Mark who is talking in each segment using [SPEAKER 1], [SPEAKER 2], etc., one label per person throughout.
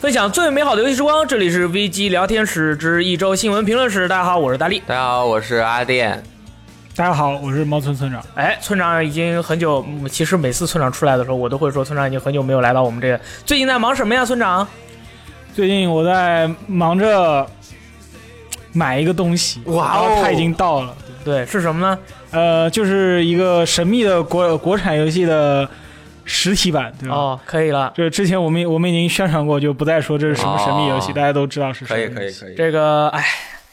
[SPEAKER 1] 分享最美好的游戏时光，这里是 VG 聊天室之一周新闻评论室。大家好，我是大力。
[SPEAKER 2] 大家好，我是阿电。
[SPEAKER 3] 大家好，我是猫村村长。
[SPEAKER 1] 哎，村长已经很久，嗯其实每次村长出来的时候，我都会说村长已经很久没有来到我们这个。最近在忙什么呀，村长？
[SPEAKER 3] 最近我在忙着买一个东西，
[SPEAKER 2] 哇哦
[SPEAKER 3] 然后它已经到了。
[SPEAKER 1] 对，是什么呢？
[SPEAKER 3] 呃，就是一个神秘的国国产游戏的实体版，对吧？
[SPEAKER 1] 哦，可以了。
[SPEAKER 3] 这之前我们我们已经宣传过，就不再说这是什么神秘游戏，
[SPEAKER 2] 哦
[SPEAKER 3] 大家都知道是什
[SPEAKER 2] 可
[SPEAKER 3] 么
[SPEAKER 2] 以
[SPEAKER 3] 游戏。
[SPEAKER 2] 可以可以，
[SPEAKER 1] 这个，哎，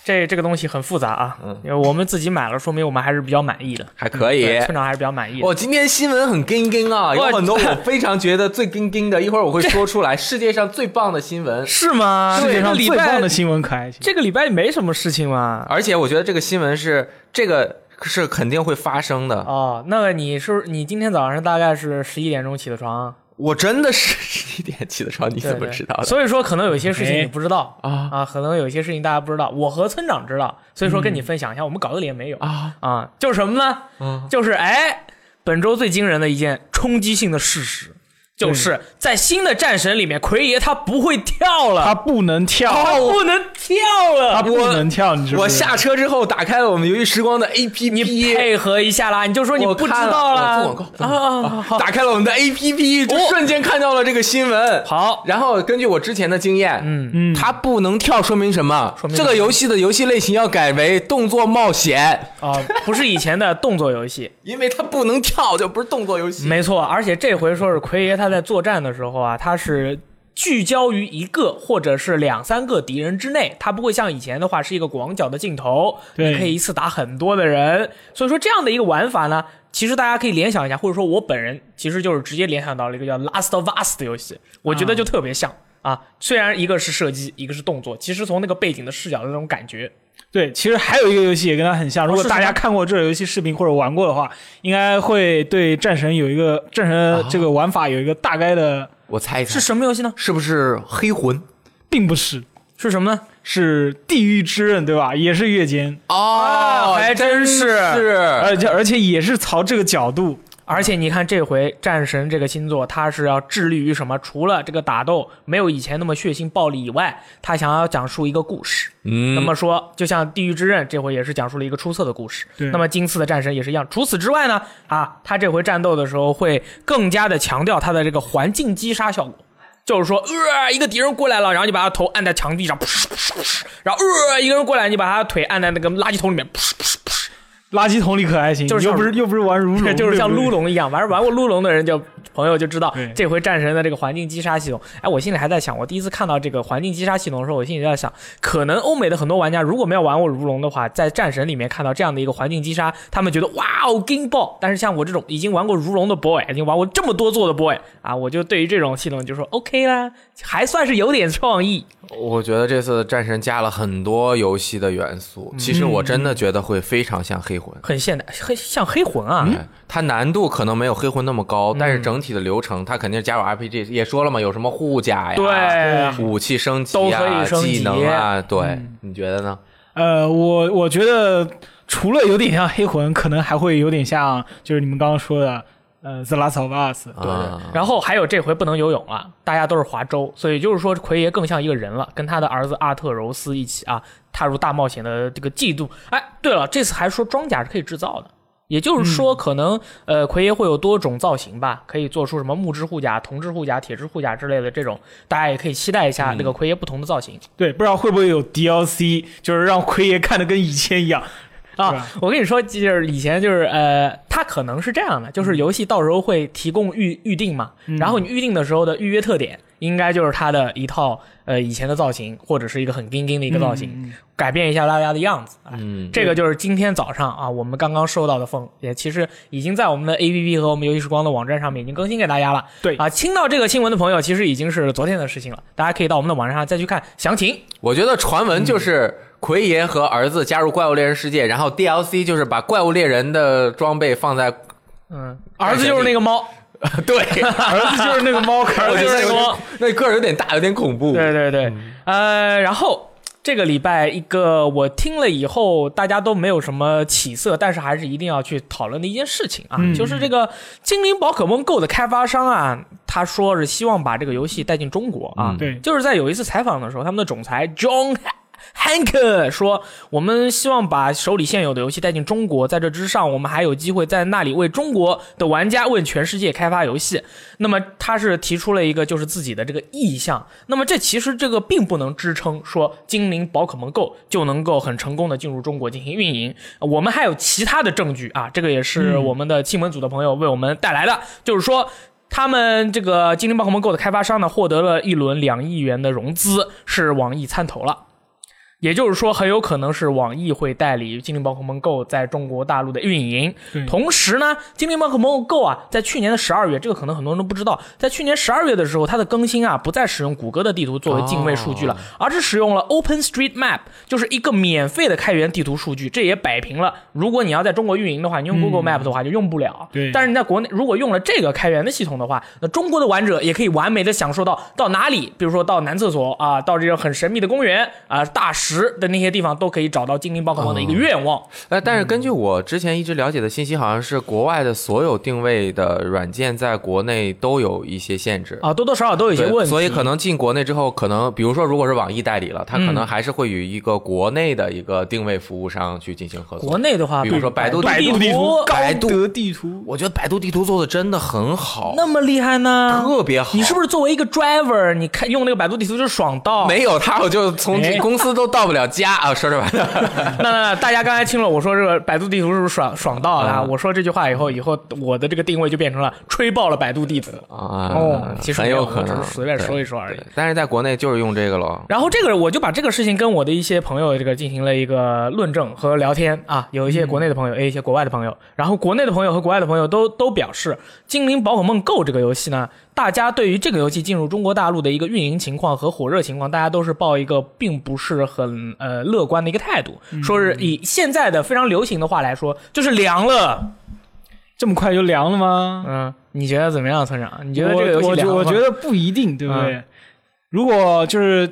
[SPEAKER 1] 这这个东西很复杂啊。
[SPEAKER 2] 嗯
[SPEAKER 1] 因为我们自己买了，说明我们还是比较满意的。
[SPEAKER 2] 还可以
[SPEAKER 1] 对，。村长还是比较满意的。
[SPEAKER 2] 我今天新闻很跟跟啊，有
[SPEAKER 1] 哇
[SPEAKER 2] 很多我非常觉得最跟跟的，一会儿我会说出来。世界上最棒的新闻，
[SPEAKER 1] 是吗？
[SPEAKER 3] 世界
[SPEAKER 1] 这
[SPEAKER 3] 上最
[SPEAKER 1] 个礼拜
[SPEAKER 3] 棒的新闻可爱情。
[SPEAKER 1] 这个礼拜没什么事情嘛。
[SPEAKER 2] 而且我觉得这个新闻是这个是肯定会发生的。
[SPEAKER 1] 哦，那个你是不是你今天早上大概是十一点钟起的床？
[SPEAKER 2] 我真的是十一点起的床，你
[SPEAKER 1] 对
[SPEAKER 2] 怎么
[SPEAKER 1] 对
[SPEAKER 2] 知道的
[SPEAKER 1] 所以说可能有一些事情你不知道、
[SPEAKER 2] 啊
[SPEAKER 1] 啊，可能有一些事情大家不知道。我和村长知道，所以说跟你分享一下，我们稿子里也没有啊
[SPEAKER 2] 嗯啊？
[SPEAKER 1] 就是什么呢？
[SPEAKER 2] 嗯
[SPEAKER 1] 就是哎，本周最惊人的一件冲击性的事实，就是在新的战神里面，奎爷他不会跳
[SPEAKER 3] 它
[SPEAKER 1] 了，
[SPEAKER 3] 不能跳，
[SPEAKER 1] 他不能跳
[SPEAKER 3] 它
[SPEAKER 1] 了。
[SPEAKER 3] 不能跳，你知不
[SPEAKER 2] 哦我
[SPEAKER 3] 知道
[SPEAKER 2] 下车之后打开了我们由于时光的 APP，
[SPEAKER 1] 你配合一下啦，你就说你
[SPEAKER 2] 我
[SPEAKER 1] 不知
[SPEAKER 2] 看了
[SPEAKER 1] 道啦。
[SPEAKER 2] 我做广告
[SPEAKER 1] 啊啊，好，哦
[SPEAKER 2] 打开了我们的 APP，就瞬间看到了这个新闻。
[SPEAKER 1] 好，
[SPEAKER 2] 然后根据我之前的经验，
[SPEAKER 1] 嗯
[SPEAKER 3] 嗯
[SPEAKER 2] 它不能跳，说明什么？
[SPEAKER 1] 说明
[SPEAKER 2] 这个游戏的游戏类型要改为动作冒险，
[SPEAKER 1] 啊、不是以前的动作游戏，
[SPEAKER 2] 因为它不能跳，就不是动作游戏。
[SPEAKER 1] 没错，而且这回说是奎爷他在作战的时候啊，他是聚焦于一个或者是两三个敌人之内，他不会像以前的话是一个广角的镜头，
[SPEAKER 3] 对
[SPEAKER 1] 你可以一次打很多的人。所以说这样的一个玩法呢，其实大家可以联想一下，或者说我本人其实就是直接联想到了一个叫《Last of Us》的游戏，我觉得就特别像。啊，虽然一个是射击，一个是动作，其实从那个背景的视角的那种感觉，
[SPEAKER 3] 对，其实还有一个游戏也跟它很像。如果
[SPEAKER 1] 哦是
[SPEAKER 3] 大
[SPEAKER 1] 什
[SPEAKER 3] 家
[SPEAKER 1] 么
[SPEAKER 3] 看过这个游戏视频或者玩过的话，应该会对战神有一个战
[SPEAKER 1] 啊
[SPEAKER 3] 神这个玩法有一个大概的，
[SPEAKER 2] 我猜一猜，
[SPEAKER 1] 是什么游戏呢？
[SPEAKER 2] 是不是黑魂？
[SPEAKER 3] 并不是
[SPEAKER 1] 是什么呢？
[SPEAKER 3] 是地狱之刃，对吧？也是月间，
[SPEAKER 2] 哦
[SPEAKER 1] 啊还真是
[SPEAKER 2] 是。
[SPEAKER 1] 哎
[SPEAKER 3] 而且而且也是朝这个角度，
[SPEAKER 1] 而且你看这回战神这个星座，他是要致力于什么？除了这个打斗没有以前那么血腥暴力以外，他想要讲述一个故事。
[SPEAKER 2] 嗯
[SPEAKER 1] 那么说，就像《地狱之刃》这回也是讲述了一个出色的故事。
[SPEAKER 3] 对
[SPEAKER 1] 那么今次的战神也是一样。除此之外呢，啊，他这回战斗的时候会更加的强调他的这个环境击杀效果。就是说，呃，一个敌人过来了，然后你把他头按在墙壁上，噗噗噗噗然后呃，一个人过来，你把他腿按在那个垃圾桶里面，噗噗噗
[SPEAKER 3] 垃圾桶里可还行，
[SPEAKER 1] 就是像
[SPEAKER 3] 又不是又不是玩 如龙，
[SPEAKER 1] 就是像
[SPEAKER 3] 对不对
[SPEAKER 1] 撸龙一样，玩玩过撸龙的人就朋友就知道
[SPEAKER 3] 对
[SPEAKER 1] 这回战神的这个环境击杀系统。哎，我心里还在想，我第一次看到这个环境击杀系统的时候，我心里在想，可能欧美的很多玩家如果没有玩过如龙的话，在战神里面看到这样的一个环境击杀，他们觉得哇哦惊爆。但是像我这种已经玩过如龙的 boy，已经玩过这么多座的 boy 啊，我就对于这种系统就说 OK 啦，还算是有点创意。
[SPEAKER 2] 我觉得这次战神加了很多游戏的元
[SPEAKER 1] 嗯
[SPEAKER 2] 素，其实我真的觉得会非常像黑魂。
[SPEAKER 1] 很现代，黑像黑魂啊，
[SPEAKER 2] 哎它难度可能没有黑魂那么
[SPEAKER 1] 嗯
[SPEAKER 2] 高，但是整体的流程它肯定是加入 RPG，也说了嘛，有什么护甲呀，
[SPEAKER 1] 啊对，
[SPEAKER 2] 武器升级、
[SPEAKER 1] 嗯都
[SPEAKER 2] 啊、
[SPEAKER 1] 可以升级嗯
[SPEAKER 2] 技能啊，对，你觉得呢？
[SPEAKER 3] 呃，我我觉得除了有点像黑魂，可能还会有点像就是你们刚刚说的呃《The Last of Us》，
[SPEAKER 2] 对啊、
[SPEAKER 1] 然后还有这回不能游泳了，大家都是划舟，所以就是说奎爷更像一个人了，跟他的儿子阿特柔斯一起啊，踏入大冒险的这个季度。哎，对了，这次还说装甲是可以制造的。也就是说，可能、呃，奎爷会有多种造型吧，可以做出什么木质护甲、铜质护甲、铁质护甲之类的这种，大家也可以期待一下那个奎爷不同的造型。
[SPEAKER 3] 对，不知道会不会有 DLC，就是让奎爷看的跟以前一样，是
[SPEAKER 1] 啊
[SPEAKER 3] 吧，
[SPEAKER 1] 我跟你说，就是以前就是呃，它可能是这样的，就是游戏到时候会提供预预定嘛，然
[SPEAKER 3] 嗯
[SPEAKER 1] 后你预定的时候的预约特点，应该就是它的一套呃以前的造型，或者是一个很钉钉的一个造
[SPEAKER 3] 嗯
[SPEAKER 1] 型， 改变一下大家的样子。哎
[SPEAKER 2] 嗯，
[SPEAKER 1] 这个就是今天早上啊，我们刚刚收到的风，也其实已经在我们的 APP 和我们游戏时光的网站上面已经更新给大家了。
[SPEAKER 3] 对
[SPEAKER 1] 啊，听到这个新闻的朋友，其实已经是昨天的事情了，大家可以到我们的网站上再去看详情。
[SPEAKER 2] 我觉得传闻就是奎爷和儿子加入怪物猎人世界，然后 DLC 就是把怪物猎人的装备放在，
[SPEAKER 1] 嗯，儿子就是那个猫，
[SPEAKER 2] 对，
[SPEAKER 3] 儿子就是那个猫，儿
[SPEAKER 1] 我觉
[SPEAKER 3] 子就
[SPEAKER 1] 得
[SPEAKER 3] 是那个
[SPEAKER 1] 有
[SPEAKER 3] 猫
[SPEAKER 1] 点
[SPEAKER 2] 那个个儿有点大，有点恐怖。
[SPEAKER 1] 对对对，呃，然后这个礼拜一个我听了以后大家都没有什么起色，但是还是一定要去讨论的一件事情啊，
[SPEAKER 3] 嗯
[SPEAKER 1] 就是这个精灵宝可梦 Go 的开发商啊，他说是希望把这个游戏带进中国啊，
[SPEAKER 2] 嗯
[SPEAKER 3] 对，
[SPEAKER 1] 就是在有一次采访的时候，他们的总裁 John Hank 说：“我们希望把手里现有的游戏带进中国，在这之上，我们还有机会在那里为中国的玩家、为全世界开发游戏。”那么他是提出了一个就是自己的这个意向。那么这其实这个并不能支撑说精灵宝可梦 Go 就能够很成功的进入中国进行运营。呃我们还有其他的证据啊，这个也是我们的新闻组的朋友为我们带来的，就是说他们这个《精灵宝可梦 GO》的开发商呢，获得了一轮两亿元的融资，是网易参投了。也就是说，很有可能是网易会代理《精灵宝可梦 GO》在中国大陆的运营。
[SPEAKER 3] 对
[SPEAKER 1] 同时呢，《精灵宝可梦 GO》啊，在去年的十二月，这个可能很多人都不知道，在去年十二月的时候，它的更新啊，不再使用谷歌的地图作为定位数据了，而是使用了 OpenStreetMap，就是一个免费的开源地图数据。这也摆平了，如果你要在中国运营的话，你用 Google Map 的话就用不了。
[SPEAKER 3] 对
[SPEAKER 1] 但是你在国内如果用了这个开源的系统的话，那中国的玩者也可以完美的享受到到哪里，比如说到男厕所啊，到这个很神秘的公园啊、大石的那些地方，都可以找到精灵宝可梦的一个愿望。
[SPEAKER 2] 呃，
[SPEAKER 1] 嗯
[SPEAKER 2] 但是根据我之前一直了解的信息，好像是国外的所有定位的软件在国内都有一些限制。
[SPEAKER 1] 啊，多多少少都有一些
[SPEAKER 2] 对
[SPEAKER 1] 问题，
[SPEAKER 2] 所以可能进国内之后，可能比如说，如果是网易代理了，它可
[SPEAKER 1] 嗯
[SPEAKER 2] 能还是会与一个国内的一个定位服务商去进行合作。
[SPEAKER 1] 国内的话，
[SPEAKER 2] 比如说百度
[SPEAKER 1] 百
[SPEAKER 2] 地
[SPEAKER 1] 地
[SPEAKER 3] 图
[SPEAKER 2] 百度
[SPEAKER 3] 高德地图，
[SPEAKER 2] 我觉得百度地图做的真的很好，
[SPEAKER 1] 那么厉害呢，
[SPEAKER 2] 特别好。
[SPEAKER 1] 你是不是作为一个 driver，你看用那个百度地图就爽到？
[SPEAKER 2] 没有它，我就从
[SPEAKER 1] 哎
[SPEAKER 2] 公司都到不了家啊！说着吧，
[SPEAKER 1] 那那那大家刚才听了我说这个百度地图是不是爽爽到了啊？
[SPEAKER 2] 嗯
[SPEAKER 1] 我说这句话以后，以后我的这个定位就变成了吹爆了百度地图。
[SPEAKER 2] 啊，
[SPEAKER 1] 哦其实
[SPEAKER 2] 很
[SPEAKER 1] 没有
[SPEAKER 2] 有可
[SPEAKER 1] 我只
[SPEAKER 2] 能
[SPEAKER 1] 是随便说一说而已
[SPEAKER 2] 对对但是在国内就是用这个喽。
[SPEAKER 1] 然后这个我就把这个事情跟我的一些朋友这个进行了一个论证和聊天啊，有一些国内的朋友，也有一些国外的朋友。然后国内的朋友和国外的朋友都都表示，《精灵宝可梦 Go》这个游戏呢，大家对于这个游戏进入中国大陆的一个运营情况和火热情况，大家都是抱一个并不是很呃乐观的一个态度，说是以现在的非常流行的话来说，就是凉了。
[SPEAKER 3] 这么快就凉了吗？
[SPEAKER 1] 嗯，你觉得怎么样，村长？你
[SPEAKER 3] 你
[SPEAKER 1] 觉得这个游戏
[SPEAKER 3] 我
[SPEAKER 1] 凉
[SPEAKER 3] 觉
[SPEAKER 1] 了吗嗯
[SPEAKER 3] 我觉得不一定，对不对？如果就是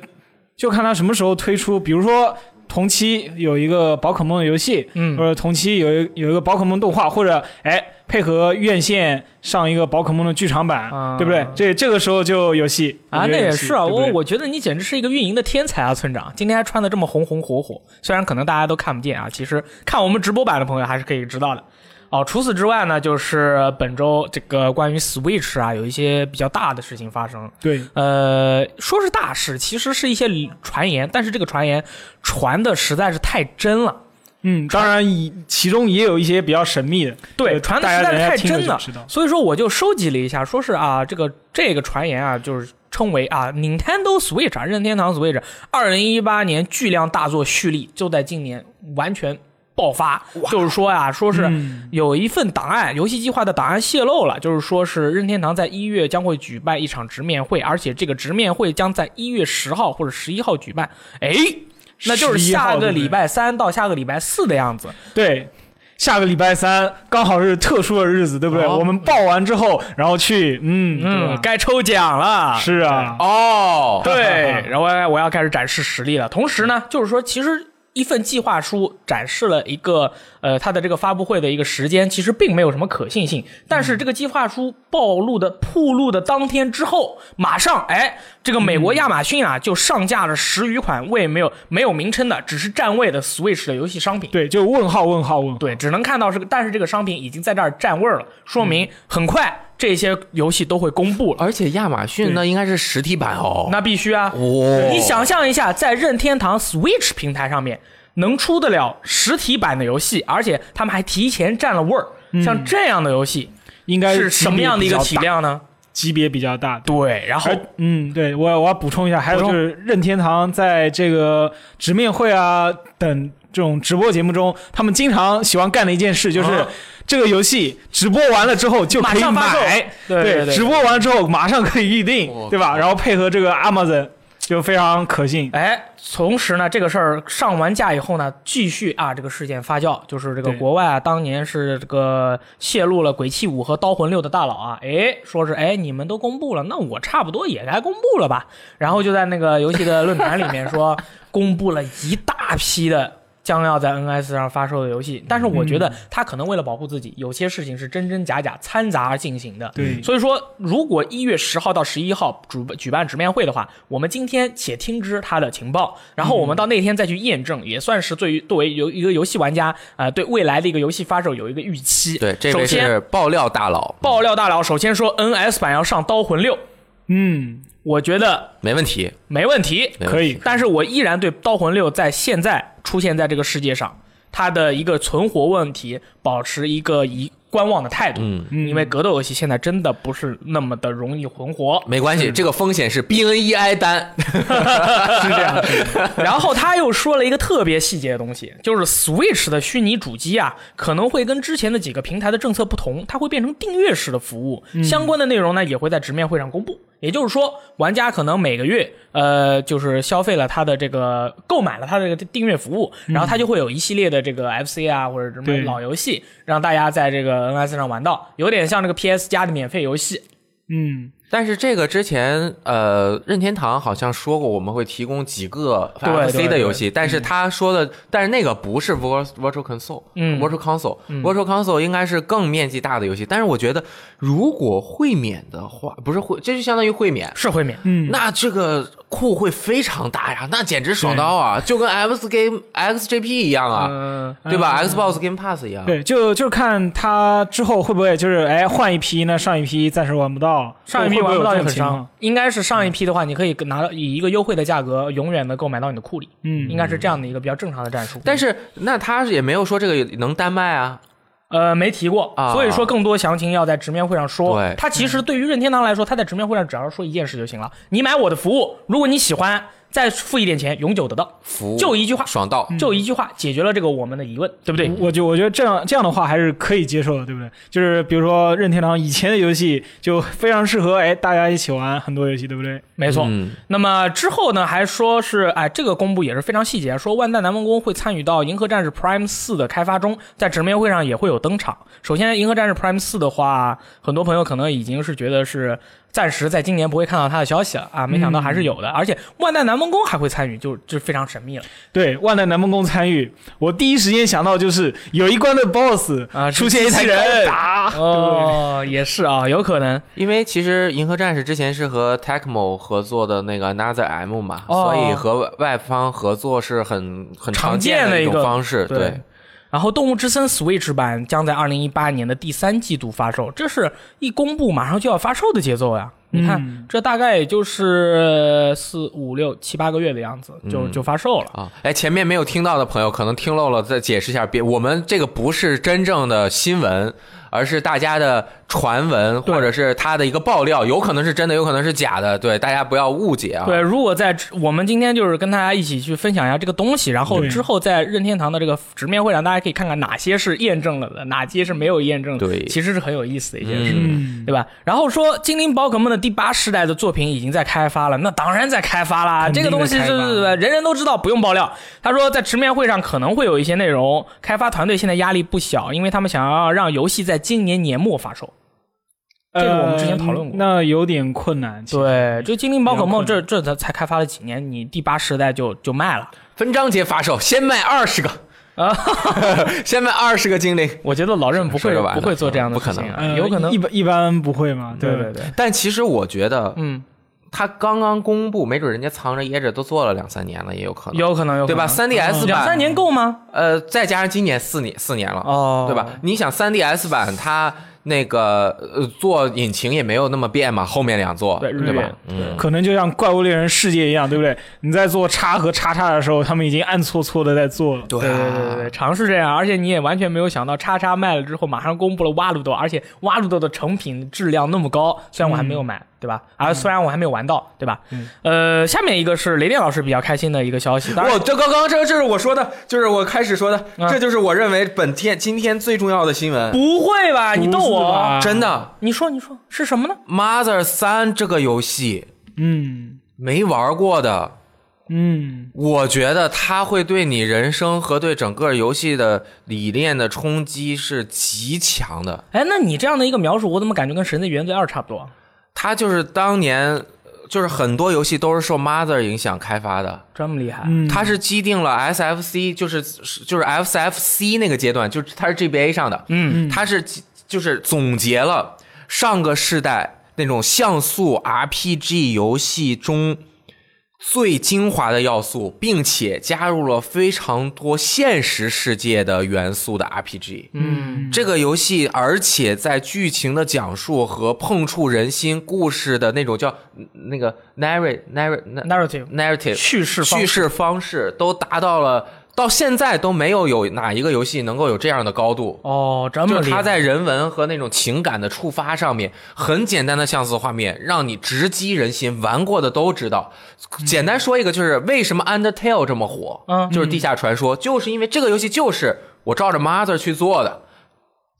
[SPEAKER 3] 就看他什么时候推出，比如说同期有一个宝可梦的游戏，
[SPEAKER 1] 嗯
[SPEAKER 3] 或者同期有一有一个宝可梦动画，或者哎配合院线上一个宝可梦的剧场版，
[SPEAKER 1] 啊
[SPEAKER 3] 对不对？这这个时候就有戏
[SPEAKER 1] 啊，那也是啊，我
[SPEAKER 3] 我
[SPEAKER 1] 我觉得你简直是一个运营的天才啊，村长！今天还穿的这么红红火火，虽然可能大家都看不见啊，其实看我们直播版的朋友还是可以知道的。哦，除此之外呢，就是本周这个关于 Switch 啊，有一些比较大的事情发生。
[SPEAKER 3] 对
[SPEAKER 1] 呃，说是大事，其实是一些传言，但是这个传言传的实在是太真了。
[SPEAKER 3] 嗯，当然以其中也有一些比较神秘的，
[SPEAKER 1] 对，
[SPEAKER 3] 呃
[SPEAKER 1] 传的
[SPEAKER 3] 大
[SPEAKER 1] 实
[SPEAKER 3] 家
[SPEAKER 1] 在
[SPEAKER 3] 等
[SPEAKER 1] 是
[SPEAKER 3] 一下
[SPEAKER 1] 太
[SPEAKER 3] 听了
[SPEAKER 1] 真
[SPEAKER 3] 就
[SPEAKER 1] 了
[SPEAKER 3] 知道，
[SPEAKER 1] 所以说我就收集了一下，说是啊，这个这个传言啊，就是称为啊 Nintendo Switch 啊，任天堂 Switch，二零一八年巨量大作蓄力，就在今年完全爆发。就是说啊，说是
[SPEAKER 3] 嗯
[SPEAKER 1] 有一份档案，游戏计划的档案泄露了，就是说是任天堂在一月将会举办一场直面会，而且这个直面会将在一月十号或者十一号举办。哎。那就是
[SPEAKER 3] 11号
[SPEAKER 1] 下个
[SPEAKER 3] 对不对
[SPEAKER 1] 礼拜三到下个礼拜四的样子，
[SPEAKER 3] 对。下个礼拜三刚好是特殊的日子，对不对？
[SPEAKER 2] 哦
[SPEAKER 3] 我们报完之后，然后去，嗯对
[SPEAKER 1] 嗯
[SPEAKER 3] 吧，
[SPEAKER 1] 该抽奖了。
[SPEAKER 3] 是啊，
[SPEAKER 2] 哦，
[SPEAKER 1] 对，然后我要开始展示实力了。同时呢，就是说，其实一份计划书展示了一个呃，它的这个发布会的一个时间，其实并没有什么可信性。但是这个计划书暴露的铺露的当天之后，马上哎，这个美国亚马逊啊就上架了十余款未没有没有名称的，只是站位的 Switch 的游戏商品。
[SPEAKER 3] 对，就问号问号问号。
[SPEAKER 1] 对，只能看到是个，但是这个商品已经在这儿占位儿了，说明很快这些游戏都会公布了。
[SPEAKER 2] 而且亚马逊那应该是实体版哦。
[SPEAKER 1] 那必须啊！
[SPEAKER 3] 哦
[SPEAKER 2] 哇
[SPEAKER 1] 你想象一下，在任天堂 Switch 平台上面能出得了实体版的游戏，而且他们还提前占了位儿，像这样的游戏
[SPEAKER 3] 应该
[SPEAKER 1] 是什么样的一个体量呢？
[SPEAKER 3] 级别比较大？级别比较大。对
[SPEAKER 1] 对，然后
[SPEAKER 3] 而嗯，对我我要补充一下，还有
[SPEAKER 1] 补
[SPEAKER 3] 就
[SPEAKER 1] 充
[SPEAKER 3] 是任天堂在这个直面会啊等这种直播节目中，他们经常喜欢干的一件事就是
[SPEAKER 1] 啊，
[SPEAKER 3] 这个游戏直播完了之后就
[SPEAKER 1] 马
[SPEAKER 3] 可以
[SPEAKER 1] 上发售
[SPEAKER 3] 买，，
[SPEAKER 1] 对对，
[SPEAKER 3] 直播完了之后马上可以预定
[SPEAKER 2] 我，
[SPEAKER 3] 对吧？然后配合这个 Amazon 就非常可信。
[SPEAKER 1] 哎，同时呢，这个事儿上完架以后呢，继续啊，这个事件发酵，就是这个
[SPEAKER 3] 对
[SPEAKER 1] 国外啊，当年是这个泄露了《鬼泣五》和《刀魂六》的大佬啊，哎，说是哎你们都公布了，那我差不多也该公布了吧？然后就在那个游戏的论坛里面说，公布了一大批的。将要在 NS 上发售的游戏，但是我觉得他可能为了保护自己，有些事情是真真假假掺杂进行的。
[SPEAKER 3] 对
[SPEAKER 1] 所以说，如果一月十号到十一号主举办直面会的话，我们今天且听之他的情报，然后我们到那天再去验证，也算是对于作为游一个游戏玩家啊、呃对未来的一个游戏发售有一个预期。
[SPEAKER 2] 对，这
[SPEAKER 1] 首
[SPEAKER 2] 位
[SPEAKER 1] 先
[SPEAKER 2] 是爆料大佬，
[SPEAKER 1] 爆料大佬首先说 NS 版要上《刀魂六》，
[SPEAKER 3] 嗯，
[SPEAKER 1] 我觉得
[SPEAKER 2] 没问题，
[SPEAKER 1] 没问题，
[SPEAKER 2] 没问题
[SPEAKER 3] 可以。
[SPEAKER 1] 但是我依然对《刀魂六》在现在出现在这个世界上，它的一个存活问题保持一个以观望的态度。
[SPEAKER 2] 嗯，
[SPEAKER 1] 因为格斗游戏现在真的不是那么的容易存活，
[SPEAKER 2] 没关系，这个风险是 BNEI 单，
[SPEAKER 3] 是这样，是这样
[SPEAKER 1] 然后他又说了一个特别细节的东西，就是 Switch 的虚拟主机啊，可能会跟之前的几个平台的政策不同，它会变成订阅式的服务，相关的内容呢也会在直面会上公布。也就是说，玩家可能每个月，呃，就是消费了他的这个购买了他的这个订阅服务，然后他就会有一系列的这个 FC 啊或者什么
[SPEAKER 3] 对
[SPEAKER 1] 老游戏，让大家在这个 NS 上玩到，有点像这个 PS 加的免费游戏。
[SPEAKER 3] 嗯，
[SPEAKER 2] 但是这个之前，呃，任天堂好像说过我们会提供几个
[SPEAKER 1] 对
[SPEAKER 2] FC
[SPEAKER 1] 对
[SPEAKER 2] 的游戏，但是他说的，但是那个不是 Virtual Virtual Console，
[SPEAKER 1] 嗯
[SPEAKER 2] ，Virtual Console，Virtual Console 应该是更面积大的游戏。但是我觉得，如果会免的话，不是会，这就相当于会免，
[SPEAKER 1] 是会免，
[SPEAKER 2] 那这个库会非常大呀，那简直爽到啊，就跟 X Game XGP 一样啊，
[SPEAKER 1] 嗯、
[SPEAKER 2] 对吧？Xbox Game Pass 一样，
[SPEAKER 3] 嗯对，就就看他之后会不会就是哎换一批呢？上一批暂时玩不到，
[SPEAKER 1] 上一批
[SPEAKER 3] 会不
[SPEAKER 1] 玩
[SPEAKER 3] 会
[SPEAKER 1] 不
[SPEAKER 3] 有
[SPEAKER 1] 到就
[SPEAKER 3] 这种
[SPEAKER 1] 很
[SPEAKER 3] 情
[SPEAKER 1] 伤
[SPEAKER 3] 况。，嗯
[SPEAKER 1] 应该是上一批的话，你可以拿到以一个优惠的价格，永远的购买到你的库里，
[SPEAKER 3] 嗯
[SPEAKER 1] 应该是这样的一个比较正常的战术。
[SPEAKER 2] 但是那他也没有说这个能单卖啊，
[SPEAKER 1] 呃，没提过，
[SPEAKER 2] 啊
[SPEAKER 1] 所以说更多详情要在直面会上说
[SPEAKER 2] 对。
[SPEAKER 1] 它其
[SPEAKER 3] 嗯
[SPEAKER 1] 实对于任天堂来说，它在直面会上只要说一件事就行了：你买我的服务，如果你喜欢，再付一点钱，永久得到。
[SPEAKER 2] 服务
[SPEAKER 1] 就一句话，嗯
[SPEAKER 2] 爽到，
[SPEAKER 3] 嗯
[SPEAKER 1] 就一句话解决了这个我们的疑问，对不对？
[SPEAKER 3] 我就我觉得这样这样的话还是可以接受的，对不对？就是比如说任天堂以前的游戏就非常适合哎大家一起玩很多游戏，对不对？
[SPEAKER 1] 没错。
[SPEAKER 2] 嗯
[SPEAKER 1] 那么之后呢，还说是哎，这个公布也是非常细节，说万代南梦宫会参与到《银河战士 Prime 四》的开发中，在直面会上也会有登场。首先，《银河战士 Prime 四》的话，很多朋友可能已经是觉得是暂时在今年不会看到它的消息了啊，没想到还是有的，而且万代南梦宫还会参与，就就非常神秘了。
[SPEAKER 3] 对，万代南梦宫参与，我第一时间想到就是有一关的 BOSS
[SPEAKER 1] 啊
[SPEAKER 3] 出现一台
[SPEAKER 1] 是机器人
[SPEAKER 3] 高达，
[SPEAKER 1] 哦，也是啊，有可能。
[SPEAKER 2] 因为其实《银河战士》之前是和 Tecmo 合作的那个 Another M 嘛，
[SPEAKER 1] 哦
[SPEAKER 2] 所以和外方合作是很很
[SPEAKER 1] 常见
[SPEAKER 2] 见
[SPEAKER 1] 的
[SPEAKER 2] 一
[SPEAKER 1] 一个
[SPEAKER 2] 种方式。
[SPEAKER 1] 对然后，《动物之森》Switch 版将在二零一八年的第三季度发售，这是一公布马上就要发售的节奏呀！你看，
[SPEAKER 3] 嗯
[SPEAKER 1] 这大概也就是四五六七八个月的样子，就、
[SPEAKER 3] 嗯
[SPEAKER 1] 就发售了。
[SPEAKER 2] 啊，哎，前面没有听到的朋友可能听漏了，再解释一下，别我们这个不是真正的新闻。而是大家的传闻，
[SPEAKER 1] 对
[SPEAKER 2] 或者是他的一个爆料，有可能是真的，有可能是假的，对大家不要误解啊。
[SPEAKER 1] 对，如果在我们今天就是跟大家一起去分享一下这个东西，然后
[SPEAKER 3] 对
[SPEAKER 1] 之后在任天堂的这个直面会上，大家可以看看哪些是验证了的，哪些是没有验证的，
[SPEAKER 2] 对
[SPEAKER 1] 其实是很有意思的一件事。
[SPEAKER 3] 嗯，
[SPEAKER 1] 对吧？然后说《精灵宝可梦》的第八世代的作品已经在开发了，那当然在开发啦。
[SPEAKER 3] 肯
[SPEAKER 1] 这个
[SPEAKER 3] 定
[SPEAKER 1] 东西
[SPEAKER 3] 在
[SPEAKER 1] 是
[SPEAKER 3] 开发
[SPEAKER 1] 人人都知道，不用爆料。他说在直面会上可能会有一些内容，开发团队现在压力不小，因为他们想要让游戏在今年年末发售。这个我们之前讨论过
[SPEAKER 3] 呃那有点困难。其实，
[SPEAKER 1] 对，这《精灵宝可梦》
[SPEAKER 3] 比较
[SPEAKER 1] 这这才才开发了几年，你第八世代就就卖了。
[SPEAKER 2] 分章节发售，先卖二十个
[SPEAKER 1] 啊，
[SPEAKER 2] 先卖二十个精灵。
[SPEAKER 1] 我觉得老任不会
[SPEAKER 2] 说着玩呢
[SPEAKER 1] 不会做这样的
[SPEAKER 2] 不可
[SPEAKER 1] 事情啊
[SPEAKER 3] 呃
[SPEAKER 1] 有可能
[SPEAKER 3] 一。般一般不会嘛，
[SPEAKER 1] 对
[SPEAKER 3] 不
[SPEAKER 1] 对对，
[SPEAKER 2] 但其实我觉得，
[SPEAKER 1] 嗯，
[SPEAKER 2] 他刚刚公布，没准人家藏着掖着都做了两三年了，也有可能，
[SPEAKER 1] 有可能有可能嗯
[SPEAKER 2] 对吧？3DS
[SPEAKER 1] 两三
[SPEAKER 2] 版，
[SPEAKER 1] 年够吗？
[SPEAKER 2] 呃，再加上今年四年四年了，
[SPEAKER 1] 哦
[SPEAKER 2] 对吧？你想 3DS 版它那个呃做引擎也没有那么变嘛，后面两座
[SPEAKER 1] 对日
[SPEAKER 2] 对吧
[SPEAKER 1] 月？
[SPEAKER 2] 嗯，
[SPEAKER 3] 可能就像《怪物猎人世界》一样，对不对？你在做叉和叉叉的时候，他们已经暗搓搓的在做了。
[SPEAKER 2] 对啊
[SPEAKER 1] 对对对对对，尝试这样，而且你也完全没有想到，叉叉卖了之后马上公布了挖鲁豆，而且挖鲁豆的成品质量那么高，虽然我还没有买，对吧？啊，虽然我还没有玩到，对吧？呃，下面一个是雷电老师比较开心的一个消息，当然
[SPEAKER 2] 我这刚刚这这是我说的，就是我开始说的，
[SPEAKER 1] 嗯
[SPEAKER 2] 这就是我认为本天今天最重要的新闻，
[SPEAKER 1] 不会吧？你逗
[SPEAKER 3] 不是
[SPEAKER 1] 我
[SPEAKER 3] 吧？
[SPEAKER 2] 真的
[SPEAKER 1] 你说你说是什么呢？
[SPEAKER 2] ，Mother 三这个游戏
[SPEAKER 3] 嗯，
[SPEAKER 2] 没玩过的，
[SPEAKER 3] 嗯，
[SPEAKER 2] 我觉得它会对你人生和对整个游戏的理念的冲击是极强的。
[SPEAKER 1] 哎，那你这样的一个描述，我怎么感觉跟《神的原罪二》差不多？
[SPEAKER 2] 它就是当年，呃就是很多游戏都是受 Mother 影响开发的，
[SPEAKER 1] 这么厉害？
[SPEAKER 3] 嗯
[SPEAKER 2] 它是基定了 SFC，就是就是 SFC 那个阶段，就是它是 GBA 上的，
[SPEAKER 1] 嗯，
[SPEAKER 2] 它是基就是总结了上个世代那种像素 RPG 游戏中最精华的要素，并且加入了非常多现实世界的元素的 RPG。
[SPEAKER 1] 嗯
[SPEAKER 2] 这个游戏，而且在剧情的讲述和碰触人心故事的那种叫那个 narrate narrate
[SPEAKER 1] ，narrative
[SPEAKER 2] narrative
[SPEAKER 1] 叙事方
[SPEAKER 2] 叙
[SPEAKER 1] 式，
[SPEAKER 2] 事方式都达到了，到现在都没有有哪一个游戏能够有这样的高度。
[SPEAKER 1] 哦，这么
[SPEAKER 2] 就是
[SPEAKER 1] 厉
[SPEAKER 2] 它
[SPEAKER 1] 害。
[SPEAKER 2] 在人文和那种情感的触发上面，很简单的像素画面，让你直击人心。玩过的都知道。简单说一个，就是为什么 Undertale 这么火，
[SPEAKER 1] 嗯
[SPEAKER 2] 就是地下传说，就是因为这个游戏就是我照着 Mother 去做的。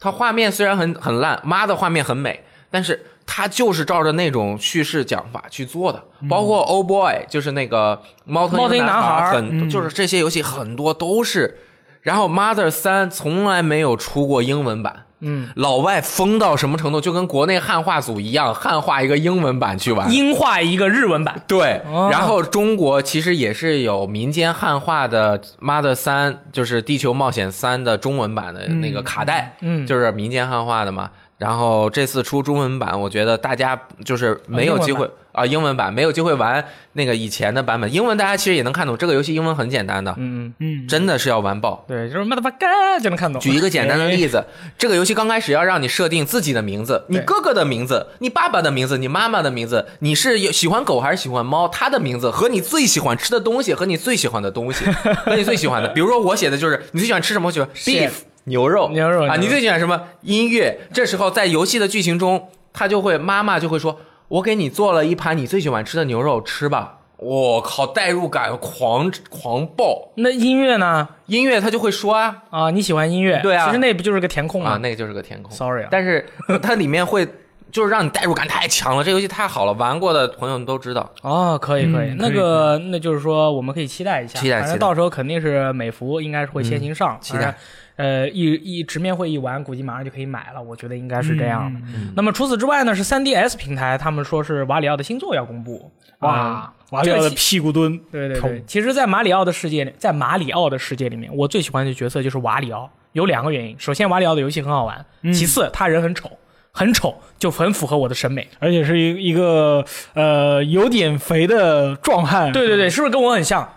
[SPEAKER 2] 它画面虽然很很烂，Mother 画面很美，但是它就是照着那种叙事讲法去做的。包括 Old Boy，就是那个猫头
[SPEAKER 1] 嗯猫头鹰
[SPEAKER 2] 鹰
[SPEAKER 1] 男孩
[SPEAKER 2] 孩，
[SPEAKER 1] 儿嗯
[SPEAKER 2] 很、就是这些游戏很多都是。然后 Mother 三从来没有出过英文版，
[SPEAKER 1] 嗯，
[SPEAKER 2] 老外疯到什么程度，就跟国内汉化组一样，汉化一个英文版去玩。
[SPEAKER 1] 英化一个日文版，
[SPEAKER 2] 对，
[SPEAKER 1] 哦
[SPEAKER 2] 然后中国其实也是有民间汉化的《Mother 三》，就是《地球冒险三》的中文版的那个卡带，
[SPEAKER 1] 嗯嗯
[SPEAKER 2] 就是民间汉化的嘛。然后这次出中文版，我觉得大家就是没有机会
[SPEAKER 1] 哦
[SPEAKER 2] 啊、英文版没有机会玩那个以前的版本。英文大家其实也能看懂，这个游戏英文很简单的，
[SPEAKER 1] 嗯，
[SPEAKER 3] 嗯，
[SPEAKER 2] 真的是要玩爆。
[SPEAKER 1] 对，就是 motherfucker 就能看懂。
[SPEAKER 2] 举一个 简单
[SPEAKER 1] 哎
[SPEAKER 2] 的例子，这个游戏刚开始要让你设定自己的名字，你
[SPEAKER 1] 对
[SPEAKER 2] 哥哥的名字，你爸爸的名字，你妈妈的名字，你是有喜欢狗还是喜欢猫？他的名字和你最喜欢吃的东西和你最喜欢的东西和你最喜欢的，比如说我写的就是你最喜欢吃什么？我喜 欢
[SPEAKER 1] Shit
[SPEAKER 2] beef 牛肉
[SPEAKER 1] 牛肉
[SPEAKER 2] 啊，
[SPEAKER 1] 牛肉
[SPEAKER 2] 你最喜欢什么音乐？这时候在游戏的剧情中，他就会妈妈就会说：“我给你做了一盘你最喜欢吃的牛肉，吃吧。”我靠，代入感狂狂爆！
[SPEAKER 1] 那音乐呢？
[SPEAKER 2] 音乐他就会说啊，
[SPEAKER 1] 啊，你喜欢音乐？
[SPEAKER 2] 对啊
[SPEAKER 1] 其实那不就是个填空吗？
[SPEAKER 2] 啊，那个就是个填空。
[SPEAKER 1] 嗯 Sorry 啊
[SPEAKER 2] 但是呃它里面会就是让你代入感太强了，这游戏太好了，玩过的朋友们都知道。
[SPEAKER 1] 哦，可以可以，
[SPEAKER 3] 嗯
[SPEAKER 1] 那
[SPEAKER 3] 可以
[SPEAKER 1] 个那就是说，我们可以期待一下，
[SPEAKER 2] 期待
[SPEAKER 1] 反
[SPEAKER 2] 期
[SPEAKER 1] 正
[SPEAKER 2] 待嗯
[SPEAKER 1] 到时候肯定是美服应该是会先行上，
[SPEAKER 2] 期待
[SPEAKER 1] 反正。呃，一一直面会一玩，估计马上就可以买了，我觉得应该是这
[SPEAKER 2] 嗯
[SPEAKER 1] 样
[SPEAKER 3] 嗯
[SPEAKER 1] 的。那么除此之外呢，是 3DS 平台，他们说是瓦里奥的新作要公布，
[SPEAKER 3] 哇
[SPEAKER 1] 啊，，
[SPEAKER 3] 瓦力奥的
[SPEAKER 1] 这个其
[SPEAKER 3] 屁股蹲，
[SPEAKER 1] 对对对
[SPEAKER 3] 痛，
[SPEAKER 1] 其实，在马里奥的世界里，在马里奥的世界里面，我最喜欢的角色就是瓦里奥，有两个原因，首先瓦里奥的游戏很好玩，
[SPEAKER 2] 嗯
[SPEAKER 1] 其次他人很丑，很丑就很符合我的审美。
[SPEAKER 3] 而且是一一个呃有点肥的壮汉，
[SPEAKER 1] 对对对，是不是跟我很像？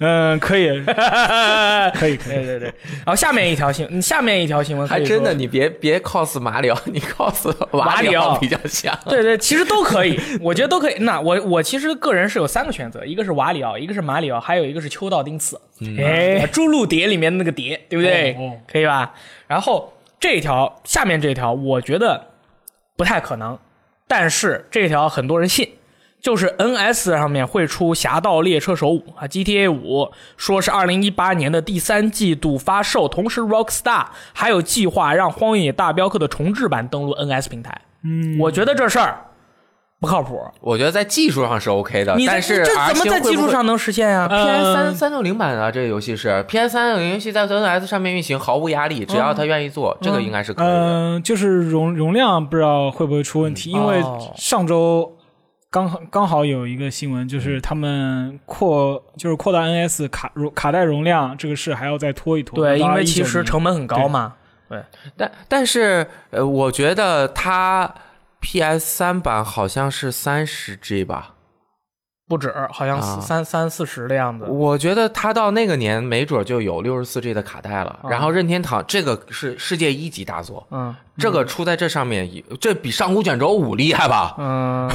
[SPEAKER 3] 嗯，可以，可以，可以，
[SPEAKER 1] 对对对，然后下面一条新，嗯下面一条新闻可
[SPEAKER 2] 还
[SPEAKER 1] 以
[SPEAKER 2] 真的，
[SPEAKER 1] 说，
[SPEAKER 2] 你别别 cos 马里奥， 你 cos
[SPEAKER 1] 马里
[SPEAKER 2] 里
[SPEAKER 1] 奥
[SPEAKER 2] 奥比较像。
[SPEAKER 1] 对对，其实都可以，我觉得都可以。那我我其实个人是有三个选择，一个是瓦里奥，一个是马里奥，还有一个是秋道丁次，哎，侏儒蝶里面的那个蝶，对不对？
[SPEAKER 3] 嗯哦哦
[SPEAKER 1] 可以吧？然后这一条，下面这一条，我觉得不太可能，但是这条很多人信。就是 NS 上面会出《侠盗猎车手五》啊，GTA 五说是二零一八年的第三季度发售，同时 Rockstar 还有计划让《荒野大镖客》的重置版登陆 NS 平台。嗯，我觉得这事儿不靠谱。我
[SPEAKER 2] 我觉得在技术上是 OK 的
[SPEAKER 1] 你，
[SPEAKER 2] 但
[SPEAKER 1] 这
[SPEAKER 2] 是
[SPEAKER 1] 这怎
[SPEAKER 2] R
[SPEAKER 1] 么
[SPEAKER 2] 星
[SPEAKER 1] 在
[SPEAKER 2] 会不会呃
[SPEAKER 1] 技术上能实现呀、
[SPEAKER 2] PS 三三六零版啊，这个游戏是 PS 三六零游戏在 NS 上面运行毫无压
[SPEAKER 1] 嗯
[SPEAKER 2] 力，只要他愿意做，这个应该是可
[SPEAKER 1] 啊
[SPEAKER 2] 以的。
[SPEAKER 3] 嗯，就是容容量不知道会不会出问题，因为
[SPEAKER 1] 哦
[SPEAKER 3] 上周刚好刚好有一个新闻，
[SPEAKER 1] 嗯
[SPEAKER 3] 就是他们扩就是扩大 NS 卡容卡带容量这个事还要再拖一拖。
[SPEAKER 1] 对，
[SPEAKER 3] 到
[SPEAKER 1] 因为
[SPEAKER 3] 2019
[SPEAKER 1] 其实
[SPEAKER 3] 年
[SPEAKER 1] 成本很高嘛。
[SPEAKER 2] 但但是呃，我觉得它 PS 三版好像是三十 G 吧，
[SPEAKER 1] 不止，好像四
[SPEAKER 2] 啊
[SPEAKER 1] 三三四十的样子。
[SPEAKER 2] 我觉得他到那个年没准就有六十四 G 的卡带
[SPEAKER 1] 啊
[SPEAKER 2] 了。然后任天堂这个是世界一级大作，
[SPEAKER 1] 嗯
[SPEAKER 2] 这个出在这上面也，这比上古卷轴五厉害吧？
[SPEAKER 1] 嗯，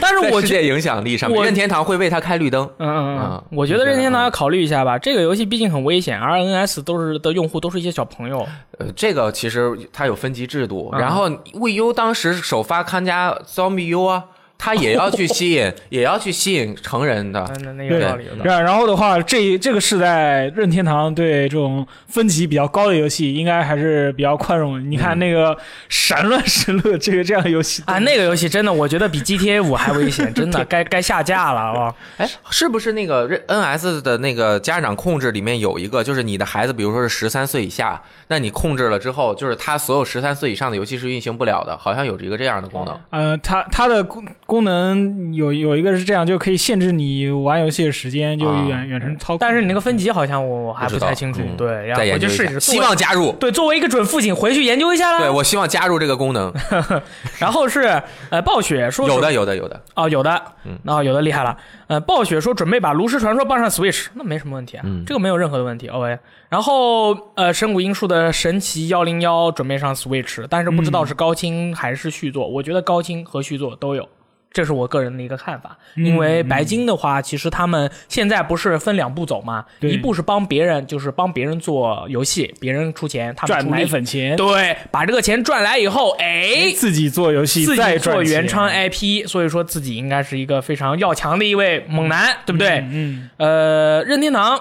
[SPEAKER 1] 但是
[SPEAKER 2] 在
[SPEAKER 1] 我
[SPEAKER 2] 世
[SPEAKER 1] 觉
[SPEAKER 2] 界影响力上面，
[SPEAKER 1] 我
[SPEAKER 2] 任天堂会为他开绿灯。
[SPEAKER 1] 嗯嗯嗯
[SPEAKER 2] 啊，
[SPEAKER 1] 我觉
[SPEAKER 2] 你
[SPEAKER 1] 得
[SPEAKER 2] 觉得
[SPEAKER 1] 任天堂
[SPEAKER 2] 嗯
[SPEAKER 1] 要考虑一下吧。这个游戏毕竟很危险而，NS 都是的用户都是一些小朋友。
[SPEAKER 2] 呃，这个其实它有分级制度。
[SPEAKER 1] 嗯
[SPEAKER 2] 然后 VU 当时首发看家 Zombie U 啊，它也要去吸引， 也要去吸引成人的。
[SPEAKER 1] 那那有
[SPEAKER 3] 对
[SPEAKER 1] 道理，有道理。
[SPEAKER 3] 然然后的话，这这个是在任天堂对这种分级比较高的游戏，应该还是比较宽容的。你看那个《神乱神乐》这个这样的游戏
[SPEAKER 1] 嗯 啊，那个游戏真的，我觉得比 GTA 五还危险， 真的该该下架了啊！
[SPEAKER 2] 哎，是不是那个 NS 的那个家长控制里面有一个，就是你的孩子，比如说是十三岁以下，那你控制了之后，就是他所有十三岁以上的游戏是运行不了的，好像有一个这样的功
[SPEAKER 1] 哦
[SPEAKER 2] 能。
[SPEAKER 3] 呃，它它的功功能有有一个是这样，就可以限制你玩游戏的时间，就
[SPEAKER 2] 啊
[SPEAKER 3] 远、远程操控。
[SPEAKER 1] 但是你那个分级好像我我还
[SPEAKER 2] 不
[SPEAKER 1] 不
[SPEAKER 2] 知道
[SPEAKER 1] 太清楚
[SPEAKER 2] 嗯，
[SPEAKER 1] 对，然后
[SPEAKER 2] 再
[SPEAKER 1] 回
[SPEAKER 2] 研
[SPEAKER 1] 去
[SPEAKER 2] 究一
[SPEAKER 1] 试啊
[SPEAKER 2] 下
[SPEAKER 1] 一试。
[SPEAKER 2] 希
[SPEAKER 1] 作为
[SPEAKER 2] 望加入。
[SPEAKER 1] 对，作为一个准父亲，回去研究一下
[SPEAKER 2] 对，
[SPEAKER 1] 啦。
[SPEAKER 2] 我希望加入这个功能，
[SPEAKER 1] 然后是呃，暴雪说
[SPEAKER 2] 有的，嗯有的，有的。
[SPEAKER 1] 哦，有的，那、有的厉害了。呃，暴雪说准备把《炉石传说》搬上 Switch，那没什么问题啊，
[SPEAKER 2] 嗯
[SPEAKER 1] 这个没有任何的问题。OK，然后呃，神谷英树的《神奇幺零幺》准备上 Switch，但是不知道是
[SPEAKER 3] 嗯
[SPEAKER 1] 高清还是续作。我觉得高清和续作都有，这是我个人的一个看法。
[SPEAKER 3] 嗯
[SPEAKER 1] 因为白金的话，其实他们现在不是分两步走嘛，
[SPEAKER 3] 对
[SPEAKER 1] 一步是帮别人，就是帮别人做游戏，别人出钱，他们
[SPEAKER 3] 赚
[SPEAKER 1] 出
[SPEAKER 3] 奶
[SPEAKER 1] 力。
[SPEAKER 3] 粉钱，
[SPEAKER 1] 对，把这个钱赚来以后，哎，
[SPEAKER 3] 自己做游戏，
[SPEAKER 1] 自己
[SPEAKER 3] 再
[SPEAKER 1] 做
[SPEAKER 3] 赚钱
[SPEAKER 1] 原创哎 IP，所以说自己应该是一个非常要强的一位猛男，对不对？
[SPEAKER 3] 嗯，
[SPEAKER 1] 呃，任天堂。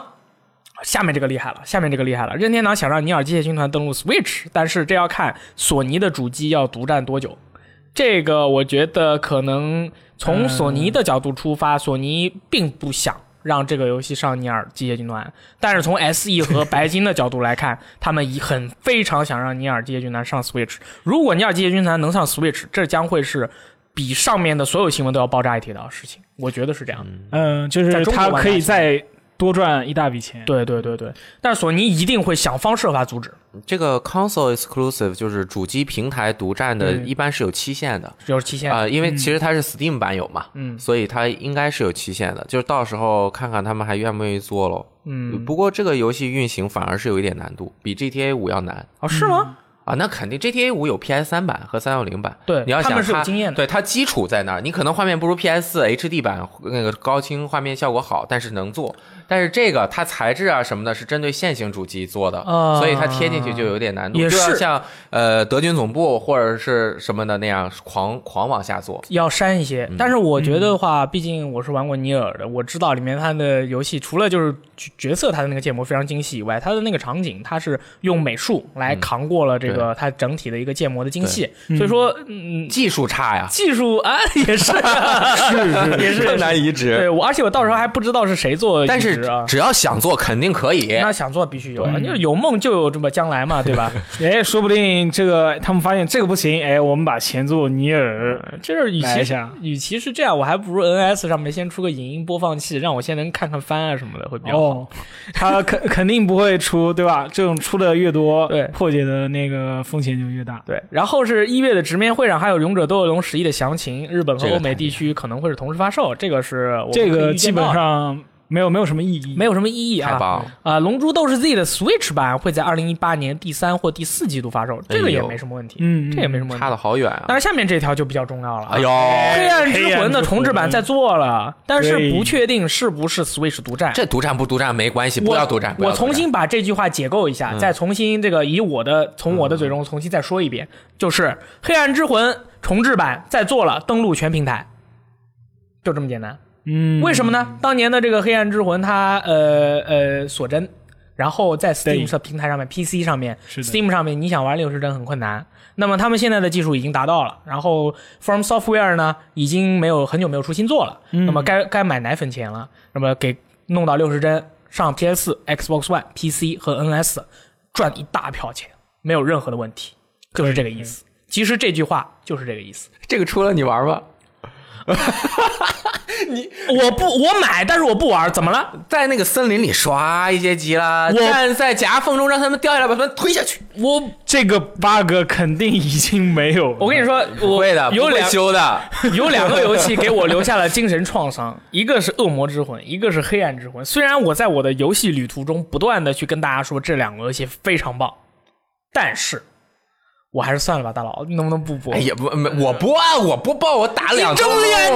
[SPEAKER 1] 下面这个厉害了，下面这个厉害了。任天堂想让尼尔机械军团登陆 Switch，但是这要看索尼的主机要独占多久。这个我觉得可能从索尼的角度出发，索尼并不想让这个游戏上尼尔机械军团，但是从 SE 和白金的角度来看，他们已很非常想让尼尔机械军团上 Switch。如果尼尔机械军团能上 Switch，这将会是比上面的所有新闻都要爆炸一体的事情。我觉得是这样的。
[SPEAKER 3] 嗯，就
[SPEAKER 1] 在
[SPEAKER 3] 是
[SPEAKER 1] 中国
[SPEAKER 3] 它
[SPEAKER 1] 玩
[SPEAKER 3] 可以
[SPEAKER 1] 大
[SPEAKER 3] 再多赚一大笔钱。
[SPEAKER 1] 对对对对，但是索尼一定会想方设法阻止，
[SPEAKER 2] 这个 console exclusive 就是主机平台独占的，
[SPEAKER 3] 嗯
[SPEAKER 2] 一般是有期限的。
[SPEAKER 1] 有期限。
[SPEAKER 2] 啊、因为其实它是 Steam 版有嘛，
[SPEAKER 1] 嗯
[SPEAKER 2] 所以它应该是有期限的，就是到时候看看他们还愿不愿意做喽。
[SPEAKER 1] 嗯，
[SPEAKER 2] 不过这个游戏运行反而是有一点难度，比 GTA 五要难
[SPEAKER 1] 哦，是吗？
[SPEAKER 2] 啊。那肯定 GTA 五有 PS 三版和三六零版，
[SPEAKER 1] 对
[SPEAKER 2] 你要
[SPEAKER 1] 他
[SPEAKER 2] 想
[SPEAKER 1] 们是有
[SPEAKER 2] 它
[SPEAKER 1] 经验的
[SPEAKER 2] 对它基础在那儿，你可能画面不如 PS 四 HD 版那个高清画面效果好，但是能做。但是这个它材质啊什么的，是针对现行主机做的，
[SPEAKER 1] 啊
[SPEAKER 2] 所以它贴进去就有点难度，
[SPEAKER 1] 也
[SPEAKER 2] 就是要像呃德军总部或者是什么的那样狂狂往下做。
[SPEAKER 1] 要删一些，
[SPEAKER 2] 嗯
[SPEAKER 1] 但是我觉得的话，毕竟我是玩过尼尔的，我知道里面它的游戏除了就是角角色它的那个建模非常精细以外，它的那个场景它是用美术
[SPEAKER 2] 嗯
[SPEAKER 1] 来扛过了这个它整体的一个建模的精细，所以说嗯，
[SPEAKER 2] 技术差呀，
[SPEAKER 1] 技术啊 也是
[SPEAKER 3] 是
[SPEAKER 1] 也是
[SPEAKER 2] 更难移植。
[SPEAKER 1] 对我，而且我到时候还不知道是谁做
[SPEAKER 2] 但
[SPEAKER 1] 移
[SPEAKER 2] 是
[SPEAKER 1] 植啊，
[SPEAKER 2] 只要想做，肯定可以。
[SPEAKER 1] 那想做必须有啊，
[SPEAKER 3] 对
[SPEAKER 1] 你有梦就有这么将来嘛，对吧？
[SPEAKER 3] 是，哎，说不定这个他们发现这个不行，哎，我们把前作《尼尔》
[SPEAKER 1] 就是与
[SPEAKER 3] 买
[SPEAKER 1] 其
[SPEAKER 3] 一下
[SPEAKER 1] 与其是这样，我还不如 NS 上面先出个影音播放器，让我先能看看番啊什么的，会比较好。
[SPEAKER 3] 哦，他肯肯定不会出，对吧？这种出的越多，
[SPEAKER 1] 对
[SPEAKER 3] 破解的那个风险就越大。
[SPEAKER 1] 对，然后是一月的直面会上还有《勇者斗恶龙十一》的详情，日本和
[SPEAKER 2] 这个
[SPEAKER 1] 欧美地区可能会是同时发售，这个是我们
[SPEAKER 3] 这
[SPEAKER 1] 可以
[SPEAKER 3] 个
[SPEAKER 1] 预
[SPEAKER 3] 基
[SPEAKER 1] 见
[SPEAKER 3] 本
[SPEAKER 1] 到的
[SPEAKER 3] 上没有没有什么意义，
[SPEAKER 1] 没有什么意义
[SPEAKER 2] 太
[SPEAKER 1] 啊。
[SPEAKER 2] 棒了！
[SPEAKER 1] 啊，《龙珠斗士 Z》的 Switch 版会在二零一八年第三或第四季度发售，这个也
[SPEAKER 2] 哎呦
[SPEAKER 1] 没什么问题，
[SPEAKER 3] 嗯嗯
[SPEAKER 1] 这也没什么问题
[SPEAKER 2] 差。的好远啊！
[SPEAKER 1] 但是下面这条就比较重要了啊，
[SPEAKER 2] 哎呦，
[SPEAKER 1] 黑暗之
[SPEAKER 3] 黑暗
[SPEAKER 1] 魂》
[SPEAKER 3] 之
[SPEAKER 1] 的重置版
[SPEAKER 3] 魂
[SPEAKER 1] 在做了，但是
[SPEAKER 3] 对
[SPEAKER 1] 不确定是不是 Switch 独占。
[SPEAKER 2] 这独占不独占没关系，不要独占。不要
[SPEAKER 1] 我
[SPEAKER 2] 独占嗯
[SPEAKER 1] 重新把这句话解构一下，再重新这个以我的从我的嘴中重新再说一遍，就是《黑暗之魂》重置版在做了，登陆全平台，就这么简单。
[SPEAKER 3] 嗯，
[SPEAKER 1] 为什么呢？当年的这个《黑暗之魂》它呃呃锁帧，然后在 Steam
[SPEAKER 3] 对
[SPEAKER 1] 的平台上面、PC 上面、
[SPEAKER 3] 是的
[SPEAKER 1] Steam 上面，你想玩六十帧很困难。那么他们现在的技术已经达到了，然后 From Software 呢已经没有很久没有出新作了，
[SPEAKER 3] 嗯
[SPEAKER 1] 那么该该买奶粉钱了，那么给弄到六十帧上 PS、Xbox One、PC 和 NS 赚一大票钱，没有任何的问题，就是这个意思。其实这句话就是这个意思。
[SPEAKER 2] 这个出了你玩吗？
[SPEAKER 1] 我不，我买，但是我不玩，怎么了？
[SPEAKER 2] 在那个森林里刷一阶级啦，站在夹缝中让他们掉下来，把他们推下去。
[SPEAKER 1] 我
[SPEAKER 3] 这个 bug 肯定已经没有了？
[SPEAKER 1] 我跟你说，
[SPEAKER 2] 不
[SPEAKER 1] 我
[SPEAKER 2] 会的，
[SPEAKER 1] 有
[SPEAKER 2] 不会
[SPEAKER 1] 两
[SPEAKER 2] 修的。
[SPEAKER 1] 有两个游戏给我留下了精神创伤，一个是《恶魔之魂》，一个是《黑暗之魂》。虽然我在我的游戏旅途中不断的去跟大家说这两个游戏非常棒，但是我还是算了吧，大佬，能不能不播？
[SPEAKER 2] 哎，也不，没我不按，我不报，我打两周目，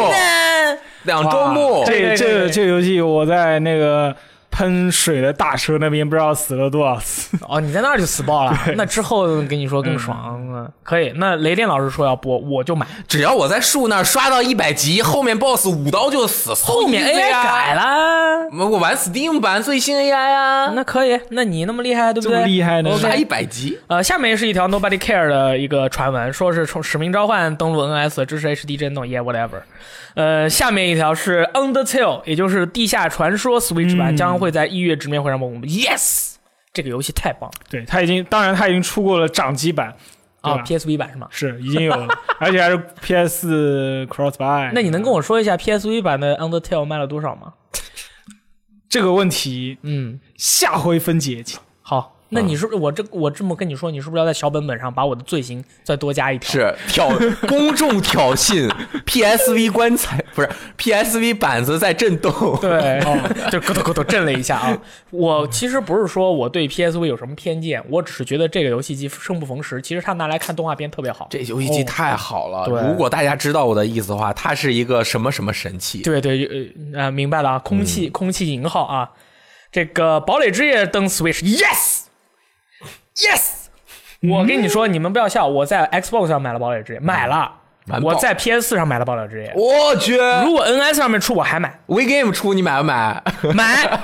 [SPEAKER 1] 呢？
[SPEAKER 2] 两周目。
[SPEAKER 3] 这
[SPEAKER 1] 对对对
[SPEAKER 3] 这
[SPEAKER 1] 对
[SPEAKER 3] 这游戏我在那个。喷水的大蛇那边不知道死了多少次。
[SPEAKER 1] 哦，你在那儿就死爆了。那之后跟你说更爽
[SPEAKER 2] 嗯
[SPEAKER 1] 了，可以。那雷电老师说要播，我就买。
[SPEAKER 2] 只要我在树那儿刷到一百级，后面 BOSS 五刀就死，
[SPEAKER 1] 后面 AI 改
[SPEAKER 2] 了。
[SPEAKER 1] 了，
[SPEAKER 2] 我玩 Steam 版最新 AI 啊，
[SPEAKER 1] 那可以。那你那么厉害，对不对？
[SPEAKER 3] 这么厉害呢
[SPEAKER 1] OK
[SPEAKER 2] 刷一百级，
[SPEAKER 1] 呃，下面是一条 Nobody Care 的一个传闻，说是从《使命召唤》登陆 NS 支持 HD 震动，Yeah whatever。呃，下面一条是 Undertale，也就是《地下传说》Switch 版、将会在一月直面会上播。我们 Yes，这个游戏太棒了
[SPEAKER 3] 对他已经，当然他已经出过了掌机版，对
[SPEAKER 1] 啊
[SPEAKER 3] 吧
[SPEAKER 1] ！PSV 版是吗？
[SPEAKER 3] 是已 经有了，而且还是 PS Cross Buy。
[SPEAKER 1] 那你能跟我说一下 PSV 版的 Undertale 卖了多少吗？
[SPEAKER 3] 这个问题
[SPEAKER 1] 嗯，
[SPEAKER 3] 下回分解，请
[SPEAKER 1] 好，那你是不是我这我这么跟你说，你是不是要在小本本上把我的罪行再多加一条？
[SPEAKER 2] 是挑公众挑 衅 PSV 棺材，不是 PSV 板子在震动。
[SPEAKER 1] 对，哦，就咯噔咯噔震了一下啊。我其实不是说我对 PSV 有什么偏见，我只是觉得这个游戏机生不逢时。其实它拿来看动画片特别好。
[SPEAKER 2] 这游戏机太好了，
[SPEAKER 1] 哦对
[SPEAKER 2] 如果大家知道我的意思的话，它是一个什么什么神器？
[SPEAKER 1] 对对，呃呃，明白了啊，空
[SPEAKER 2] 嗯
[SPEAKER 1] 气、空气引号啊，这个《堡垒之夜》登 Switch，yes yes，我跟你说，
[SPEAKER 2] 嗯
[SPEAKER 1] 你们不要笑，我在 Xbox 上买了《堡垒之夜》，买了，
[SPEAKER 2] 完爆
[SPEAKER 1] 我在 PS 上买了《堡垒之夜》，
[SPEAKER 2] 我去
[SPEAKER 1] 如果 NS 上面出我还买，
[SPEAKER 2] ，WeGame 出你买不买？
[SPEAKER 1] 买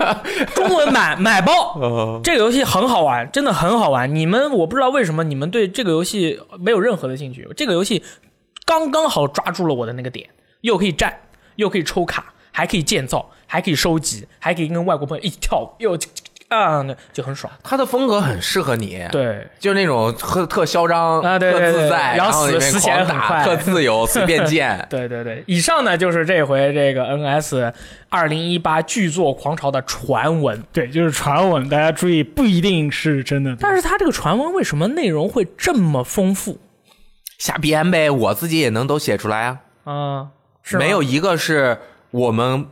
[SPEAKER 1] 中文版买爆。
[SPEAKER 2] 呃，
[SPEAKER 1] 这个游戏很好玩，真的很好玩。你们我不知道为什么你们对这个游戏没有任何的兴趣。这个游戏刚刚好抓住了我的那个点，又可以站，又可以抽卡，还可以建造，还可以收集，还可以跟外国朋友一起跳舞，又啊、就很爽。
[SPEAKER 2] 它的风格很适合你。
[SPEAKER 1] 对，
[SPEAKER 2] 就是那种特特嚣张、
[SPEAKER 1] 啊对对
[SPEAKER 2] 特
[SPEAKER 1] 对
[SPEAKER 2] 自在，
[SPEAKER 1] 然后死
[SPEAKER 2] 里面
[SPEAKER 1] 死起来
[SPEAKER 2] 狂
[SPEAKER 1] 很
[SPEAKER 2] 打，
[SPEAKER 1] 快。
[SPEAKER 2] 特自由，随便见
[SPEAKER 1] 对对对。以上呢就是这回这个 NS 二零一八巨作狂潮的传闻。
[SPEAKER 3] 对，就是传闻，大家注意，不一定是真的。
[SPEAKER 1] 但是它这个传闻为什么内容会这么丰富？
[SPEAKER 2] 瞎编呗，我自己也能都写出来啊，
[SPEAKER 1] 啊、是吗
[SPEAKER 2] 没有一个是我们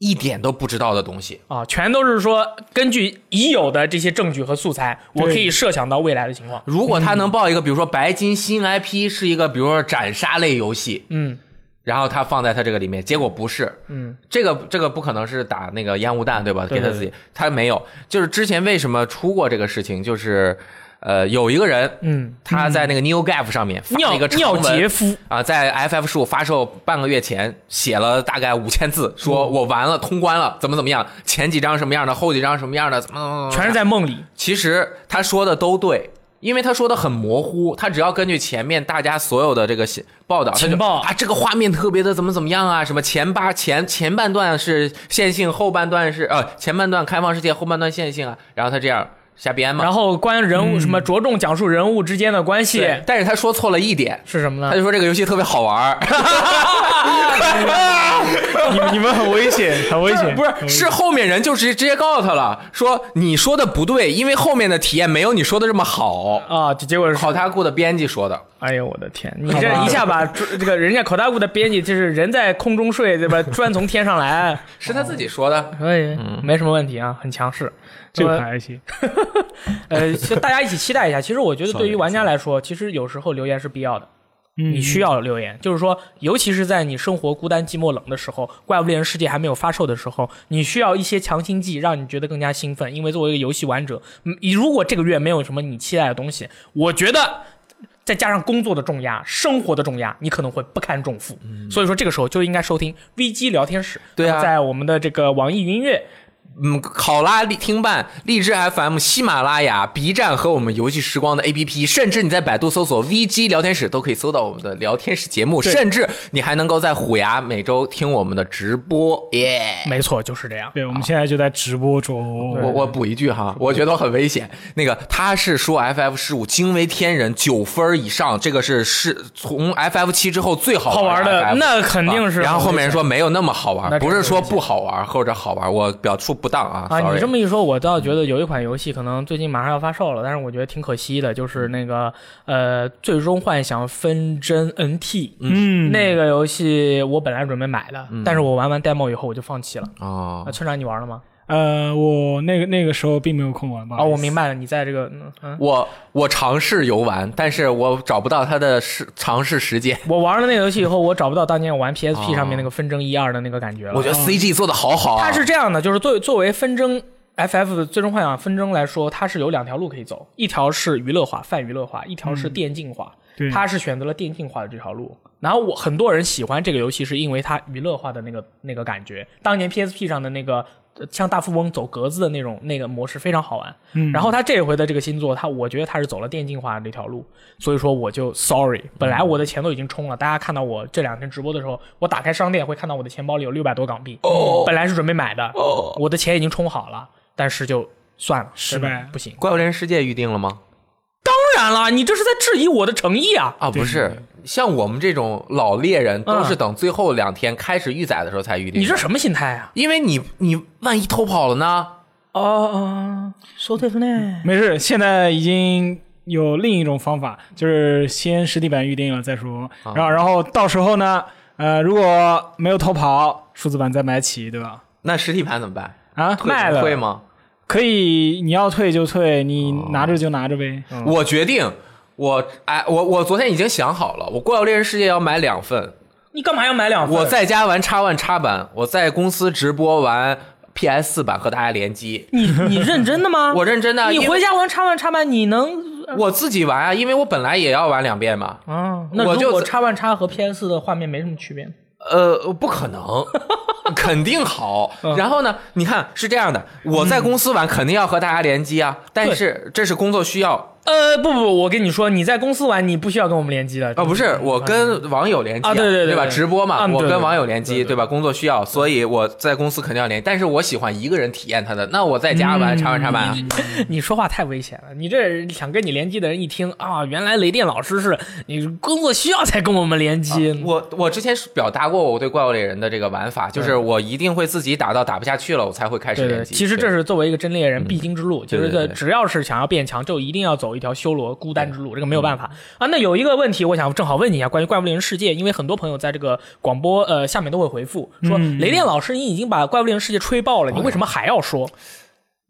[SPEAKER 2] 一点都不知道的东西。
[SPEAKER 1] 啊，全都是说根据已有的这些证据和素材，我可以设想到未来的情况。
[SPEAKER 2] 如果他能报一个，比如说白金新 IP 是一个，比如说斩杀类游戏，
[SPEAKER 1] 嗯，
[SPEAKER 2] 然后他放在他这个里面，结果不是，
[SPEAKER 1] 嗯，
[SPEAKER 2] 这个这个不可能是打那个烟雾弹对吧？
[SPEAKER 1] 对
[SPEAKER 2] 给他自己，他没有，就是之前为什么出过这个事情，就是呃有一个人，
[SPEAKER 1] 嗯，
[SPEAKER 2] 他在那个 New Gap 上面发了
[SPEAKER 1] 尿
[SPEAKER 2] 一个长
[SPEAKER 1] 尿
[SPEAKER 2] 文
[SPEAKER 1] 杰夫，
[SPEAKER 2] 啊，在 FF 十五发售半个月前写了大概五千字，
[SPEAKER 1] 嗯
[SPEAKER 2] 说我完了，通关了，怎么怎么样，前几章什么样的，后几章什么样的，怎么怎么怎么
[SPEAKER 1] 全是在梦里。
[SPEAKER 2] 其实他说的都对，因为他说的很模糊，他只要根据前面大家所有的这个写报道，他就
[SPEAKER 1] 情报
[SPEAKER 2] 啊，这个画面特别的怎么怎么样啊，什么前八前前半段是线性，后半段是呃前半段开放世界，后半段线性啊，然后他这样瞎编嘛。
[SPEAKER 1] 然后关于人
[SPEAKER 3] 嗯
[SPEAKER 1] 物、什么着重讲述人物之间的关系
[SPEAKER 2] 对，哎但是他说错了一点，
[SPEAKER 1] 是什么
[SPEAKER 2] 他
[SPEAKER 1] 呢？
[SPEAKER 2] 就说这个游戏特别好玩儿。
[SPEAKER 3] 你们你们很危险，很危险。
[SPEAKER 2] 不是，是后面人就直接直接告诉他了，说你说的不对，因为后面的体验没有你说的这么好。
[SPEAKER 1] 啊，这结果是
[SPEAKER 2] 好，他顾的编辑说的，
[SPEAKER 1] 哎呦我的天！你
[SPEAKER 3] 好
[SPEAKER 1] 这
[SPEAKER 3] 吧
[SPEAKER 1] 一下 把这这个人家口袋屋的编辑，就是人在空中睡， 对吧？砖从天上来，
[SPEAKER 2] 是他自己说的。
[SPEAKER 1] 可以，
[SPEAKER 2] 嗯
[SPEAKER 1] 没什么问题啊，很强势。
[SPEAKER 3] 这
[SPEAKER 1] 那
[SPEAKER 3] 个
[SPEAKER 1] 么
[SPEAKER 3] 还行。
[SPEAKER 1] 呃，就大家一起期待一下。其实我觉得对于玩家来说，其实有时候留言是必要的。
[SPEAKER 2] 嗯
[SPEAKER 3] 嗯
[SPEAKER 1] 你需要留言，就是说，尤其是在你生活孤单、寂寞、冷的时候，《怪物猎人世界》还没有发售的时候，你需要一些强心剂，让你觉得更加兴奋。因为作为一个游戏玩者，嗯你如果这个月没有什么你期待的东西，我觉得再加上工作的重压、生活的重压，你可能会不堪重负。所以说，这个时候就应该收听 VG 聊天室，
[SPEAKER 2] 嗯对啊
[SPEAKER 1] 在我们的这个网易云音乐
[SPEAKER 2] 嗯，考拉荔听办、荔枝 FM、喜马拉雅、B 站和我们游戏时光的 APP，甚至你在百度搜索 VG 聊天室都可以搜到我们的聊天室节目，
[SPEAKER 3] 对
[SPEAKER 2] 甚至你还能够在虎牙每周听我们的直播。耶、
[SPEAKER 1] 没错，就是这样。
[SPEAKER 3] 对，我们现在就在直播中。
[SPEAKER 2] 我我补一句哈，我觉得很危险。那个他是说 FF 十五惊为天人，九分以上，这个是是从 FF 七之后最好
[SPEAKER 1] 好玩
[SPEAKER 2] 的
[SPEAKER 1] 的
[SPEAKER 2] FF
[SPEAKER 1] 那肯定是
[SPEAKER 2] 啊然后后面人说没有那么好
[SPEAKER 1] 那
[SPEAKER 2] 玩，
[SPEAKER 1] 肯定
[SPEAKER 2] 不
[SPEAKER 1] 是
[SPEAKER 2] 是说不好玩或者好玩，我表述不当啊。
[SPEAKER 1] 啊，你
[SPEAKER 2] sorry
[SPEAKER 1] 这么一说，我倒觉得有一款游戏可能最近马上要发售了，但是我觉得挺可惜的，
[SPEAKER 2] 嗯
[SPEAKER 1] 就是那个呃《最终幻想纷争 NT》
[SPEAKER 3] 嗯，
[SPEAKER 1] 那个游戏，我本来准备买的，但是我玩完 demo 以后我就放弃了。
[SPEAKER 2] 嗯哦
[SPEAKER 1] 啊，，村长你玩了吗？
[SPEAKER 3] 呃，我那个那个时候并没有空玩吧？
[SPEAKER 1] 哦，我明白了，你在这个，嗯，嗯
[SPEAKER 2] 我我尝试游玩，但是我找不到它的时尝试时间。
[SPEAKER 1] 我玩了那个游戏以后，我找不到当年我玩 PSP
[SPEAKER 2] 哦
[SPEAKER 1] 上面那个纷争一二的那个感觉了。
[SPEAKER 2] 我觉得 CG 做的好好啊
[SPEAKER 1] 它，是这样的，就是作为作为纷争 FF 的最终幻想纷争来说，它是有两条路可以走，一条是娱乐化、泛娱乐化，一
[SPEAKER 2] 嗯
[SPEAKER 1] 条是电竞化。
[SPEAKER 3] 对，
[SPEAKER 1] 他是选择了电竞化的这条路。然后我很多人喜欢这个游戏，是因为它娱乐化的那个那个感觉。当年 PSP 上的那个呃像大富翁走格子的那种那个模式非常好玩。
[SPEAKER 3] 嗯
[SPEAKER 1] 然后他这回的这个新作，他我觉得他是走了电竞化的这条路，所以说我就 sorry，本来我的钱都已经充了，大家看到我这两天直播的时候，我打开商店会看到我的钱包里有六百多港币，
[SPEAKER 2] 哦
[SPEAKER 1] 本来是准备买的，
[SPEAKER 2] 哦
[SPEAKER 1] 我的钱已经充好了，但是就算了，
[SPEAKER 3] 失
[SPEAKER 1] 真的
[SPEAKER 3] 败
[SPEAKER 1] 不行。
[SPEAKER 2] 怪物猎人世界预定了吗？
[SPEAKER 1] 当然了，你这是在质疑我的诚意啊！
[SPEAKER 2] 啊，不是，像我们这种老猎人都
[SPEAKER 1] 嗯
[SPEAKER 2] 是等最后两天开始预载的时候才预定。
[SPEAKER 1] 你这什么心态啊？
[SPEAKER 2] 因为你你万一偷跑了呢？
[SPEAKER 1] 哦哦，说对了呢。
[SPEAKER 3] 没事，现在已经有另一种方法，就是先实体版预定了再说，然后然后到时候呢，呃，如果没有偷跑，数字版再买起，对吧？
[SPEAKER 2] 那实体盘怎么办？
[SPEAKER 3] 啊，
[SPEAKER 2] 退
[SPEAKER 3] 卖了
[SPEAKER 2] 会吗？
[SPEAKER 3] 可以，你要退就退，你拿着就拿着呗。
[SPEAKER 2] 我决定，我哎，我我昨天已经想好了，我《怪物猎人世界》要买两份，
[SPEAKER 1] 你干嘛要买两份？
[SPEAKER 2] 我在家玩叉 One 叉版，我在公司直播玩 PS 四版和大家联机。
[SPEAKER 1] 你你认真的吗？
[SPEAKER 2] 我认真的，
[SPEAKER 1] 你
[SPEAKER 2] 因为
[SPEAKER 1] 回家玩叉 one 叉版，你能？
[SPEAKER 2] 我自己玩啊，因为我本来也要玩两遍嘛。
[SPEAKER 1] 啊，那
[SPEAKER 2] 我
[SPEAKER 1] 如
[SPEAKER 2] 就
[SPEAKER 1] 果叉 one 叉和 PS 四的画面没什么区别，
[SPEAKER 2] 呃，不可能，肯定好。然后呢，你看是这样的，我在公司玩肯定要和大家联机啊，但是这是工作需要
[SPEAKER 1] 呃，不不，我跟你说，你在公司玩，你不需要跟我们联机的
[SPEAKER 2] 啊，不是我跟网友联
[SPEAKER 1] 嗯
[SPEAKER 2] 机
[SPEAKER 1] 啊对对对
[SPEAKER 2] 吧？
[SPEAKER 1] 对
[SPEAKER 2] 直播嘛，
[SPEAKER 1] 嗯
[SPEAKER 2] 我
[SPEAKER 1] 对
[SPEAKER 2] 跟
[SPEAKER 1] 对
[SPEAKER 2] 网友联机对吧？工作需要，所以我在公司肯定要联但是我喜欢一个人体验它的，那我在家
[SPEAKER 1] 嗯
[SPEAKER 2] 玩插玩插板啊。
[SPEAKER 1] 你说话太危险了。你这想跟你联机的人一听啊，原来雷电老师是你工作需要才跟我们联机。
[SPEAKER 2] 啊我我之前是表达过我对怪物猎人的这个玩法，就是我一定会自己打到打不下去了，我才会开始
[SPEAKER 1] 对
[SPEAKER 2] 联
[SPEAKER 1] 对，
[SPEAKER 2] 机。嗯
[SPEAKER 1] 其实这是作为一个真猎人必经之路，就是
[SPEAKER 2] 对
[SPEAKER 1] 这
[SPEAKER 2] 对对
[SPEAKER 1] 只要是想要变强，就一定要走一条修罗孤单之路，这
[SPEAKER 2] 嗯
[SPEAKER 1] 个没有办法啊。那有一个问题，我想正好问你一下，关于《怪物猎人世界》，因为很多朋友在这个广播呃下面都会回复说，
[SPEAKER 2] 嗯
[SPEAKER 1] 雷电老师，你已经把《怪物猎人世界》吹爆了，
[SPEAKER 2] 哎
[SPEAKER 1] 你为什么还要说？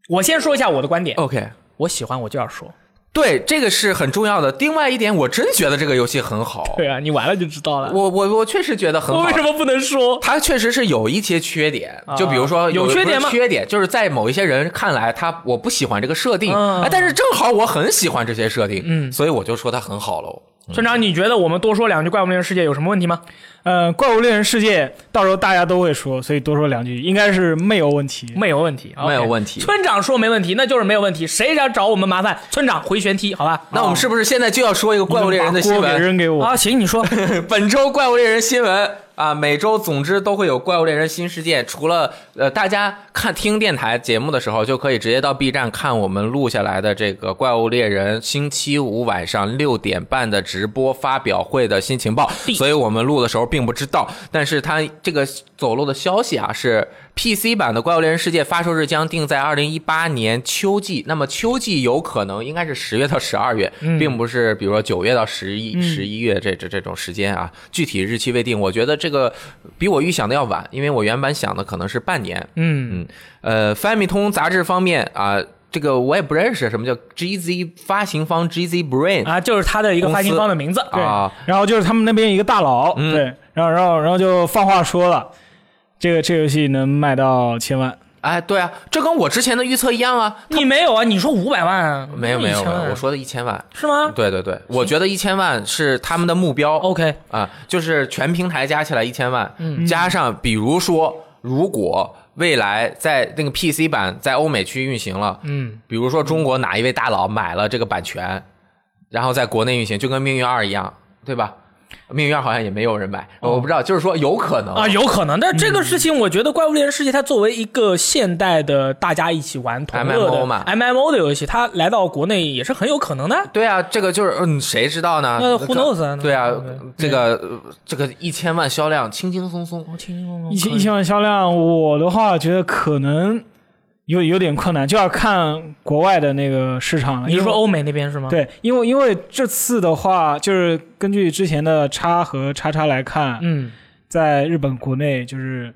[SPEAKER 1] 我先说一下我的观点，
[SPEAKER 2] OK。
[SPEAKER 1] 我喜欢我就要说。
[SPEAKER 2] 对，这个是很重要的。另外一点，我真觉得这个游戏很好。
[SPEAKER 1] 对啊，你玩了就知道了。
[SPEAKER 2] 我我我确实觉得很
[SPEAKER 1] 我
[SPEAKER 2] 好
[SPEAKER 1] 为。什么不能说？
[SPEAKER 2] 它确实是有一些缺点，就比如说
[SPEAKER 1] 啊有缺点吗
[SPEAKER 2] 不是缺点就是在某一些人看来，他我不喜欢这个设定，
[SPEAKER 1] 嗯
[SPEAKER 2] 哎，但是正好我很喜欢这些设定，
[SPEAKER 1] 嗯
[SPEAKER 2] 所以我就说它很好喽。
[SPEAKER 1] 村长，你觉得我们多说两句《怪物猎人世界》有什么问题吗？
[SPEAKER 3] 呃，怪物猎人世界到时候大家都会说，所以多说两句应该是没有问题。
[SPEAKER 1] 没有问题，
[SPEAKER 2] 没有
[SPEAKER 1] OK
[SPEAKER 2] 问题
[SPEAKER 1] 村长说没问题，那就是没有问题。谁想找我们麻烦，村长回旋踢，好吧？
[SPEAKER 2] 那我们是不是现在就要说一个怪物猎人的新
[SPEAKER 3] 你们把锅
[SPEAKER 2] 闻
[SPEAKER 3] 给？扔给我，
[SPEAKER 1] 啊，行，你 说。
[SPEAKER 2] 本周怪物猎人新闻啊，每周总之都会有怪物猎人新事件。除了呃，大家看听电台节目的时候，就可以直接到 B 站看我们录下来的这个怪物猎人星期五晚上六点半的直播发表会的新情报。所以我们录的时候并不知道，但是它这个走漏的消息啊是 PC 版的怪物猎人世界发售日将定在二零一八年秋季。那么秋季有可能应该是十月到十二月，并不是比如说九月到十一十一月这这这种时间啊，具体日期未定。我觉得这个比我预想的要晚，因为我原本想的可能是半年。
[SPEAKER 1] 嗯，
[SPEAKER 2] 呃，Famicom 杂志方面啊。这个我也不认识，什么叫 GZ 发行方 GZ Brain
[SPEAKER 1] 啊，就是他的一个发行方的名字。
[SPEAKER 2] 公司啊
[SPEAKER 3] 然后就是他们那边一个大佬，
[SPEAKER 2] 嗯
[SPEAKER 3] 对，然后然后然后就放话说了，这个这个游戏能卖到千万，
[SPEAKER 2] 哎，对啊，这跟我之前的预测一样啊。
[SPEAKER 1] 你没有啊？你说五百万啊？
[SPEAKER 2] 没有没有
[SPEAKER 1] 1000
[SPEAKER 2] 没
[SPEAKER 1] 万
[SPEAKER 2] 有，我说的一千万。
[SPEAKER 1] 是吗
[SPEAKER 2] 对对对，我觉得一千万是他们的目标。
[SPEAKER 1] ？OK，
[SPEAKER 2] 啊，就是全平台加起来一千万，
[SPEAKER 1] 嗯
[SPEAKER 2] 加上比如说，如果未来在那个 PC 版在欧美区运行了，
[SPEAKER 1] 嗯，
[SPEAKER 2] 比如说中国哪一位大佬买了这个版权，然后在国内运行，就跟命运二一样，对吧？命运二好像也没有人买，
[SPEAKER 1] 哦
[SPEAKER 2] 我不知道，就是说有可能
[SPEAKER 1] 啊，有可能。但是这个
[SPEAKER 2] 嗯
[SPEAKER 1] 事情，我觉得《怪物猎人世界》它作为一个现代的大家一起玩同乐
[SPEAKER 2] MMO
[SPEAKER 1] 的
[SPEAKER 2] 嘛
[SPEAKER 1] MMO 的游戏，它来到国内也是很有可能的。
[SPEAKER 2] 对啊，这个就是嗯，谁知道呢？
[SPEAKER 1] 呃，who knows 啊
[SPEAKER 2] 对啊
[SPEAKER 1] 对，
[SPEAKER 2] 这个呃这个一千万销量轻轻松
[SPEAKER 3] 哦
[SPEAKER 2] 松，
[SPEAKER 1] 我听听
[SPEAKER 3] 一千
[SPEAKER 1] 可以
[SPEAKER 3] 一千万销量，我的话觉得可能有有点困难，就要看国外的那个市场了。
[SPEAKER 1] 你
[SPEAKER 3] 因
[SPEAKER 1] 是
[SPEAKER 3] 为
[SPEAKER 1] 说欧美那边是吗？，
[SPEAKER 3] 对，因为因为这次的话，就是根据之前的叉和叉叉来看，
[SPEAKER 1] 嗯，
[SPEAKER 3] 在日本国内就是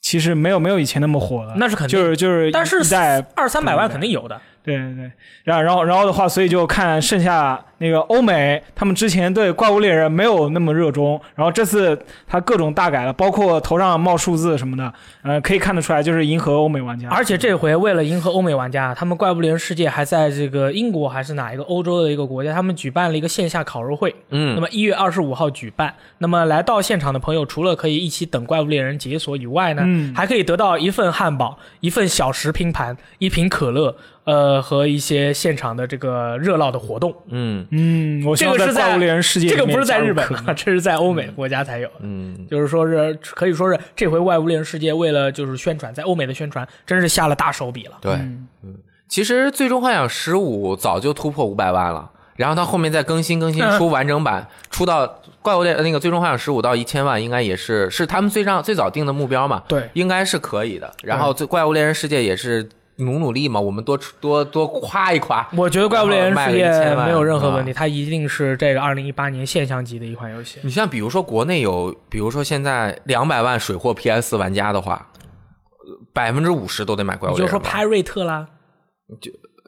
[SPEAKER 3] 其实没有没有以前那么火了，
[SPEAKER 1] 那是肯定
[SPEAKER 3] 就是就是一代，
[SPEAKER 1] 但是二三百万
[SPEAKER 3] 对
[SPEAKER 1] 肯定有的。
[SPEAKER 3] 对对对，然后然后然后的话，所以就看剩下那个欧美，他们之前对怪物猎人没有那么热衷，然后这次他各种大改了，包括头上冒数字什么的，呃，可以看得出来就是迎合欧美玩家。
[SPEAKER 1] 而且这回为了迎合欧美玩家，他们怪物猎人世界还在这个英国还是哪一个欧洲的一个国家，他们举办了一个线下烤肉会。那
[SPEAKER 2] 嗯，
[SPEAKER 1] 么一月二十五号举办。那么来到现场的朋友，除了可以一起等怪物猎人解锁以外呢，
[SPEAKER 3] 嗯
[SPEAKER 1] 还可以得到一份汉堡、一份小食拼盘、一瓶可乐，呃，和一些现场的这个热闹的活动。
[SPEAKER 2] 嗯
[SPEAKER 3] 嗯，我希
[SPEAKER 1] 这
[SPEAKER 3] 望
[SPEAKER 1] 个是
[SPEAKER 3] 怪物猎人世界里
[SPEAKER 1] 这
[SPEAKER 3] 面
[SPEAKER 1] 个不是在
[SPEAKER 3] 加入
[SPEAKER 1] 日本
[SPEAKER 3] 可，
[SPEAKER 1] 啊，这是在欧美国家才有的。
[SPEAKER 2] 嗯，
[SPEAKER 1] 就是说是可以说是这回怪物猎人世界为了就是宣传，在欧美的宣传真是下了大手笔了。
[SPEAKER 2] 对，嗯，其实《最终幻想十五》早就突破五百万了，然后它后面再更新更新
[SPEAKER 1] 嗯
[SPEAKER 2] 出完 整版，出到怪物猎那个《最终幻想十五》到一千万，应该也是是他们最让最早定的目标嘛，
[SPEAKER 1] 对，
[SPEAKER 2] 应该是可以的。然后《最怪物猎人世界》也是努努力嘛，我们多出多多夸一夸，
[SPEAKER 1] 我觉得《怪物猎人世界
[SPEAKER 2] 然后卖了1000万》
[SPEAKER 1] 没有任何问题，它一定是这个二零一八年现象级的一款游戏。
[SPEAKER 2] 你像比如说国内有，比如说现在两百万水货 PS 玩家的话，百分之五十都得买怪物
[SPEAKER 1] 你
[SPEAKER 2] 猎
[SPEAKER 1] 就
[SPEAKER 2] 人吧。
[SPEAKER 1] 说拍瑞特啦，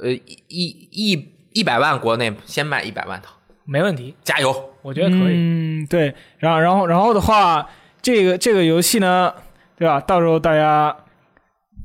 [SPEAKER 2] 呃一一一一百万国内先卖一百万套，
[SPEAKER 1] 没问题，
[SPEAKER 2] 加油！
[SPEAKER 1] 我觉得可以。
[SPEAKER 3] 嗯，对，然后然后然后的话，这个这个游戏呢，对吧？到时候大家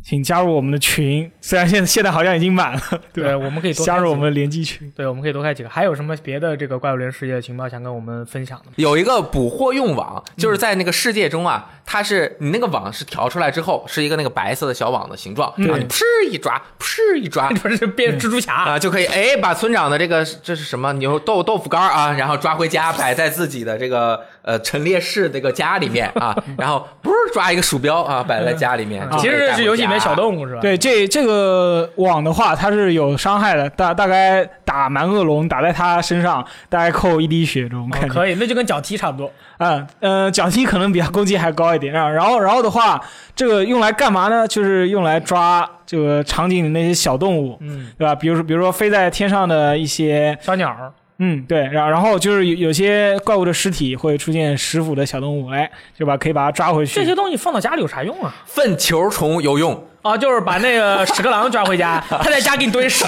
[SPEAKER 3] 请加入我们的群，虽然现在现在好像已经满了，对吧
[SPEAKER 1] 对，我们可以多
[SPEAKER 3] 加入我
[SPEAKER 1] 开几
[SPEAKER 3] 们的联机群。
[SPEAKER 1] 个。对，我们可以多开几个。还有什么别的这个《怪物猎人世界》的情报想跟我们分享的吗？，
[SPEAKER 2] 有一个捕获用网，就是在那个世界中啊，它是你那个网是调出来之后，是一个那个白色的小网的形状，然后你噗一抓，噗一抓
[SPEAKER 1] 不是变蜘蛛
[SPEAKER 2] 啊、
[SPEAKER 1] 侠？
[SPEAKER 2] 就可以哎，把村长的这个这是什么牛豆豆腐干儿啊，然后抓回家，摆在自己的这个呃陈列室这个家里面啊，然后不是抓一个鼠标啊，摆在家里面。就可以
[SPEAKER 1] 嗯其实
[SPEAKER 2] 带
[SPEAKER 1] 是
[SPEAKER 2] 回
[SPEAKER 1] 游戏里面
[SPEAKER 2] 家
[SPEAKER 1] 小动物是吧？，哦
[SPEAKER 3] 对，这这个网的话，它是有伤害的，大大概打蛮恶龙打在它身上，大概扣一滴血这种感觉。
[SPEAKER 1] 哦可以，那就跟脚踢差不多。
[SPEAKER 3] 啊，呃，脚踢可能比它攻击还高一点啊。然后，然后的话，这个用来干嘛呢？就是用来抓这个场景里那些小动物，
[SPEAKER 1] 嗯，
[SPEAKER 3] 对吧？比如说，比如说飞在天上的一些，
[SPEAKER 1] 小鸟儿，
[SPEAKER 3] 嗯，对。然后然后就是有有些怪物的尸体会出现食腐的小动物，哎，就把可以把它抓回去。
[SPEAKER 1] 这些东西放到家里有啥用啊？
[SPEAKER 2] 粪球虫有用，
[SPEAKER 1] 啊，就是把那个屎壳郎抓回 家，他在家给你堆屎。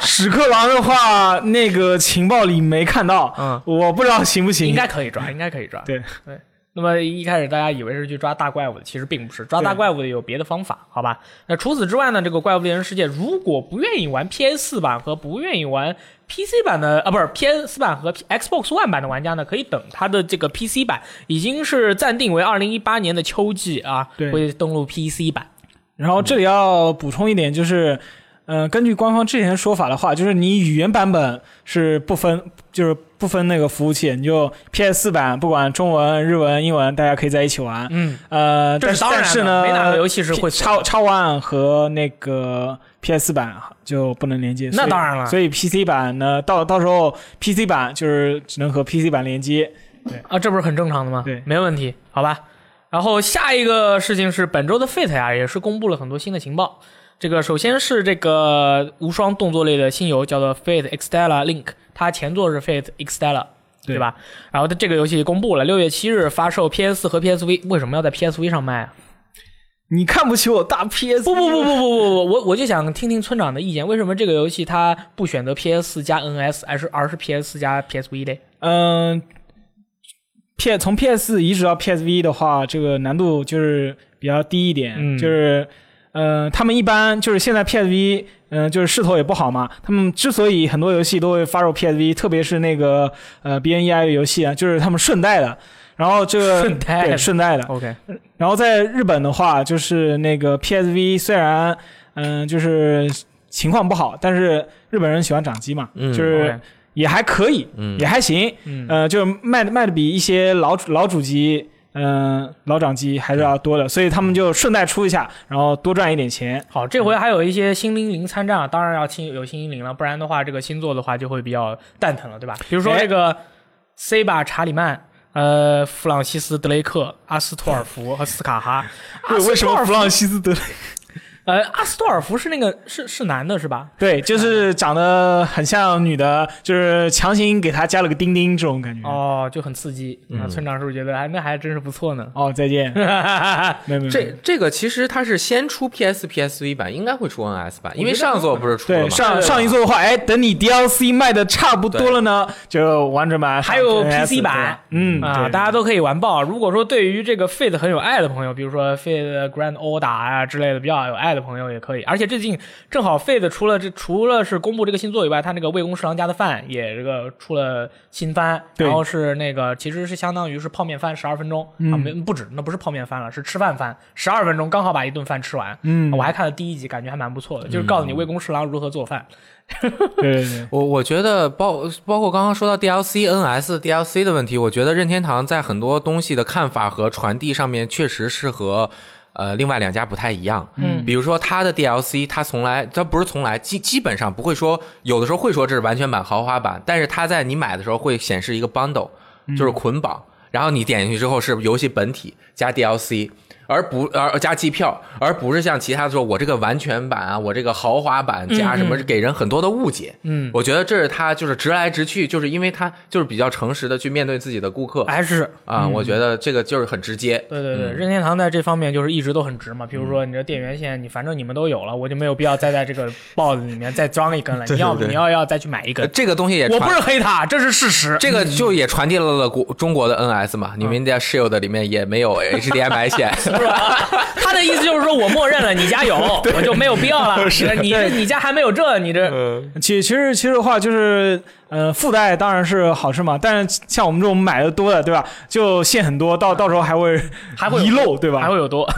[SPEAKER 3] 屎壳郎的话，那个情报里没看到，
[SPEAKER 1] 嗯，
[SPEAKER 3] 我不知道行不行。
[SPEAKER 1] 应该可以抓，应该可以抓。
[SPEAKER 3] 对
[SPEAKER 1] 对。那么一开始大家以为是去抓大怪物的，其实并不是，抓大怪物的有别的方法，好吧？那除此之外呢，这个《怪物猎人世界》如果不愿意玩 PS 4版和不愿意玩 PC 版的啊，不是 PS 版和 Xbox One 版的玩家呢，可以等它的这个 PC 版已经是暂定为二零一八年的秋季啊，
[SPEAKER 3] 对
[SPEAKER 1] 会登陆 PC 版。
[SPEAKER 3] 然后这里要补充一点，就是，呃，根据官方之前的说法的话，就是你语言版本是不分，就是不分那个服务器，你就 PS 4版不管中文、日文、英文，大家可以在一起玩。
[SPEAKER 1] 嗯，
[SPEAKER 3] 呃，
[SPEAKER 1] 这
[SPEAKER 3] 但
[SPEAKER 1] 是当然
[SPEAKER 3] 但
[SPEAKER 1] 的
[SPEAKER 3] 是呢，
[SPEAKER 1] 没哪个游戏是会
[SPEAKER 3] 超超 One 和那个 PS 4版就不能连接。
[SPEAKER 1] 那
[SPEAKER 3] 所以
[SPEAKER 1] 当然了
[SPEAKER 3] 所以 PC 版呢，到到时候 PC 版就是只能和 PC 版连接。
[SPEAKER 1] 啊，这不是很正常的吗？
[SPEAKER 3] 对
[SPEAKER 1] 没问题，好吧。然后下一个事情是本周的 Fate 啊，也是公布了很多新的情报。这个首先是这个无双动作类的新游，叫做 Fate Extella Link，它前作是 Fate Extella。对
[SPEAKER 3] 对
[SPEAKER 1] 吧？然后它这个游戏公布了，六月七日发售 PS 和 PSV，为什么要在 PSV 上卖啊？
[SPEAKER 3] 你看不起我大 PS？
[SPEAKER 1] 不不不不不不不，我我就想听听村长的意见，为什么这个游戏它不选择 PS 加 NS，而是而是 PS 加 PSV 嘞？
[SPEAKER 3] 嗯，P 从 PS 移植到 PSV 的话，这个难度就是比较低一点，
[SPEAKER 1] 嗯
[SPEAKER 3] 就是。呃，他们一般就是现在 PSV，嗯、就是势头也不好嘛。他们之所以很多游戏都会发售 PSV，特别是那个呃 BNEI 的游戏啊，就是他们顺带的。然后这个
[SPEAKER 1] 顺带的哦
[SPEAKER 3] 对顺带的，
[SPEAKER 1] OK，
[SPEAKER 3] 然后在日本的话，就是那个 PSV 虽然嗯、就是情况不好，但是日本人喜欢掌机嘛，
[SPEAKER 2] 嗯
[SPEAKER 1] 呃
[SPEAKER 3] 就是也还可以，
[SPEAKER 2] 嗯
[SPEAKER 3] 也还行，
[SPEAKER 1] 嗯
[SPEAKER 3] 呃，就是卖的卖的比一些老主老主机。嗯，老掌机还是要多的，所以他们就顺带出一下，然后多赚一点钱。
[SPEAKER 1] 好，这回还有一些新英灵参战啊，当然要新有新英灵了，不然的话，这个新作的话就会比较蛋疼了，对吧？比如说
[SPEAKER 3] 哎
[SPEAKER 1] 这个 C 吧查理曼。呃，弗朗西斯·德雷克、阿斯托尔福和斯卡哈，
[SPEAKER 3] 为为什么弗朗西斯德雷？
[SPEAKER 1] 呃，阿斯多尔夫是那个是是男的是吧？
[SPEAKER 3] 对，就是长得很像女的，就是强行给她加了个钉钉这种感觉。
[SPEAKER 1] 哦，就很刺激。那村长是不是觉得哎，那还真是不错呢？
[SPEAKER 3] 哦，再见。没有没有，没有
[SPEAKER 2] 这这个其实它是先出 PS、PSV 版，应该会出 NS 版，因为上座不是出了
[SPEAKER 3] 对
[SPEAKER 2] 吗？
[SPEAKER 3] 上上一座的话，哎，等你 DLC 卖的差不多了呢，就完整版
[SPEAKER 1] 还有
[SPEAKER 3] 上 NS
[SPEAKER 1] PC 版
[SPEAKER 3] 对嗯
[SPEAKER 1] 啊，
[SPEAKER 3] 对
[SPEAKER 1] 大家都可以完爆。如果说对于这个 Fate 很有爱的朋友，比如说 Fate Grand Order 啊之类的比较有爱的朋友也可以。而且最近正好 Fate 除了这除了是公布这个新作以外，它那个《魏公侍郎家的饭》也这个出了新番，
[SPEAKER 3] 对
[SPEAKER 1] 然后是那个其实是相当于是泡面番十二分钟、啊，没不止，那不是泡面番了，是吃饭番，十二分钟刚好把一顿饭吃完。
[SPEAKER 3] 嗯
[SPEAKER 1] 我还看了第一集，感觉还蛮不错的，就是告诉你魏公侍郎如何做饭。
[SPEAKER 3] 对对对，
[SPEAKER 2] 我我觉得包包括刚刚说到 DLC、NS、DLC 的问题，我觉得任天堂在很多东西的看法和传递上面确实是和呃另外两家不太一样。
[SPEAKER 1] 嗯
[SPEAKER 2] 比如说它的 DLC，它从来它不是从来基基本上不会说，有的时候会说这是完全版、豪华版，但是它在你买的时候会显示一个 bundle，就是
[SPEAKER 1] 嗯
[SPEAKER 2] 捆绑，然后你点进去之后是游戏本体加 DLC。而不而加机票，而不是像其他的说，我这个完全版啊，我这个豪华版加什么，给人很多的误解。
[SPEAKER 1] 嗯，
[SPEAKER 2] 我觉得这是他就是直来直去，就是因为他就是比较诚实的去面对自己的顾客啊、
[SPEAKER 3] 哎
[SPEAKER 1] 还是
[SPEAKER 2] 我觉得这个就是很直接。
[SPEAKER 1] 哎嗯
[SPEAKER 2] 嗯
[SPEAKER 1] 对对对，任天堂在这方面就是一直都很直嘛。比如说你这电源线，你反正你们都有了，我就没有必要再在这 个豹子里面再装一根了。你要不
[SPEAKER 2] 对
[SPEAKER 1] 你要要再去买一
[SPEAKER 2] 呃
[SPEAKER 1] 根。
[SPEAKER 2] 这个东西也
[SPEAKER 1] 我
[SPEAKER 2] 传
[SPEAKER 1] 不是嗯黑他，这是事实。
[SPEAKER 2] 这个就也传递了国中国的 NS 嘛，
[SPEAKER 1] 嗯
[SPEAKER 2] 你们家 Shield 里面也没有 HDMI 线，
[SPEAKER 1] 他的意思就是说我默认了你家有， 我就没有必要了。
[SPEAKER 2] 啊
[SPEAKER 1] 你这你家还没有这，你这
[SPEAKER 2] 嗯
[SPEAKER 3] 其其实其实的话就是，呃，附带当然是好事嘛，但是像我们这种买的多的，对吧？就限很多，到到时候还会
[SPEAKER 1] 还会有
[SPEAKER 3] 遗漏，对吧？
[SPEAKER 1] 还会有 多。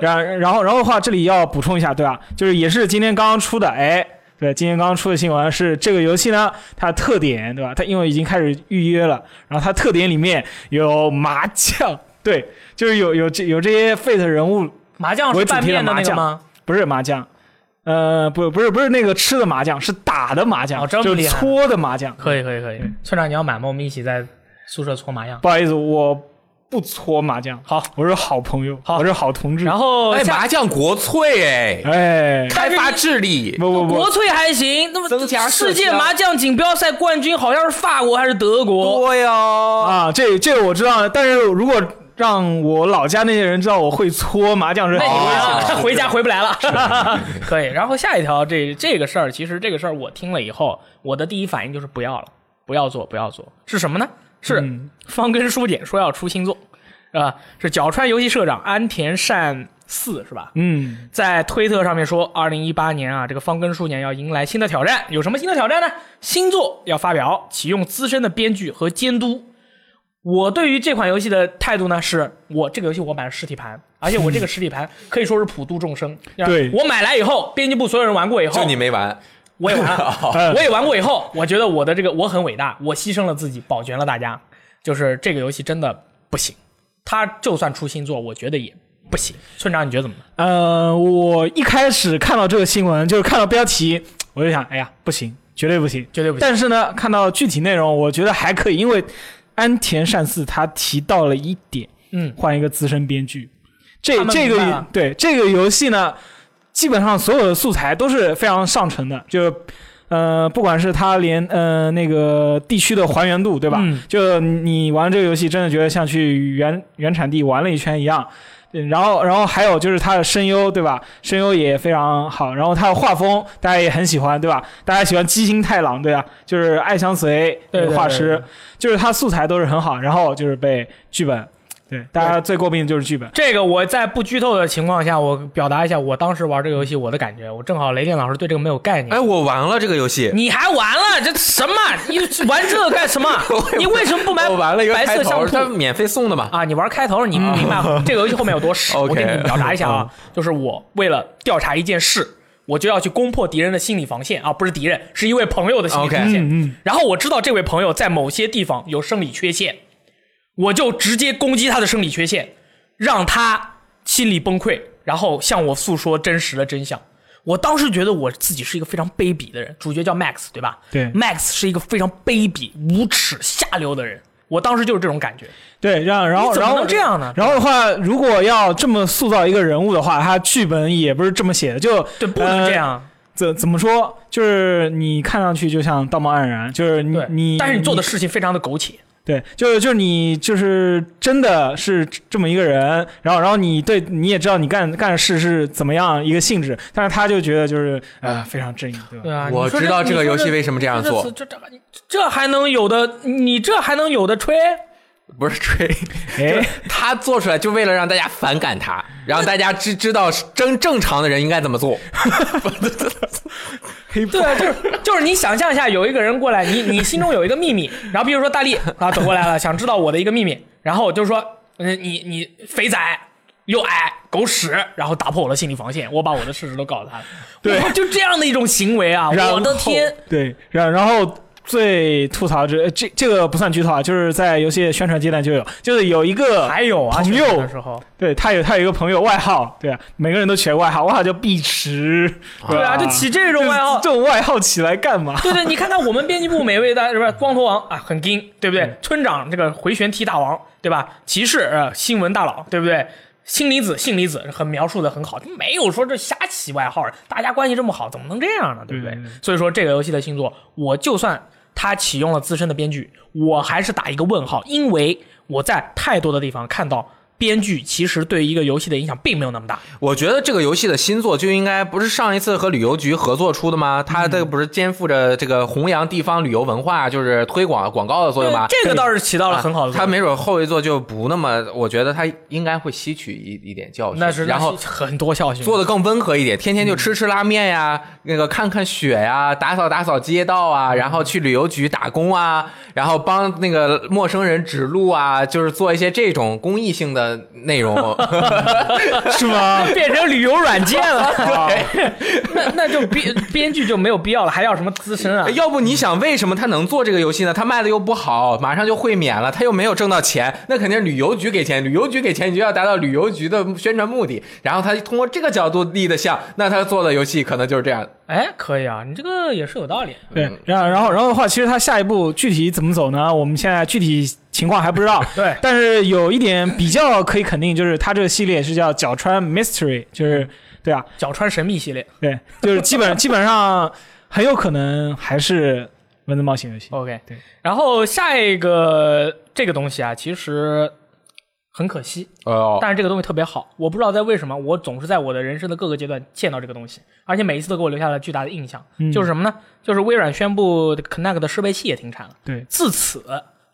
[SPEAKER 3] 然然后然后的话，这里要补充一下，对吧？就是也是今天刚刚出的，哎，对，今天刚刚出的新闻是这个游戏呢，它的特点，对吧？它因为已经开始预约了，然后它特点里面有麻将，对，就是有有这有这些 Fate 人物，
[SPEAKER 1] 麻将是拌面的那个吗？
[SPEAKER 3] 不是麻将。呃，不，不是，不是那个吃的麻将，是打的麻将，
[SPEAKER 1] 哦这么
[SPEAKER 3] 就是
[SPEAKER 1] 厉害
[SPEAKER 3] 搓的麻将。
[SPEAKER 1] 可以可以可
[SPEAKER 2] 嗯
[SPEAKER 1] 以，村长你要买吗？我们一起在宿舍搓麻将。
[SPEAKER 3] 不好意思，我不搓麻将，
[SPEAKER 1] 好，
[SPEAKER 3] 我是好朋友，
[SPEAKER 1] 好
[SPEAKER 3] 我是好同志。
[SPEAKER 1] 然后
[SPEAKER 2] 哎，
[SPEAKER 1] 下
[SPEAKER 2] 麻将国粹哎，
[SPEAKER 3] 哎，
[SPEAKER 2] 开发智力，
[SPEAKER 3] 不不不，
[SPEAKER 1] 国粹还行，那么
[SPEAKER 2] 增加社
[SPEAKER 1] 世界
[SPEAKER 2] 交
[SPEAKER 1] 麻将锦标赛冠军好像是法国还是德国？
[SPEAKER 2] 多哟，
[SPEAKER 3] 啊，这这我知道了，但是如果让我老家那些人知道我会搓麻将啊是
[SPEAKER 1] 那
[SPEAKER 3] 很危险
[SPEAKER 1] 你
[SPEAKER 3] 的，
[SPEAKER 1] 们回家回不来了， 可以。然后下一条，这这个事儿，其实这个事儿我听了以后，我的第一反应就是不要了，不要做，不要做，是什么呢？是方根书简说要出新作，是吧？是角川游戏社长安田善四是吧？
[SPEAKER 3] 嗯，
[SPEAKER 1] 在推特上面说，二零一八年啊，这个方根书年要迎来新的挑战，有什么新的挑战呢？新作要发表，启用资深的编剧和监督。我对于这款游戏的态度呢，是我这个游戏我买了实体盘，而且我这个实体盘可以说是普度众生。
[SPEAKER 3] 对
[SPEAKER 1] 我买来以后，编辑部所有人玩过以后，
[SPEAKER 2] 就你没玩，
[SPEAKER 1] 我也玩 了，我也玩过以后，我觉得我的这个我很伟大，我牺牲了自己，保全了大家。就是这个游戏真的不行，它就算出新作，我觉得也不行。村长，你觉得怎么办？
[SPEAKER 3] 呃，我一开始看到这个新闻，就是看到标题，我就想，哎呀，不行，绝对不行。
[SPEAKER 1] 绝对不行。
[SPEAKER 3] 但是呢，看到具体内容，我觉得还可以，因为安田善四他提到了一点，
[SPEAKER 1] 嗯，
[SPEAKER 3] 换一个资深编剧，这
[SPEAKER 1] 他们
[SPEAKER 3] 这
[SPEAKER 1] 明白
[SPEAKER 3] 个
[SPEAKER 1] 了
[SPEAKER 3] 对这个游戏呢，基本上所有的素材都是非常上乘的，就是。呃，不管是它连呃那个地区的还原度，对吧？
[SPEAKER 1] 嗯
[SPEAKER 3] 就你玩这个游戏，真的觉得像去原原产地玩了一圈一样。嗯然后，然后还有就是它的声优，对吧？声优也非常好，然后它的画风大家也很喜欢，对吧？大家喜欢基星太郎，对吧？就是爱相随
[SPEAKER 1] 对对对
[SPEAKER 3] 画师，就是它素材都是很好，然后就是被剧本，对，大家最诟病的就是剧本。
[SPEAKER 1] 这个我在不剧透的情况下，我表达一下我当时玩这个游戏我的感觉。我正好雷电老师对这个没有概念，
[SPEAKER 2] 哎，我玩了这个游戏，
[SPEAKER 1] 你还玩了这什么？你玩这个干什么
[SPEAKER 2] 我？
[SPEAKER 1] 你为什么不买
[SPEAKER 2] 我玩了一个
[SPEAKER 1] 白
[SPEAKER 2] 开
[SPEAKER 1] 色
[SPEAKER 2] 头，
[SPEAKER 1] 相
[SPEAKER 2] 它
[SPEAKER 1] 扑？
[SPEAKER 2] 免费送的嘛，
[SPEAKER 1] 啊，你玩开头，你不明白这个游戏后面有多 屎？我
[SPEAKER 2] OK
[SPEAKER 1] 给你表达一下啊，就是我为了调查一件事，我就要去攻破敌人的心理防线啊，不是敌人，是一位朋友的心理
[SPEAKER 2] OK
[SPEAKER 1] 防线。
[SPEAKER 3] 嗯嗯
[SPEAKER 1] 然后我知道这位朋友在某些地方有生理缺陷，我就直接攻击他的生理缺陷，让他心理崩溃，然后向我诉说真实的真相。我当时觉得我自己是一个非常卑鄙的人，主角叫 Max 对吧？
[SPEAKER 3] 对
[SPEAKER 1] ，Max 是一个非常卑鄙、无耻、下流的人。我当时就是这种感觉。
[SPEAKER 3] 对，让然后
[SPEAKER 1] 你怎么
[SPEAKER 3] 然后
[SPEAKER 1] 能这样呢
[SPEAKER 3] 然后的话，如果要这么塑造一个人物的话，他剧本也不是这么写的，就
[SPEAKER 1] 对，不能这。样。
[SPEAKER 3] 呃怎怎么说？就是你看上去就像道貌岸然，就是你
[SPEAKER 1] 对，
[SPEAKER 3] 你，
[SPEAKER 1] 但是呃你做的事情非常的苟且。
[SPEAKER 3] 对，就是就是你就是真的是这么一个人，然后然后你对你也知道你干干事是怎么样一个性质，但是他就觉得就是呃非常正义，对吧？
[SPEAKER 1] 对啊，
[SPEAKER 2] 我
[SPEAKER 1] 你说
[SPEAKER 2] 知道
[SPEAKER 1] 这
[SPEAKER 2] 这个游戏
[SPEAKER 1] 你说
[SPEAKER 2] 为什么这样
[SPEAKER 1] 这
[SPEAKER 2] 做，
[SPEAKER 1] 这这这还能有的？你这还能有的吹？
[SPEAKER 2] 不是 吹，
[SPEAKER 3] 哎，
[SPEAKER 1] 啊
[SPEAKER 2] 他做出来就为了让大家反感他，让大家知知道真正常的人应该怎么做。
[SPEAKER 1] 对啊，就是就是你想象一下，有一个人过来，你你心中有一个秘密，然后比如说大力啊走过来了，想知道我的一个秘密，然后我就说，嗯，你你肥仔又矮狗屎，然后打破我的心理防线，我把我的事实都告诉他了。
[SPEAKER 3] 对
[SPEAKER 1] 哇，就这样的一种行为啊！
[SPEAKER 3] 然后
[SPEAKER 1] 我的天，
[SPEAKER 3] 对，然然后最吐槽这呃这这个不算剧透啊，就是在游戏宣传阶段就有，就是有一个
[SPEAKER 1] 还有啊，
[SPEAKER 3] 朋
[SPEAKER 1] 选择
[SPEAKER 3] 友
[SPEAKER 1] 的，时候，
[SPEAKER 3] 对他有他有一个朋友外号，对啊，每个人都取个外号，外号叫碧池，
[SPEAKER 1] 对啊，就起这种外号，
[SPEAKER 3] 这种外号起来 干嘛？
[SPEAKER 1] 对对，你看看我们编辑部每位大是不 是光头王啊，很精，对不对？
[SPEAKER 2] 嗯
[SPEAKER 1] 村长这个回旋踢大王，对吧？骑士呃新闻大佬，对不对？氢离子、性离子很描述的很好，没有说这瞎起外号，大家关系这么好，怎么能这样呢？对不对？
[SPEAKER 2] 嗯
[SPEAKER 3] 对对
[SPEAKER 1] 所以说这个游戏的星座，我就算他启用了资深的编剧，我还是打一个问号，因为我在太多的地方看到编剧其实对一个游戏的影响并没有那么大。
[SPEAKER 2] 我觉得这个游戏的新作就应该不是上一次和旅游局合作出的吗？它这个不是肩负着这个弘扬地方旅游文化，就是推广广告的作用吗？啊
[SPEAKER 1] 这个倒是起到了很好的作
[SPEAKER 2] 他
[SPEAKER 1] 用。
[SPEAKER 2] 没准后一座就不那么，我觉得他应该会吸取一一点教训，
[SPEAKER 1] 那是
[SPEAKER 2] 然后
[SPEAKER 1] 那是很多教训，
[SPEAKER 2] 做的更温和一点，天天就吃吃拉面呀，那个看看雪呀，打扫打扫街道啊，然后去旅游局打工啊，然后帮那个陌生人指路啊，就是做一些这种公益性的内 容。
[SPEAKER 3] 是 吗？
[SPEAKER 1] 变成旅游软件 了。
[SPEAKER 3] 啊
[SPEAKER 1] 那那就编编剧就没有必要了，还要什么资深啊？
[SPEAKER 2] 哎要不你想为什么他能做这个游戏呢？他卖的又不好，马上就会免了，他又没有挣到钱，那肯定是旅游局给钱，旅游局给钱，你就要达到旅游局的宣传目的，然后他通过这个角度立的像，那他做的游戏可能就是这样。
[SPEAKER 1] 哎，可以啊，你这个也是有道理。。
[SPEAKER 3] 对，然后然后然后的话，其实他下一步具体怎么走呢？我们现在具体情况还不知道
[SPEAKER 1] 对
[SPEAKER 3] 但是有一点比较可以肯定，就是他这个系列是叫角川 Mystery，就是对啊，
[SPEAKER 1] 角川神秘系列
[SPEAKER 3] 对，就是 基本基本上很有可能还是文字冒险游戏。
[SPEAKER 1] ，OK，
[SPEAKER 3] 对。
[SPEAKER 1] 然后下一个这个东西啊，其实很可惜，
[SPEAKER 2] 哦，
[SPEAKER 1] 但是这个东西特别好。我不知道在为什么，我总是在我的人生的各个阶段见到这个东西，而且每一次都给我留下了巨大的印象。就是什么呢？就是微软宣布 Connect 的适配器也停产了。
[SPEAKER 3] 对，
[SPEAKER 1] 自此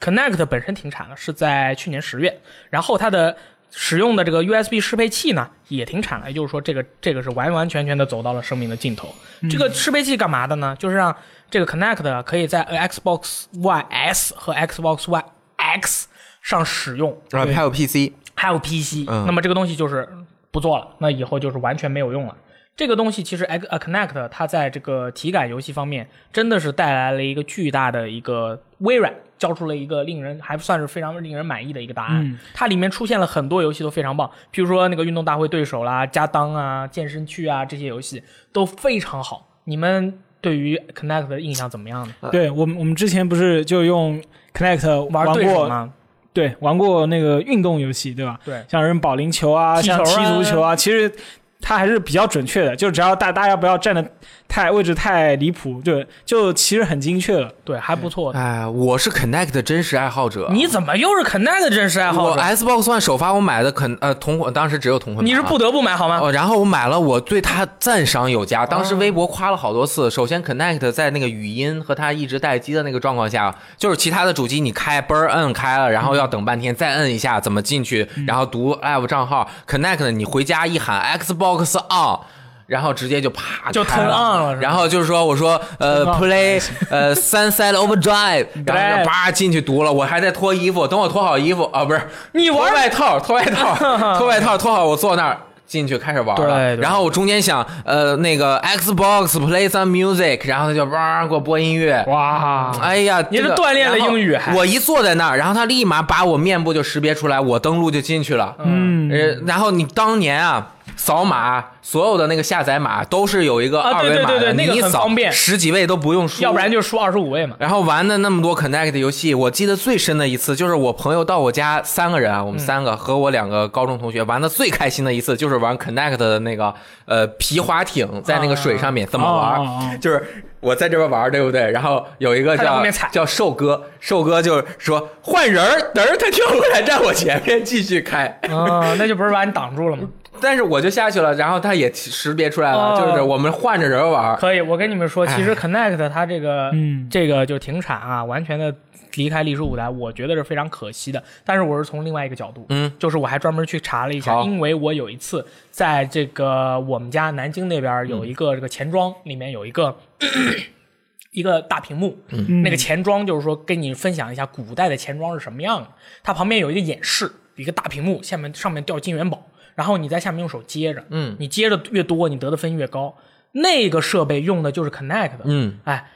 [SPEAKER 1] ，Connect 本身停产了，是在去年十月，然后它的使用的这个 USB 适配器呢也停产了，也就是说，这个这个是完完全全的走到了生命的尽头。这个适配器干嘛的呢？就是让这个 Connect 可以在 Xbox One S 和 Xbox One X 上使用，
[SPEAKER 2] 然后啊还有 PC，
[SPEAKER 1] 还有 PC，、
[SPEAKER 2] 嗯
[SPEAKER 1] 那么这个东西就是不做了，那以后就是完全没有用了。这个东西其实 X- 呃 Connect 它在这个体感游戏方面真的是带来了一个巨大的一个微软交出了一个令人还算是非常令人满意的一个答案。它里面出现了很多游戏都非常棒，比如说那个运动大会对手啦、加当啊、健身区啊这些游戏都非常好。你们对于 Connect 的印象怎么样呢？
[SPEAKER 3] 对我们我们之前不是就用 Connect 玩
[SPEAKER 1] 玩对手
[SPEAKER 3] 过，
[SPEAKER 1] 吗？
[SPEAKER 3] 对，玩过那个运动游戏，对吧？
[SPEAKER 1] 对
[SPEAKER 3] 像人保龄球啊，
[SPEAKER 1] 踢球啊
[SPEAKER 3] 像踢足球啊，其实它还是比较准确的，就只要大大家不要站的太位置太离谱，就就其实很精确了。
[SPEAKER 1] 对，还不错。
[SPEAKER 2] 哎，我是 Connect 的真实爱好者。
[SPEAKER 1] 你怎么又是 Connect 的真实爱好
[SPEAKER 2] 我
[SPEAKER 1] 者？
[SPEAKER 2] Xbox 算首发，我买的肯呃同混，当时只有同混版啊。
[SPEAKER 1] 你是不得不买好吗？
[SPEAKER 2] 哦，然后我买了，我对它赞赏有加。当
[SPEAKER 1] 哦
[SPEAKER 2] 时微博夸了好多次。首先，Connect 在那个语音和它一直待机的那个状况下，就是其他的主机你开嘣儿摁开了，然
[SPEAKER 1] 嗯
[SPEAKER 2] 后要等半天再摁一下怎么进去，然后读 App 账号 Connect，你回家一喊 Xbox on。然后直接就啪
[SPEAKER 1] 就
[SPEAKER 2] 开
[SPEAKER 1] turn on 了是吧
[SPEAKER 2] 然后就是说，我说呃
[SPEAKER 3] turn on
[SPEAKER 2] play 呃 Sunset Overdrive，然后就叭进去读了，我还在脱衣服，等我脱好衣服啊，不是
[SPEAKER 1] 你玩
[SPEAKER 2] 脱外套，脱外套， 脱外套，脱好，我坐那儿。进去开始玩了，
[SPEAKER 1] 对对
[SPEAKER 2] 然后我中间想，呃，那个 Xbox play some music，然后他就哇给我播音乐，
[SPEAKER 1] 哇
[SPEAKER 2] 哎呀，
[SPEAKER 1] 你是
[SPEAKER 2] 这个
[SPEAKER 1] 锻炼了英语
[SPEAKER 2] 然后
[SPEAKER 1] 还
[SPEAKER 2] 我一坐在那儿，然后他立马把我面部就识别出来，我登录就进去了。
[SPEAKER 1] 嗯
[SPEAKER 2] 呃，然后你当年啊，扫码，所有的那个下载码都是有一个
[SPEAKER 1] 啊
[SPEAKER 2] 二
[SPEAKER 1] 对
[SPEAKER 2] 维码
[SPEAKER 1] 对
[SPEAKER 2] 的，
[SPEAKER 1] 对对那个
[SPEAKER 2] 你一
[SPEAKER 1] 很
[SPEAKER 2] 扫
[SPEAKER 1] 方便
[SPEAKER 2] 十几位都不用输，
[SPEAKER 1] 要不然就输二十五位嘛。
[SPEAKER 2] 然后玩的那么多 Connect 游戏，我记得最深的一次就是我朋友到我家三个人啊，我
[SPEAKER 1] 嗯
[SPEAKER 2] 们三个和我两个高中同学玩的最开心的一次就是玩 Connect 的那个呃皮划艇在那个水上面怎么玩，
[SPEAKER 3] 啊啊啊
[SPEAKER 2] 就是我在这边玩对不对？然后有一个
[SPEAKER 1] 他在
[SPEAKER 2] 叫
[SPEAKER 1] 后面踩
[SPEAKER 2] 叫瘦哥，瘦哥就是说换人儿，嘚儿他跳过来站我前面继续开，
[SPEAKER 1] 啊， 那就不是把你挡住了吗？
[SPEAKER 2] 但是我就下去了，然后他也识别出来了，
[SPEAKER 1] 哦
[SPEAKER 2] 就是我们换着人儿玩。
[SPEAKER 1] 可以，我跟你们说，
[SPEAKER 2] 哎
[SPEAKER 1] 其实 Connect 它这个，
[SPEAKER 3] 嗯
[SPEAKER 1] 这个就停产啊，完全的离开历史舞台，我觉得是非常可惜的。但是我是从另外一个角度，
[SPEAKER 2] 嗯，
[SPEAKER 1] 就是我还专门去查了一下，
[SPEAKER 2] 好
[SPEAKER 1] 因为我有一次在这个我们家南京那边有一个这个钱庄里面有一个。一个大屏幕，那个钱庄就是说跟你分享一下古代的钱庄是什么样的。它旁边有一个演示，一个大屏幕，下面上面吊金元宝，然后你在下面用手接着，
[SPEAKER 2] 嗯
[SPEAKER 1] 你接着越多，你得的分越高。那个设备用的就是 Connect 的，
[SPEAKER 2] 嗯，
[SPEAKER 1] 哎，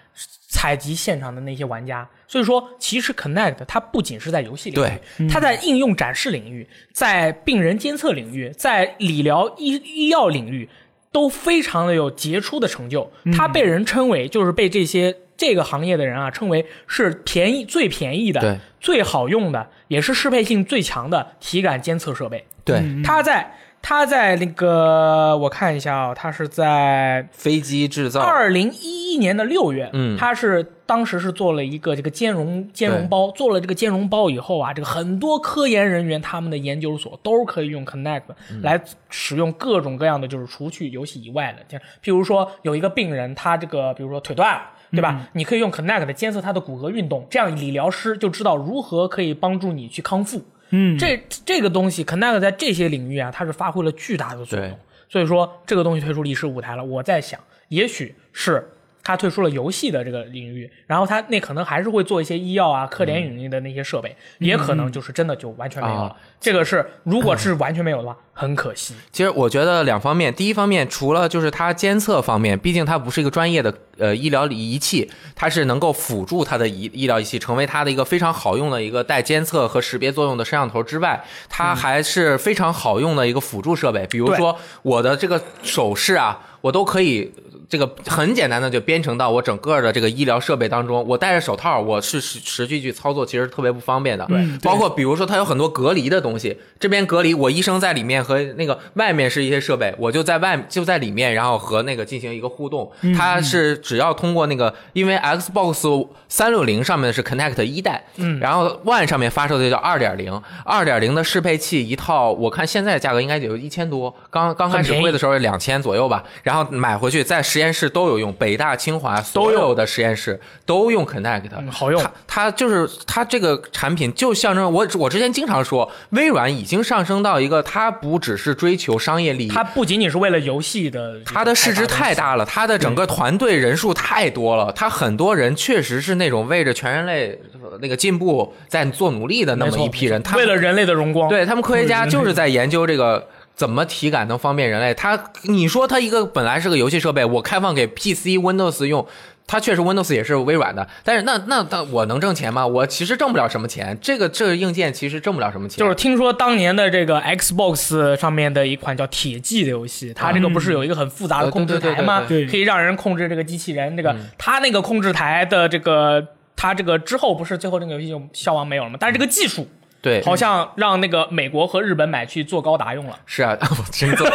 [SPEAKER 1] 采集现场的那些玩家。所以说，其实 Connect 它不仅是在游戏领
[SPEAKER 2] 对
[SPEAKER 1] 域，它在应用展示领域，在病人监测领域，在理疗医医药领域都非常的有杰出的成就。它被人称为，就是被这些这个行业的人啊称为是便宜最便宜的
[SPEAKER 2] 对、
[SPEAKER 1] 最好用的，也是适配性最强的体感监测设备。
[SPEAKER 2] 对，
[SPEAKER 1] 它在它在那个我看一下啊、它是在
[SPEAKER 2] 飞机制造
[SPEAKER 1] 二零一一年的六月，
[SPEAKER 2] 嗯
[SPEAKER 1] 他是当时是做了一个这个兼容兼容包，做了这个兼容包以后啊，这个很多科研人员他们的研究所都是可以用 Connect
[SPEAKER 2] 嗯
[SPEAKER 1] 来使用各种各样的，就是除去游戏以外的，像譬如说有一个病人他这个比如说腿断了。对
[SPEAKER 2] 嗯
[SPEAKER 1] 吧？你可以用 Connect 监测他的骨骼运动，这样理疗师就知道如何可以帮助你去康复。
[SPEAKER 3] 嗯，
[SPEAKER 1] 这这个东西 Connect 在这些领域啊，它是发挥了巨大的作用
[SPEAKER 2] 对。
[SPEAKER 1] 所以说这个东西退出历史舞台了，我在想，也许是它退出了游戏的这个领域，然后它那可能还是会做一些医药啊、科研领域的那些设备，也可能就是真的就完全没有了。
[SPEAKER 2] 嗯啊
[SPEAKER 1] 这个是如果是完全没有的话，很可惜。
[SPEAKER 2] 其实我觉得两方面，第一方面，除了就是它监测方面，毕竟它不是一个专业的呃医疗仪器，它是能够辅助它的医医疗仪器，成为它的一个非常好用的一个带监测和识别作用的摄像头之外，它还是非常好用的一个辅助设备。比如说我的这个手势啊，我都可以这个很简单的就编程到我整个的这个医疗设备当中。我戴着手套，我是持持续去操作，其实特别不方便的。对
[SPEAKER 1] 嗯
[SPEAKER 2] 包括比如说它有很多隔离的东西，这边隔离，我医生在里面和那个外面是一些设备，我就在外就在里面，然后和那个进行一个互动。
[SPEAKER 1] 嗯
[SPEAKER 2] 它是只要通过那个，因为 Xbox 三六零上面是 Connect 一代，嗯，然后 One 上面发售的叫二点零，二点零的适配器一套，我看现在价格应该也就一千多，刚刚开始
[SPEAKER 1] 很便宜
[SPEAKER 2] 会的时候两千左右吧，然后买回去在实验室都有用，北大、清华所有的实验室都用 Connect，、
[SPEAKER 1] 嗯好用
[SPEAKER 2] 它它就是它这个产品就象征我我之前经常说，微软已经上升到一个它不只是追求商业利益，
[SPEAKER 1] 它不仅仅是为了游戏的，
[SPEAKER 2] 它的市值太。大了，它的整个团队人数太多了，它很多人确实是那种为着全人类呃那个进步在做努力的那
[SPEAKER 1] 没
[SPEAKER 2] 么
[SPEAKER 1] 错
[SPEAKER 2] 一批人，他
[SPEAKER 1] 为
[SPEAKER 2] 们
[SPEAKER 1] 了人类的荣光，
[SPEAKER 2] 对他们科学家就是在研究这个怎么体感能方便人类。他你说他一个本来是个游戏设备，我开放给 PC、Windows 用。它确实 Windows 也是微软的，但是那那那我能挣钱吗？我其实挣不了什么钱，这个这个硬件其实挣不了什么钱。
[SPEAKER 1] 就是听说当年的这个 Xbox 上面的一款叫《铁骑》的游戏，它这个不是有一个很复杂的控制台吗？
[SPEAKER 2] 嗯
[SPEAKER 3] 嗯对对对对对嗯
[SPEAKER 1] 可以让人控制这个机器人。这个它那个控制台的这个，它这个之后不是最后这个游戏就消亡没有了吗？但是这个技术
[SPEAKER 3] 嗯
[SPEAKER 2] 对，
[SPEAKER 1] 好像让那个美国和日本买去做高达用 了。
[SPEAKER 2] 是啊， 我真做。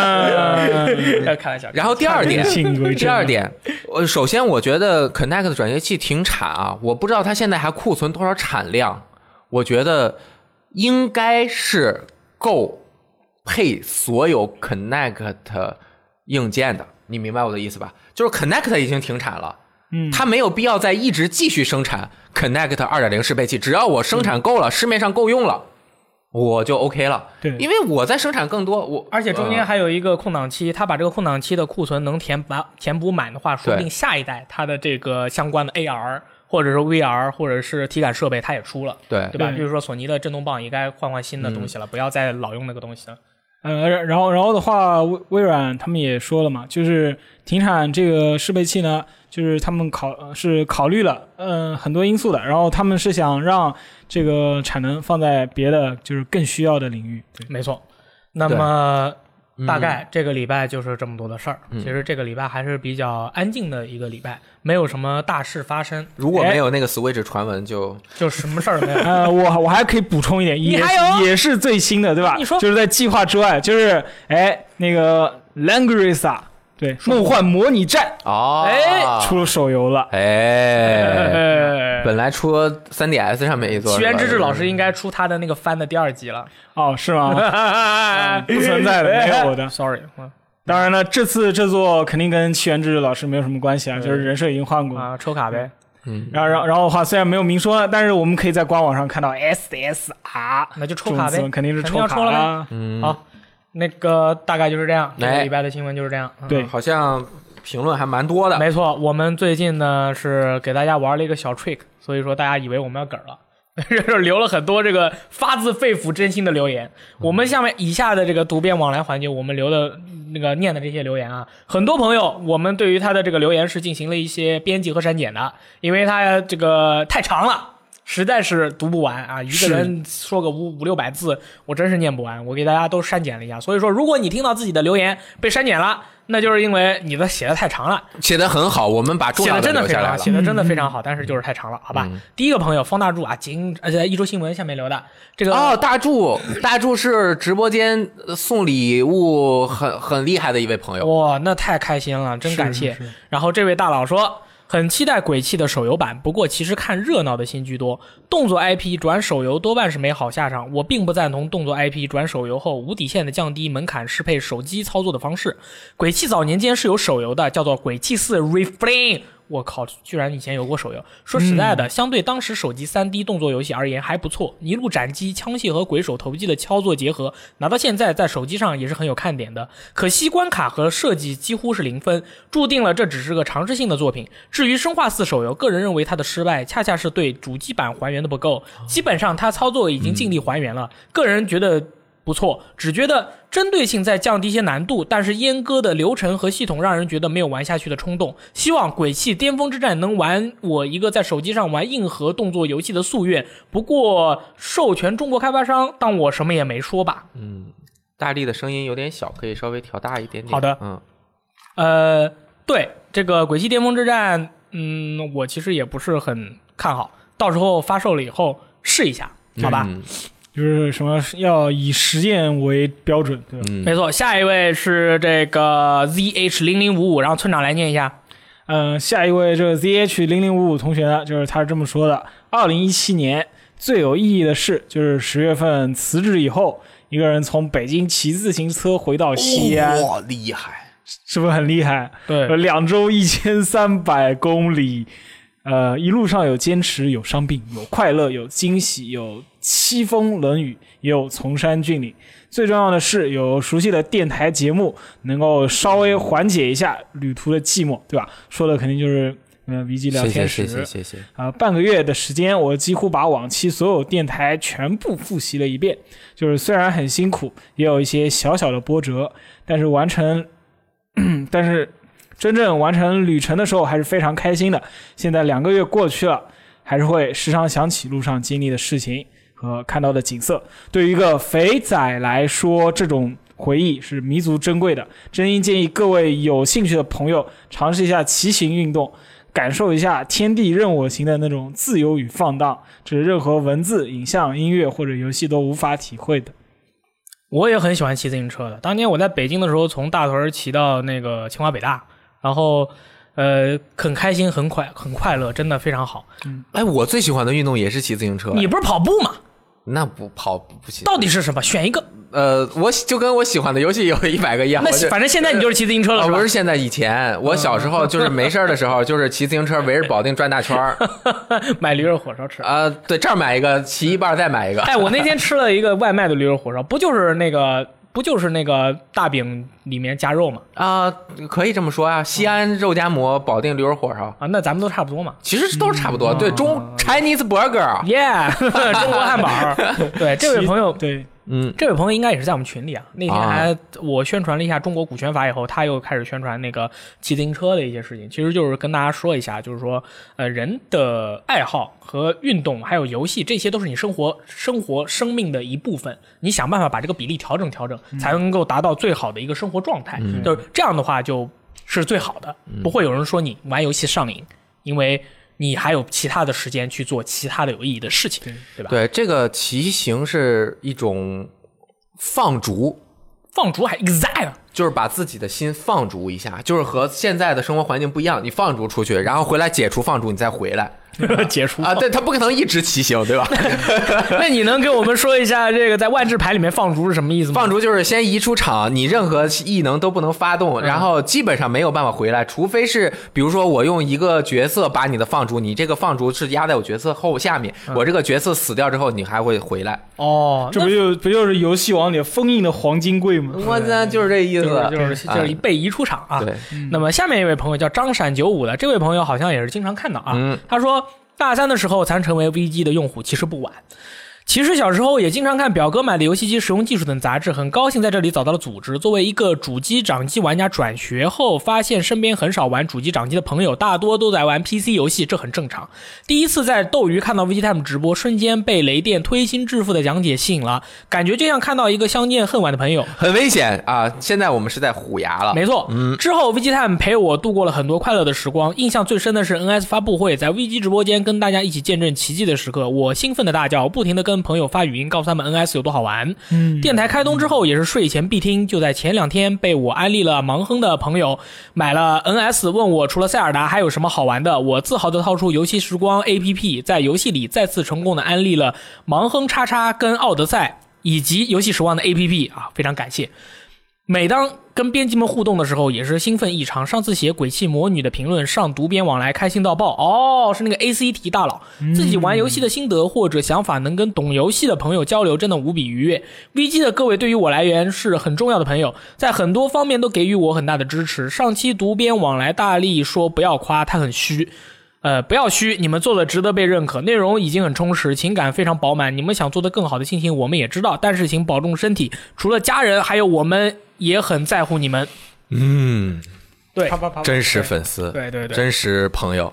[SPEAKER 1] 呃开玩笑。
[SPEAKER 2] 然后第二点，
[SPEAKER 3] 信以为真
[SPEAKER 2] 第二点，我首先我觉得 Connect 转接器停产啊，我不知道它现在还库存多少产量，我觉得应该是够配所有 Connect 硬件的，你明白我的意思吧？就是 Connect 已经停产了。
[SPEAKER 3] 嗯
[SPEAKER 2] 它没有必要再一直继续生产 Connect 二点零适配器，只要我生产够了，
[SPEAKER 1] 嗯
[SPEAKER 2] 市面上够用了，我就 OK 了。
[SPEAKER 3] 对
[SPEAKER 2] 因为我在生产更多，我
[SPEAKER 1] 而且中
[SPEAKER 2] 呃
[SPEAKER 1] 间还有一个空档期，他把这个空档期的库存能填满填补满的话，说不定下一代它的这个相关的 AR 或者是 VR 或者是体感设备它也出了，
[SPEAKER 2] 对
[SPEAKER 1] 对吧？
[SPEAKER 3] 对
[SPEAKER 1] 比如说索尼的震动棒也该换换新的东西
[SPEAKER 2] 嗯
[SPEAKER 1] 了，不要再老用那个东西了。
[SPEAKER 3] 呃，然然后然后的话，微微软他们也说了嘛，就是停产这个适配器呢，就是他们考呃是考虑了嗯、呃很多因素的，然后他们是想让这个产能放在别的就是更需要的领域。对，。
[SPEAKER 1] 没错。那
[SPEAKER 2] 对
[SPEAKER 1] 么
[SPEAKER 2] 嗯
[SPEAKER 1] 大概这个礼拜就是这么多的事儿。其实这个礼拜还是比较安静的一个礼拜，没有什么大事发生，
[SPEAKER 2] 如果没有那个 Switch 传闻就，
[SPEAKER 1] 就什么事儿都 没有
[SPEAKER 3] 呃，我我还可以补充一点，
[SPEAKER 1] 你
[SPEAKER 3] 也
[SPEAKER 1] 还有
[SPEAKER 3] 也是最新的，对吧？
[SPEAKER 1] 你说
[SPEAKER 3] 就是在计划之外，就是哎那个 Langrisa，对，梦幻模拟战
[SPEAKER 2] 哦，
[SPEAKER 3] 哎出了手游了，
[SPEAKER 2] 哎，
[SPEAKER 1] 呃，
[SPEAKER 2] 本来出 3DS 上面一座，
[SPEAKER 1] 起源之志老师
[SPEAKER 2] 应
[SPEAKER 1] 应该出他的那个番的第二集了，
[SPEAKER 3] 哦，是吗？
[SPEAKER 1] 嗯
[SPEAKER 3] 哦不存在的，没有我 的。
[SPEAKER 1] Sorry，嗯
[SPEAKER 3] 当然了，这次这座肯定跟起源之志老师没有什么关系啊，就是人设已经换过。
[SPEAKER 1] 啊，抽卡呗，
[SPEAKER 3] 然后，然后，然后的话，虽然没有明说，但是我们可以在官网上看到 SSR
[SPEAKER 1] 那就抽卡呗
[SPEAKER 3] 种子，肯定是
[SPEAKER 1] 肯
[SPEAKER 3] 抽
[SPEAKER 1] 定要
[SPEAKER 3] 卡啊
[SPEAKER 1] 抽了呗。
[SPEAKER 3] 啦。
[SPEAKER 2] 嗯
[SPEAKER 1] 好，那个大概就是这样，这个
[SPEAKER 2] 哎
[SPEAKER 1] 礼拜的新闻就是这样。嗯
[SPEAKER 3] 对，
[SPEAKER 2] 好像评论还蛮多的，
[SPEAKER 1] 没错，我们最近呢是给大家玩了一个小 trick，所以说大家以为我们要梗儿了。 就是留了很多这个发自肺腑、真心的留言。我们下面以下的这个读编往来环节，我们留的那个念的这些留言啊，很多朋友我们对于他的这个留言是进行了一些编辑和删减的，因为他这个太长了，实在是读不完啊。一个
[SPEAKER 3] 是
[SPEAKER 1] 人说个五五六百字，我真是念不完。我给大家都删减了一下，所以说如果你听到自己的留言被删减了，那就是因为你的写的太长了。
[SPEAKER 2] 写的很好，我们把重
[SPEAKER 1] 写
[SPEAKER 2] 要
[SPEAKER 1] 的真的
[SPEAKER 2] 留
[SPEAKER 1] 非
[SPEAKER 2] 下
[SPEAKER 1] 常
[SPEAKER 2] 来
[SPEAKER 1] 好，
[SPEAKER 2] 了
[SPEAKER 1] 写。的真的非常好，但是就是太长了，好吧
[SPEAKER 2] 嗯。
[SPEAKER 1] 第一个朋友方大柱啊，今而且一周新闻下面留的这个
[SPEAKER 2] 哦，，大柱，大柱是直播间呃送礼物很很厉害的一位朋友。
[SPEAKER 1] 哇，那太开心了，真感谢
[SPEAKER 3] 是。是是
[SPEAKER 1] 然后这位大佬说。很期待《鬼泣》的手游版，不过其实看热闹的心居多。动作 IP 转手游多半是没好下场，我并不赞同动作 IP 转手游后无底线的降低门槛，适配手机操作的方式。《鬼泣》早年间是有手游的，叫做《鬼泣四 Refrain》。我靠，居然以前有过手游。说实在
[SPEAKER 3] 嗯
[SPEAKER 1] 的，相对当时手机 3D 动作游戏而言还不错，一路斩击、枪械和鬼手投技的操作结合，拿到现在在手机上也是很有看点的。可惜关卡和设计几乎是零分，注定了这只是个尝试性的作品。至于《生化四》手游，个人认为它的失败恰恰是对主机版还原的不够，基本上它操作已经尽力还原了。个人觉得不错，只觉得针对性在降低一些难度，但是阉割的流程和系统让人觉得没有玩下去的冲动。希望《鬼泣：巅峰之战》能玩我一个在手机上玩硬核动作游戏的夙愿。不过授权中国开发商，当我什么也没说吧。
[SPEAKER 2] 嗯，大力的声音有点小，可以稍微调大一点点。
[SPEAKER 1] 好的
[SPEAKER 2] 嗯，
[SPEAKER 1] 呃，对这个《鬼泣：巅峰之战》，嗯，我其实也不是很看好，到时候发售了以后试一下，好吧？
[SPEAKER 2] 嗯
[SPEAKER 3] 就是什么要以实践为标准，对吧？
[SPEAKER 2] 嗯
[SPEAKER 1] 没错，下一位是这个 ZH 零零五五，让村长来念一下。
[SPEAKER 3] 嗯，下一位这个 ZH 零零五五同学呢，就是他是这么说的：，二零一七年最有意义的事，就是十月份辞职以后，一个人从北京骑自行车回到西
[SPEAKER 1] 哎
[SPEAKER 3] 安，
[SPEAKER 2] 哇，厉害！
[SPEAKER 3] 是不是很厉害？
[SPEAKER 1] 对
[SPEAKER 3] 呃两周一千三百公里，呃，一路上有坚持，有伤病，有快乐，有惊喜，有凄风冷雨，也有崇山峻岭。最重要的是，有熟悉的电台节目，能够稍微缓解一下旅途的寂寞，对吧？说的肯定就是，嗯、呃、，VG 聊
[SPEAKER 2] 谢谢
[SPEAKER 3] 天
[SPEAKER 2] 谢谢
[SPEAKER 3] 室。
[SPEAKER 2] 谢谢。
[SPEAKER 3] 啊、半个月的时间，我几乎把往期所有电台全部复习了一遍。就是虽然很辛苦，也有一些小小的波折，但是完成， 但是真正完成旅程的时候还是非常开心的。现在两个月过去了，还是会时常想起路上经历的事情和看到的景色。对于一个肥仔来说，这种回忆是弥足珍贵的。真心建议各位有兴趣的朋友尝试一下骑行运动。感受一下天地任我行的那种自由与放荡，这是任何文字、影像、音乐或者游戏都无法体会的。
[SPEAKER 1] 我也很喜欢骑自行车的。当年我在北京的时候，从大屯儿骑到那个清华北大，然后呃很开心，很快很快乐，真的非常好。
[SPEAKER 2] 哎，我最喜欢的运动也是骑自行车。
[SPEAKER 1] 你不是跑步吗？
[SPEAKER 2] 那不跑不行？
[SPEAKER 1] 到底是什么？选一个。
[SPEAKER 2] 呃，我喜就跟我喜欢的游戏有一百个一样。
[SPEAKER 1] 那
[SPEAKER 2] 我就
[SPEAKER 1] 反正现在你就是骑自行车了，
[SPEAKER 2] 啊，
[SPEAKER 1] 是吧嗯
[SPEAKER 2] 不是现在，以前我小时候就是没事儿的时候，就是骑自行车围着保定转大圈 儿。
[SPEAKER 1] 买驴肉火烧吃。
[SPEAKER 2] 啊，对，这儿买一个，骑一半儿再买一个。
[SPEAKER 1] 哎，我那天吃了一个外卖的驴肉火烧，不就是那个不就是那个大饼里面加肉嘛？
[SPEAKER 2] 啊、可以这么说啊，西安肉夹馍，保定驴肉火烧，
[SPEAKER 1] 啊，那咱们都差不多嘛。
[SPEAKER 2] 其实都是差不
[SPEAKER 1] 嗯
[SPEAKER 2] 多。对，中 Chinese burger，
[SPEAKER 1] 耶、yeah,，中国汉堡。对，这位朋友
[SPEAKER 3] 对，
[SPEAKER 2] 嗯，
[SPEAKER 1] 这位朋友应该也是在我们群里啊。那天
[SPEAKER 2] 啊
[SPEAKER 1] 还我宣传了一下中国股权法以后，他又开始宣传那个骑自行车的一些事情。其实就是跟大家说一下，就是说，呃，人的爱好和运动还有游戏，这些都是你生活、生活、生命的一部分。你想办法把这个比例调整调整，才能够达到最好的一个生活状态。就是这样的话，就是最好的，不会有人说你玩游戏上瘾，因为你还有其他的时间去做其他的有意义的事情，对吧？
[SPEAKER 2] 对，这个骑行是一种放逐，
[SPEAKER 1] 放逐还 exact。
[SPEAKER 2] 就是把自己的心放逐一下，就是和现在的生活环境不一样，你放逐出去，然后回来解除放逐，你再回来
[SPEAKER 1] 解除
[SPEAKER 2] 啊。对他不可能一直骑行， 对吧？
[SPEAKER 1] 那你能给我们说一下这个在万智牌里面放逐是什么意思吗？
[SPEAKER 2] 放逐就是先移出场，你任何异能都不能发
[SPEAKER 1] 嗯
[SPEAKER 2] 动，然后基本上没有办法回来，除非是比如说我用一个角色把你的放逐，你这个放逐是压在我角色后下面，
[SPEAKER 1] 嗯
[SPEAKER 2] 我这个角色死掉之后，你还会回来。
[SPEAKER 1] 哦，
[SPEAKER 3] 这不就不就是游戏王里封印的黄金柜
[SPEAKER 1] 嗯
[SPEAKER 3] 吗？
[SPEAKER 2] 我操，就是这意
[SPEAKER 1] 就
[SPEAKER 2] 思，
[SPEAKER 1] 是就是就是一被移出场啊。
[SPEAKER 2] 对，
[SPEAKER 1] 嗯那么下面一位朋友叫张闪九五的，这位朋友好像也是经常看到啊。
[SPEAKER 2] 嗯
[SPEAKER 1] 他说大三的时候才成为 VG 的用户，其实不晚。其实小时候也经常看表哥买的《游戏机使用技术》等杂志，很高兴在这里找到了组织。作为一个主机掌机玩家，转学后发现身边很少玩主机掌机的朋友，大多都在玩 PC 游戏，这很正常。第一次在斗鱼看到 VGTime 直播，瞬间被雷电推心置腹的讲解吸引了，感觉就像看到一个相见恨晚的朋友。
[SPEAKER 2] 很危险啊！现在我们是在虎牙了，
[SPEAKER 1] 没错，之后 VGTime 陪我度过了很多快乐的时光，印象最深的是 NS 发布会，在 VG 直播间跟大家一起见证奇迹的时刻，我兴奋的大叫，不停的跟朋友发语音告诉他们 NS 有多好玩。嗯，电台开通之后也是睡前必听，就在前两天被我安利了盲哼的朋友买了 NS，问我除了塞尔达还有什么好玩的，我自豪的掏出游戏时光 APP，在游戏里再次成功的安利了盲哼叉叉跟奥德赛。以及游戏时光的 APP 啊，非常感谢。每当跟编辑们互动的时候，也是兴奋异常。上次写《鬼泣魔女》的评论，上读编往来，开心到爆。哦，是那个 A C T 大佬，自己玩游戏的心得或者想法，能跟懂游戏的朋友交流，真的无比愉悦。V G 的各位对于我来源是很重要的朋友，在很多方面都给予我很大的支持。上期读编往来大力说不要夸，他很虚。呃，不要虚，你们做的值得被认可，内容已经很充实，情感非常饱满，你们想做的更好的心情我们也知道，但是请保重身体，除了家人，还有我们也很在乎你们。
[SPEAKER 2] 嗯，
[SPEAKER 1] 对，
[SPEAKER 2] 真实粉丝，
[SPEAKER 1] 对对对
[SPEAKER 2] 真实朋友。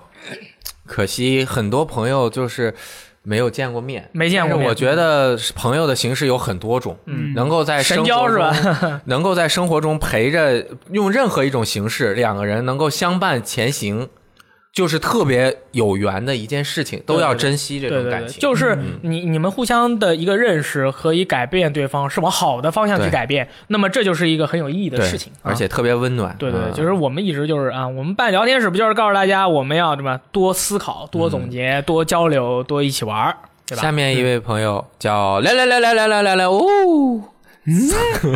[SPEAKER 2] 可惜很多朋友就是没有见过面，
[SPEAKER 1] 没见过
[SPEAKER 2] 但
[SPEAKER 1] 面
[SPEAKER 2] 是我觉得朋友的形式有很多种，嗯，能够在生活中
[SPEAKER 1] 神交是？
[SPEAKER 2] 能够在生活中陪着，用任何一种形式，两个人能够相伴前行，就是特别有缘的一件事情，都要珍惜这
[SPEAKER 1] 对
[SPEAKER 2] 种
[SPEAKER 1] 对
[SPEAKER 2] 感
[SPEAKER 1] 对，
[SPEAKER 2] 情。嗯
[SPEAKER 1] 就是你你们互相的一个认识可以改变对方，是往好的方向去
[SPEAKER 2] 对
[SPEAKER 1] 改变，那么这就是一个很有意义的
[SPEAKER 2] 对
[SPEAKER 1] 事情，啊
[SPEAKER 2] 而且特别温暖。
[SPEAKER 1] 对对，对，
[SPEAKER 2] 嗯
[SPEAKER 1] 就是我们一直就是啊，我们办聊天室不就是告诉大家我们要什么多思考、多总结、
[SPEAKER 2] 嗯
[SPEAKER 1] 多交流、多一起玩 儿，对吧？
[SPEAKER 2] 下面一位朋友叫来来来来来来来来哦。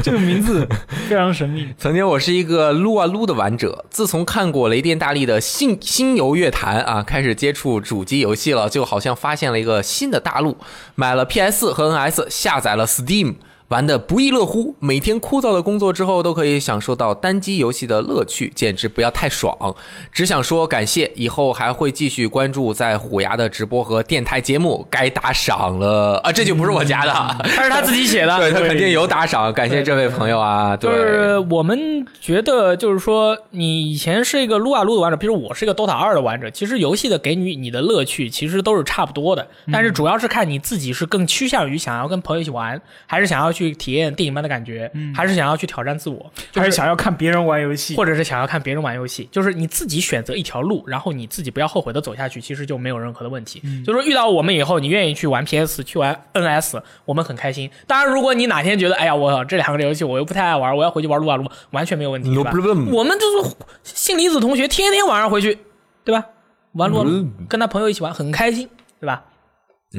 [SPEAKER 3] 这个名字非常神秘。
[SPEAKER 2] 曾经我是一个撸啊撸的玩者，自从看过雷电大力的新新游乐坛啊，开始接触主机游戏了，就好像发现了一个新的大陆。买了 PS 和 NS，下载了 Steam，玩的不亦乐乎。每天枯燥的工作之后，都可以享受到单机游戏的乐趣，简直不要太爽。只想说感谢，以后还会继续关注在虎牙的直播和电台节目。该打赏了啊，这就不是我加的啊，
[SPEAKER 1] 他是他自己写的，
[SPEAKER 2] 对他肯定有打赏，感谢这位朋友啊，对。
[SPEAKER 1] 就是我们觉得，就是说，你以前是一个撸啊撸的玩者，比如我是一个 DOTA 二的玩者，其实游戏的给你你的乐趣其实都是差不多的，
[SPEAKER 3] 嗯
[SPEAKER 1] 但是主要是看你自己是更趋向于想要跟朋友一起玩，还是想要去体验电影般的感觉，还是想要去挑战自我，就
[SPEAKER 3] 嗯还是想要看别人玩游戏，
[SPEAKER 1] 或者是想要看别人玩游戏，就是你自己选择一条路，然后你自己不要后悔的走下去，其实就没有任何的问题。就是说遇到我们以后，你愿意去玩 PS，去玩 NS，我们很开心。当然，如果你哪天觉得，哎呀，我这两个游戏我又不太爱玩，我要回去玩撸啊撸，完全没有问题，对吧？
[SPEAKER 2] problem
[SPEAKER 1] 我们就是信离子同学，天天晚上回去，对吧？玩撸啊撸
[SPEAKER 2] 嗯，
[SPEAKER 1] 跟他朋友一起玩，很开心，对吧？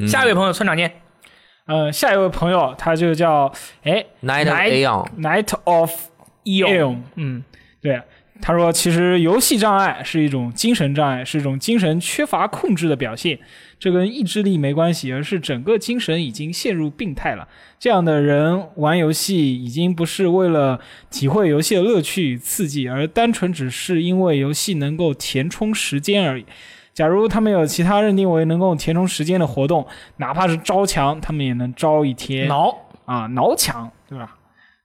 [SPEAKER 1] 下一位朋友村长念，
[SPEAKER 3] 呃，下一位朋友他就叫哎
[SPEAKER 2] Night of Aeon，
[SPEAKER 3] Night of Eon，
[SPEAKER 1] 嗯，
[SPEAKER 3] 对，啊他说其实游戏障碍是一种精神障碍，是一种精神缺乏控制的表现，这跟意志力没关系，而是整个精神已经陷入病态了。这样的人玩游戏已经不是为了体会游戏的乐趣与刺激，而单纯只是因为游戏能够填充时间而已。假如他们有其他认定为能够填充时间的活动，哪怕是招墙，他们也能招一天。
[SPEAKER 1] 挠
[SPEAKER 3] 啊，挠墙，对吧？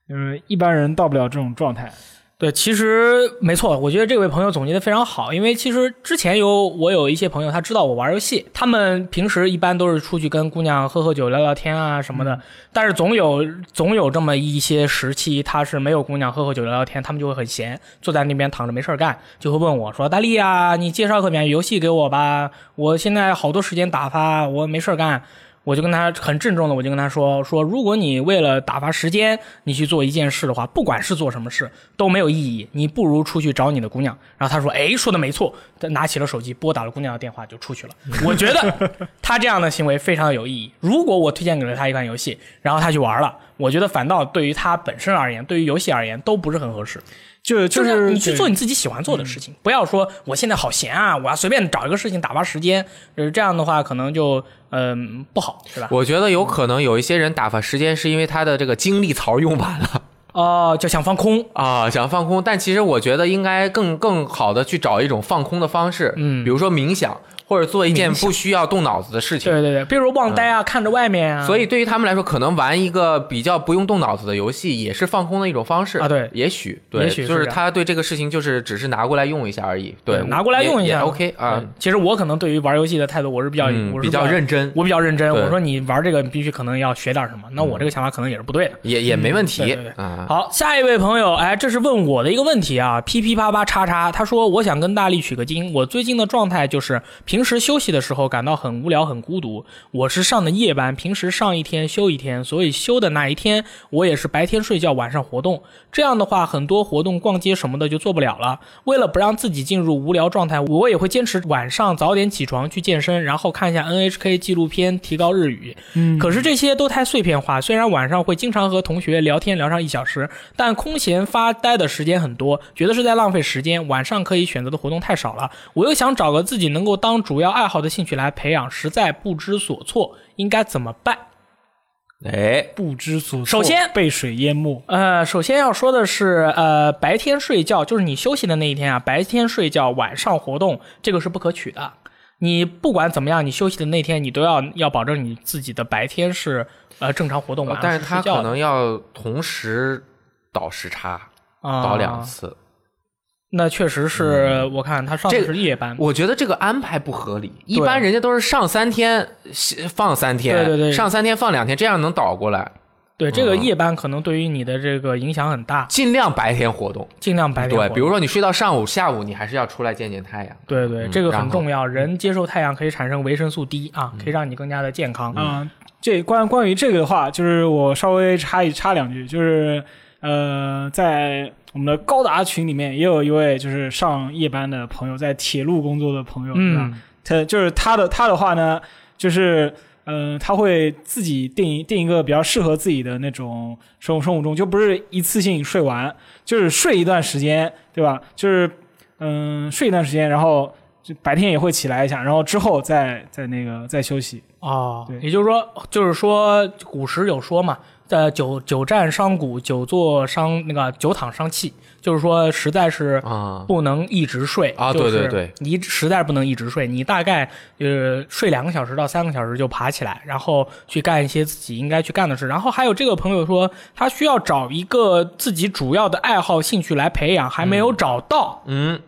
[SPEAKER 3] 就是一般人到不了这种状态。
[SPEAKER 1] 对，其实没错，我觉得这位朋友总结的非常好，因为其实之前有我有一些朋友，他知道我玩游戏，他们平时一般都是出去跟姑娘喝喝酒、聊聊天啊什么
[SPEAKER 3] 嗯
[SPEAKER 1] 的，但是总有总有这么一些时期，他是没有姑娘喝喝酒、聊聊天，他们就会很闲，坐在那边躺着没事儿干，就会问我说：“大力啊，你介绍个免游戏给我吧，我现在好多时间打发，我没事儿干。”我就跟他很郑重的，我就跟他说说，如果你为了打发时间，你去做一件事的话，不管是做什么事都没有意义，你不如出去找你的姑娘。然后他说，哎，说的没错，他拿起了手机拨打了姑娘的电话就出去 了。我觉得他这样的行为非常有意义。如果我推荐给了他一款游戏，然后他去玩了，我觉得反倒对于他本身而言，对于游戏而言都不是很合适。
[SPEAKER 3] 就
[SPEAKER 1] 就是你去做你自己喜欢做的事情，不要说我现在好闲啊，我要随便找一个事情打发时间，就是这样的话可能就嗯、不好，是吧？
[SPEAKER 2] 我觉得有可能有一些人打发时间是因为他的这个精力槽用完 了
[SPEAKER 1] 哦、就想放空，
[SPEAKER 2] 啊、想放空。但其实我觉得应该更更好的去找一种放空的方式，
[SPEAKER 1] 嗯
[SPEAKER 2] 比如说冥想，或者做一件不需要动脑子的事情。
[SPEAKER 1] 对对对，比如忘呆啊，看着外面啊，
[SPEAKER 2] 嗯所以对于他们来说，可能玩一个比较不用动脑子的游戏，也是放空的一种方式
[SPEAKER 1] 啊对
[SPEAKER 2] 也许，对，
[SPEAKER 1] 也许是
[SPEAKER 2] 就是
[SPEAKER 1] 这样
[SPEAKER 2] 他对这个事情就是只是拿过来用一下而已。对，
[SPEAKER 1] 对拿过来
[SPEAKER 2] 也
[SPEAKER 1] 用一
[SPEAKER 2] 也
[SPEAKER 1] 下
[SPEAKER 2] OK 啊
[SPEAKER 1] 对，其实我可能对于玩游戏的态度，我是比较、
[SPEAKER 2] 嗯
[SPEAKER 1] 我是
[SPEAKER 2] 比较，认真，
[SPEAKER 1] 我比较认真。
[SPEAKER 2] 对嗯
[SPEAKER 1] 我说你玩这个你必须可能要学点什么，那我这个想法可能也是不对的。
[SPEAKER 2] 也也没问
[SPEAKER 1] 嗯
[SPEAKER 2] 题
[SPEAKER 1] 对对对
[SPEAKER 2] 啊。
[SPEAKER 1] 好，下一位朋友，哎，这是问我的一个问题啊，噼噼啪啪叉叉，他说我想跟大力取个经，我最近的状态就是平时休息的时候感到很无聊、很孤独。我是上的夜班，平时上一天休一天，所以休的那一天我也是白天睡觉，晚上活动。这样的话，很多活动、逛街什么的就做不了了。为了不让自己进入无聊状态，我也会坚持晚上早点起床去健身，然后看一下 NHK 纪录片，提高日语。可是这些都太碎片化，虽然晚上会经常和同学聊天聊上一小时，但空闲发呆的时间很多，觉得是在浪费时间。晚上可以选择的活动太少了，我又想找个自己能够当主要爱好的兴趣来培养，实在不知所措，应该怎么办？
[SPEAKER 2] 哎，
[SPEAKER 3] 不知所措，
[SPEAKER 1] 首先
[SPEAKER 3] 被水淹没。
[SPEAKER 1] 呃，首先要说的是，呃，白天睡觉就是你休息的那一天啊，白天睡觉，晚上活动，这个是不可取的。你不管怎么样，你休息的那天，你都要要保证你自己的白天是呃正常活动，
[SPEAKER 2] 呃
[SPEAKER 1] 晚上
[SPEAKER 2] 但是
[SPEAKER 1] 是
[SPEAKER 2] 他
[SPEAKER 1] 睡觉
[SPEAKER 2] 可
[SPEAKER 1] 的
[SPEAKER 2] 能要同时倒时差，
[SPEAKER 1] 啊
[SPEAKER 2] 倒两次。
[SPEAKER 1] 那确实是我看他上
[SPEAKER 2] 嗯这
[SPEAKER 1] 的
[SPEAKER 2] 个
[SPEAKER 1] 是夜班，
[SPEAKER 2] 我觉得这个安排不合理，一般人家都是上三天是放三天，
[SPEAKER 1] 对对对
[SPEAKER 2] 上三天放两天，这样能倒过来，
[SPEAKER 1] 对这个
[SPEAKER 2] 嗯
[SPEAKER 1] 夜班可能对于你的这个影响很大，
[SPEAKER 2] 尽量白天活动。
[SPEAKER 1] 尽量白天活
[SPEAKER 2] 对，
[SPEAKER 1] 动
[SPEAKER 2] 比如说你睡到上午、下午，你还是要出来见见太阳。
[SPEAKER 1] 对对，
[SPEAKER 2] 嗯
[SPEAKER 1] 这个
[SPEAKER 2] 然
[SPEAKER 1] 很
[SPEAKER 2] 后嗯
[SPEAKER 1] 重要。人接受太阳可以产生维生素 D 啊，可以让你更加的健康。嗯
[SPEAKER 3] 啊、这关关于这个的话，就是我稍微插一插两句，就是呃，在我们的高达群里面也有一位就是上夜班的朋友，在铁路工作的朋友，对吧？
[SPEAKER 1] 嗯，
[SPEAKER 3] 他就是他的他的话呢，就是。嗯、他会自己定一定一个比较适合自己的那种生物生物钟，就不是一次性睡完，就是睡一段时间，对吧？就是嗯、睡一段时间，然后就白天也会起来一下，然后之后再再那个再休息。
[SPEAKER 1] 哦
[SPEAKER 3] 对，
[SPEAKER 1] 也就是说，就是说古时有说嘛，呃，久久站伤骨，久坐伤那个久躺伤气，就是说实在是
[SPEAKER 2] 啊，
[SPEAKER 1] 不能一直睡
[SPEAKER 2] 啊
[SPEAKER 1] 就是
[SPEAKER 2] 对对对
[SPEAKER 1] 你实在不能一直睡，你大概呃睡两个小时到三个小时就爬起来，然后去干一些自己应该去干的事。然后还有这个朋友说，他需要找一个自己主要的爱好兴趣来培养，还没有找到，
[SPEAKER 2] 嗯，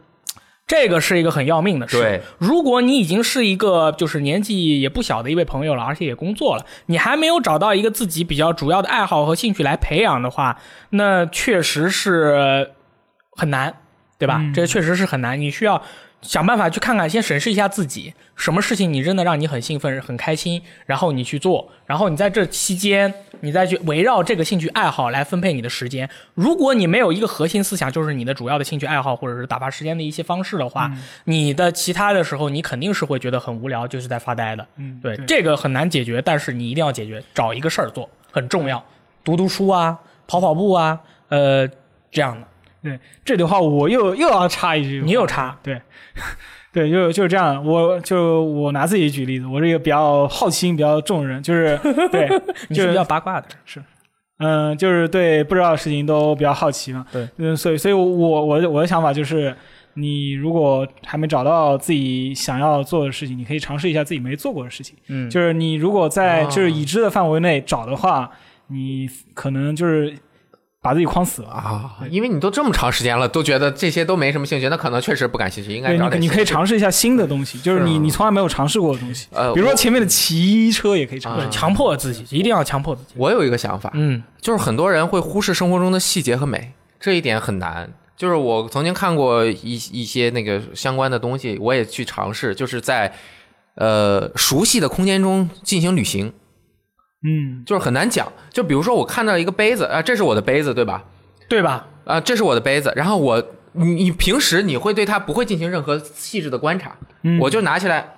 [SPEAKER 1] 这个是一个很要命的事。
[SPEAKER 2] 对，
[SPEAKER 1] 如果你已经是一个就是年纪也不小的一位朋友了，而且也工作了，你还没有找到一个自己比较主要的爱好和兴趣来培养的话，那确实是很难，对吧？这确实是很难，你需要。想办法去看看，先审视一下自己，什么事情你真的让你很兴奋、很开心，然后你去做，然后你在这期间，你再去围绕这个兴趣爱好来分配你的时间。如果你没有一个核心思想，就是你的主要的兴趣爱好或者是打发时间的一些方式的话，你的其他的时候你肯定是会觉得很无聊，就是在发呆的。
[SPEAKER 3] 嗯
[SPEAKER 1] 对，
[SPEAKER 3] 对
[SPEAKER 1] 这个很难解决，但是你一定要解决，找一个事儿做很重要，读读书啊，跑跑步啊，呃，这样的。
[SPEAKER 3] 对，这里的话我又又要插一句，
[SPEAKER 1] 你有差，
[SPEAKER 3] 对，对，就就是这样。我就我拿自己举例子，我是一个比较好奇心比较重的人，就是对，
[SPEAKER 1] 你
[SPEAKER 3] 就是
[SPEAKER 1] 比
[SPEAKER 3] 是
[SPEAKER 1] 较八卦的人，
[SPEAKER 3] 嗯，就是对不知道的事情都比较好奇嘛。
[SPEAKER 1] 对，
[SPEAKER 3] 嗯，所以所以我我的我的想法就是，你如果还没找到自己想要做的事情，你可以尝试一下自己没做过的事情。
[SPEAKER 1] 嗯，
[SPEAKER 3] 就是你如果在
[SPEAKER 2] 哦
[SPEAKER 3] 就是已知的范围内找的话，你可能就是把自己框死了。
[SPEAKER 2] 啊，因为你都这么长时间了，都觉得这些都没什么兴趣，那可能确实不感兴趣，应该
[SPEAKER 3] 对
[SPEAKER 2] 找
[SPEAKER 3] 你，
[SPEAKER 2] 点
[SPEAKER 3] 你可以
[SPEAKER 2] 兴趣
[SPEAKER 3] 尝试一下新的东西，就是你
[SPEAKER 2] 是啊
[SPEAKER 3] 你从来没有尝试过的东西，
[SPEAKER 2] 呃
[SPEAKER 3] 比如说
[SPEAKER 2] 我
[SPEAKER 3] 前面的骑车也可以尝试
[SPEAKER 2] 啊。
[SPEAKER 1] 强迫自己，一定要强迫自己。
[SPEAKER 2] 我有一个想法，
[SPEAKER 1] 嗯，
[SPEAKER 2] 就是很多人会忽视生活中的细节和美，这一点很难。就是我曾经看过一一些那个相关的东西，我也去尝试，就是在呃熟悉的空间中进行旅行，
[SPEAKER 3] 嗯，
[SPEAKER 2] 就是很难讲。就比如说我看到一个杯子啊、这是我的杯子，对吧？
[SPEAKER 1] 对吧？
[SPEAKER 2] 啊、这是我的杯子，然后我你你平时你会对它不会进行任何细致的观察，
[SPEAKER 3] 嗯
[SPEAKER 2] 我就拿起来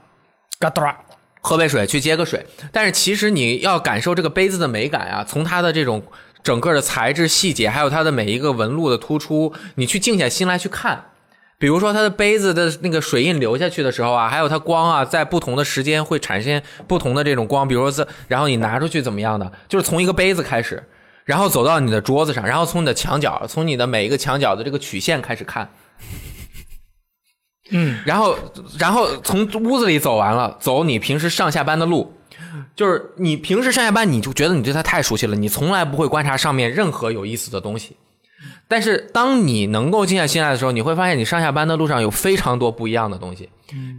[SPEAKER 1] 嘎哒，
[SPEAKER 2] 喝杯水，去接个水。但是其实你要感受这个杯子的美感啊，从它的这种整个的材质细节，还有它的每一个纹路的突出，你去静下心来去看。比如说它的杯子的那个水印流下去的时候啊，还有它光啊，在不同的时间会产生不同的这种光，比如说在，然后你拿出去怎么样的，就是从一个杯子开始，然后走到你的桌子上，然后从你的墙角，从你的每一个墙角的这个曲线开始看，
[SPEAKER 1] 嗯，
[SPEAKER 2] 然后，然后从屋子里走完了，走你平时上下班的路，就是你平时上下班，你就觉得你对它太熟悉了，你从来不会观察上面任何有意思的东西。但是当你能够静下心来的时候，你会发现你上下班的路上有非常多不一样的东西。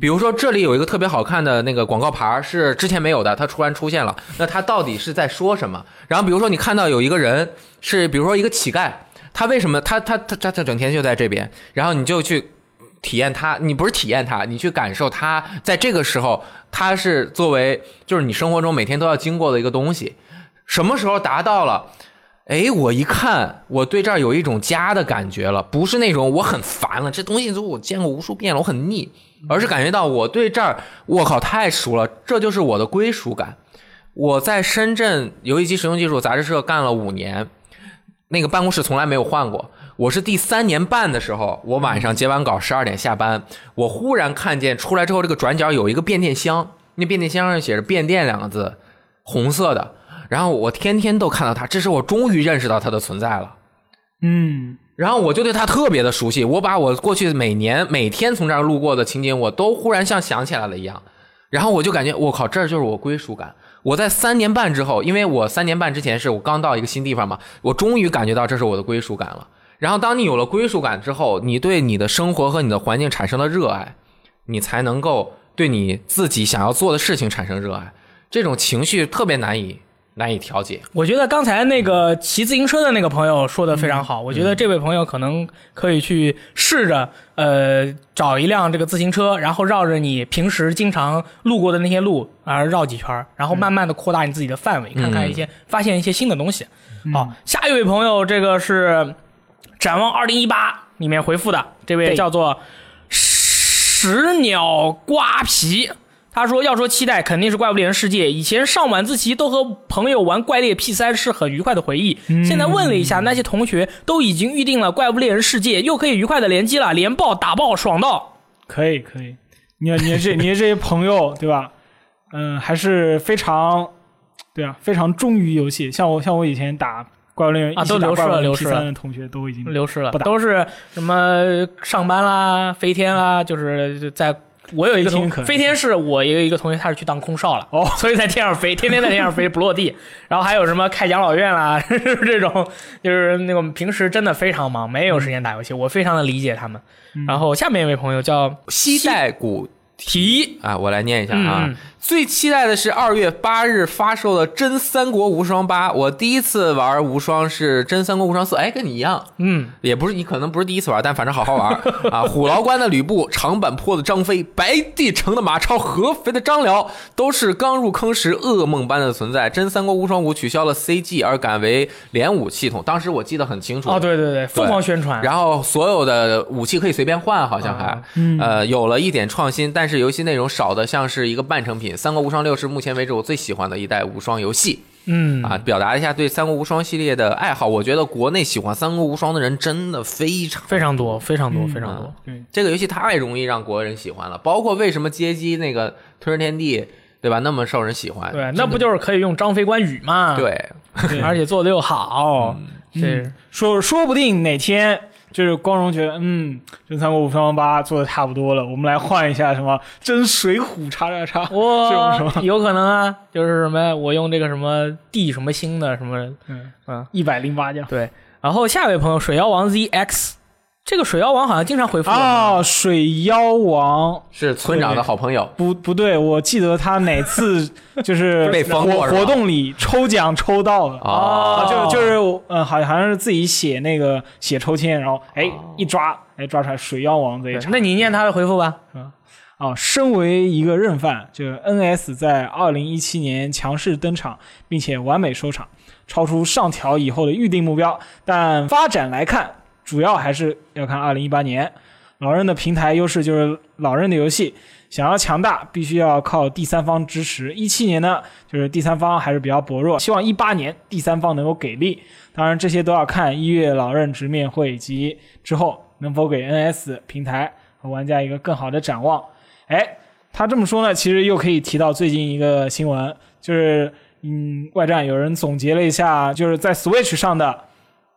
[SPEAKER 2] 比如说这里有一个特别好看的那个广告牌儿，是之前没有的，它突然出现了，那它到底是在说什么？然后比如说你看到有一个人是，比如说一个乞丐，他为什么他他他他他整天就在这边，然后你就去体验他，你不是体验他，你去感受他在这个时候，他是作为就是你生活中每天都要经过的一个东西，什么时候达到了？哎，我一看，我对这儿有一种家的感觉了，不是那种我很烦了，这东西就我见过无数遍了，我很腻，而是感觉到我对这儿，我靠，太熟了，这就是我的归属感。我在深圳游戏机使用技术杂志社干了五年，那个办公室从来没有换过。我是第三年半的时候，我晚上接完稿十二点下班，我忽然看见出来之后这个转角有一个变电箱，那变电箱上写着“变电”两个字，红色的。然后我天天都看到它，这是我终于认识到它的存在了。
[SPEAKER 3] 嗯，
[SPEAKER 2] 然后我就对它特别的熟悉，我把我过去每年每天从这儿路过的情景，我都忽然像想起来了一样。然后我就感觉，我靠，这儿就是我归属感。我在三年半之后，因为我三年半之前是我刚到一个新地方嘛，我终于感觉到这是我的归属感了。然后当你有了归属感之后，你对你的生活和你的环境产生了热爱，你才能够对你自己想要做的事情产生热爱。这种情绪特别难以难以调节。
[SPEAKER 1] 我觉得刚才那个骑自行车的那个朋友说的非常好，我觉得这位朋友可能可以去试着呃找一辆这个自行车，然后绕着你平时经常路过的那些路啊绕几圈儿，然后慢慢的扩大你自己的范围，看看一些发现一些新的东西。
[SPEAKER 3] 嗯
[SPEAKER 1] 好，下一位朋友这个是展望二零一八里面回复的这位
[SPEAKER 4] 对
[SPEAKER 1] 叫做石鸟瓜皮。他说：“要说期待，肯定是《怪物猎人世界》。以前上晚自习都和朋友玩《怪猎 P 三》是很愉快的回忆。现在问了一下，那些同学都已经预定了《怪物猎人世界》，又可以愉快的联机了，连爆打爆，爽到！
[SPEAKER 3] 可以可以，你看你的这你的这些朋友 对吧？嗯，还是非常对啊，非常忠于游戏。像我像我以前打怪物猎人
[SPEAKER 1] 啊
[SPEAKER 3] 一起
[SPEAKER 1] 都
[SPEAKER 3] 打
[SPEAKER 1] 流失
[SPEAKER 3] 怪物
[SPEAKER 1] 了
[SPEAKER 3] 猎人
[SPEAKER 1] 流失了
[SPEAKER 3] P3 的同学都已经
[SPEAKER 1] 流失了，
[SPEAKER 3] 嗯不打
[SPEAKER 1] 都是什么上班啦、飞天啦，
[SPEAKER 3] 嗯
[SPEAKER 1] 就是就在。”我有一个同
[SPEAKER 3] 飞天可爱
[SPEAKER 1] 飞天是我也有一个同学，他是去当空少了，
[SPEAKER 3] 哦
[SPEAKER 1] 所以在天上飞，天天在天上飞不落地。 然后还有什么开养老院啦，这种就是那种平时真的非常忙，没有时间打游
[SPEAKER 3] 嗯
[SPEAKER 1] 戏，我非常的理解他们。然后下面一位朋友叫
[SPEAKER 2] 西带谷
[SPEAKER 1] 提，
[SPEAKER 2] 啊，我来念一下啊。
[SPEAKER 1] 嗯嗯
[SPEAKER 2] 最期待的是二月八日发售的《真三国无双八》。我第一次玩无双是《真三国无双四》，哎，跟你一样，
[SPEAKER 1] 嗯，
[SPEAKER 2] 也不是你可能不是第一次玩，但反正好好玩 啊。虎牢关的吕布、长坂坡的张飞、白帝城的马超、合肥的张辽，都是刚入坑时噩梦般的存在。《真三国无双五》取消了 CG，而改为连武系统。当时我记得很清楚，啊
[SPEAKER 1] 哦，对对对，疯狂宣传，
[SPEAKER 2] 然后所有的武器可以随便换，好像还
[SPEAKER 1] 啊，
[SPEAKER 2] 呃，有了一点创新，但是游戏内容少的像是一个半成品。《三国无双六》是目前为止我最喜欢的一代无双游戏
[SPEAKER 1] 嗯
[SPEAKER 2] 啊，表达一下对《三国无双》系列的爱好。我觉得国内喜欢《三国无双》的人真的非常。
[SPEAKER 1] 非常多，非常多，
[SPEAKER 3] 嗯
[SPEAKER 1] 非常多。
[SPEAKER 2] 这个游戏太容易让国人喜欢了，包括为什么街机那个《吞食天地》，对吧？那么受人喜欢，
[SPEAKER 1] 对，那不就是可以用张飞关羽嘛？，
[SPEAKER 2] 对，
[SPEAKER 3] 对
[SPEAKER 1] 哦而且做的又好，
[SPEAKER 3] 嗯
[SPEAKER 1] 对，
[SPEAKER 3] 说说不定哪天就是光荣觉得，嗯，真三国无双八做的差不多了，我们来换一下什么真水浒叉叉叉这种什么
[SPEAKER 1] 我有可能啊，就是什么呀我用这个什么地什么星的什么，
[SPEAKER 3] 嗯
[SPEAKER 1] 嗯，
[SPEAKER 3] 一百零八将。
[SPEAKER 1] 对。然后下一位朋友水妖王 ZX，这个水妖王好像经常回复我们
[SPEAKER 3] 啊，水妖王
[SPEAKER 2] 是村长的好朋友，
[SPEAKER 3] 不不对，我记得他哪次 就是
[SPEAKER 2] 被封
[SPEAKER 3] 活
[SPEAKER 2] 过是吧
[SPEAKER 3] 活动里抽奖抽到了
[SPEAKER 2] 哦
[SPEAKER 3] 啊就就是我呃，好像好像是自己写那个写抽签，然后哎一抓，哎抓出来水妖王这一
[SPEAKER 1] 对
[SPEAKER 3] 场。
[SPEAKER 1] 那你念他的回复吧。
[SPEAKER 3] 啊，身为一个任范，就是 NS 在二零一七年强势登场，并且完美收场，超出上调以后的预定目标。但发展来看，主要还是要看二零一八年。老任的平台优势就是老任的游戏，想要强大，必须要靠第三方支持。一七年呢，就是第三方还是比较薄弱，希望一八年第三方能够给力。当然，这些都要看一月老任直面会以及之后能否给 NS 平台和玩家一个更好的展望。哎，他这么说呢，其实又可以提到最近一个新闻，就是嗯，外战有人总结了一下，就是在 Switch 上的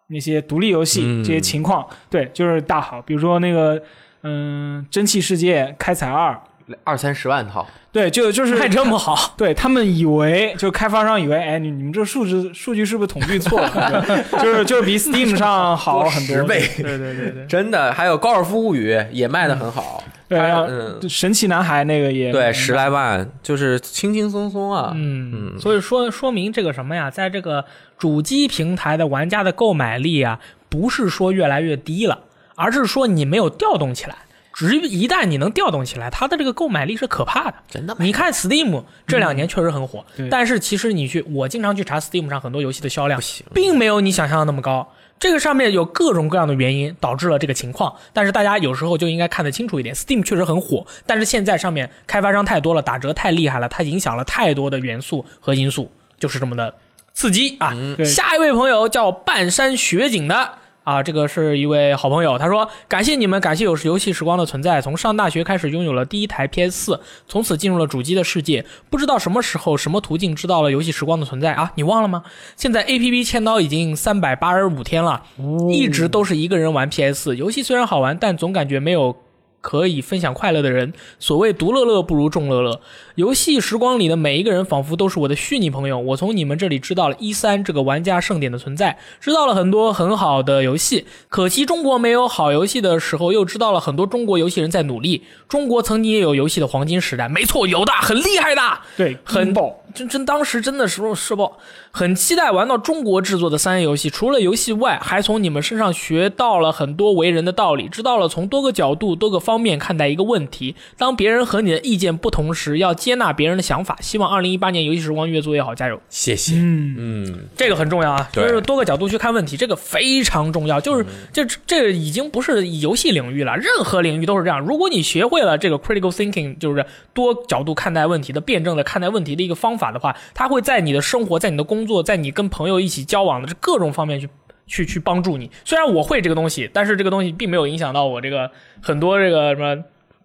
[SPEAKER 3] 那些独立游戏、
[SPEAKER 2] 嗯
[SPEAKER 3] 这些情况，对，就是大好，比如说那个嗯，《蒸汽世界》开采二，
[SPEAKER 2] 二三十万套，
[SPEAKER 3] 对，就就是
[SPEAKER 1] 还这么好，
[SPEAKER 3] 对他们以为，就开发商以为，哎，你你们这数值数据是不是统计错 了？对就是就是比 Steam 上好很多
[SPEAKER 2] 十倍
[SPEAKER 3] 对对对对
[SPEAKER 2] 真的。还有《高尔夫物语》也卖的很好，
[SPEAKER 3] 对，然
[SPEAKER 2] 嗯
[SPEAKER 3] 后神奇男孩那个也
[SPEAKER 2] 对，十来万，就是轻轻松松啊。
[SPEAKER 1] 嗯， 所以说说明这个什么呀，在这个主机平台的玩家的购买力啊，不是说越来越低了，而是说你没有调动起来。只一旦你能调动起来，它的这个购买力是可怕的。
[SPEAKER 2] 真的吗？
[SPEAKER 1] 你看 Steam 这两年确实很火，
[SPEAKER 3] 对
[SPEAKER 1] 但是其实你去，我经常去查 Steam 上很多游戏的销量，并没有你想象的那么高。这个上面有各种各样的原因导致了这个情况，但是大家有时候就应该看得清楚一点。Steam 确实很火，但是现在上面开发商太多了，打折太厉害了，它影响了太多的元素和因素，就是这么的刺激啊！
[SPEAKER 3] 对
[SPEAKER 1] 下一位朋友叫半山雪景的。啊，这个是一位好朋友，他说：“感谢你们，感谢有游戏时光的存在。从上大学开始，拥有了第一台 PS 四，从此进入了主机的世界。不知道什么时候、什么途径知道了游戏时光的存在啊？你忘了吗？现在 APP 签到已经三百八十五天了，一直都是一个人玩 PS 四。游戏虽然好玩，但总感觉没有可以分享快乐的人。所谓独乐乐不如众乐乐。游戏时光里的每一个人仿佛都是我的虚拟朋友。我从你们这里知道了一三这个玩家盛典的存在，知道了很多很好的游戏。可惜中国没有好游戏的时候，又知道了很多中国游戏人在努力。中国曾经也有游戏的黄金时代，没错，有的，很厉害的。
[SPEAKER 3] 对
[SPEAKER 1] 很
[SPEAKER 3] 很爆，
[SPEAKER 1] 真真当时真的是社爆，很期待玩到中国制作的三 A 游戏。除了游戏外，还从你们身上学到了很多为人的道理，知道了从多个角度、多个方面看待一个问题。当别人和你的意见不同时，要接纳别人的想法。希望二零一八年游戏时光越做越好，加油！
[SPEAKER 2] 谢谢。
[SPEAKER 3] 嗯，
[SPEAKER 2] 嗯，
[SPEAKER 1] 这个很重要啊，就
[SPEAKER 2] 对
[SPEAKER 1] 是多个角度去看问题，这个非常重要。就是这这已经不是游戏领域了，任何领域都是这样。如果你学会了这个 critical thinking，就是多角度看待问题的、辩证的看待问题的一个方法的话，它会在你的生活、在你的工作、在你跟朋友一起交往的这各种方面去。去去帮助你，虽然我会这个东西，但是这个东西并没有影响到我这个很多这个什么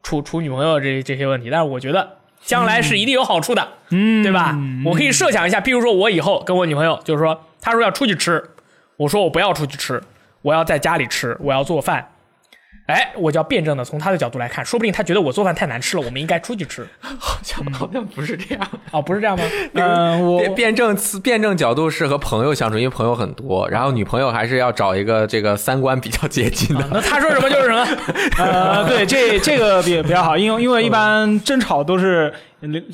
[SPEAKER 1] 处处女朋友这这些问题，但是我觉得将来是一定有好处的。
[SPEAKER 3] 嗯
[SPEAKER 1] 对吧？我可以设想一下，譬如说我以后跟我女朋友，就是说，她说要出去吃，我说我不要出去吃，我要在家里吃，我要做饭。哎，我就要辩证的从她的角度来看，说不定她觉得我做饭太难吃了，我们应该出去吃。
[SPEAKER 2] 好像好像不是这样。
[SPEAKER 1] 哦，不是这样吗？
[SPEAKER 3] 嗯，我
[SPEAKER 2] 辩辩证辩证角度是和朋友相处，因为朋友很多，然后女朋友还是要找一个这个三观比较接近的。
[SPEAKER 1] 那她说什么就是什么。
[SPEAKER 3] 呃，对，这这个比比较好，因为因为一般争吵都是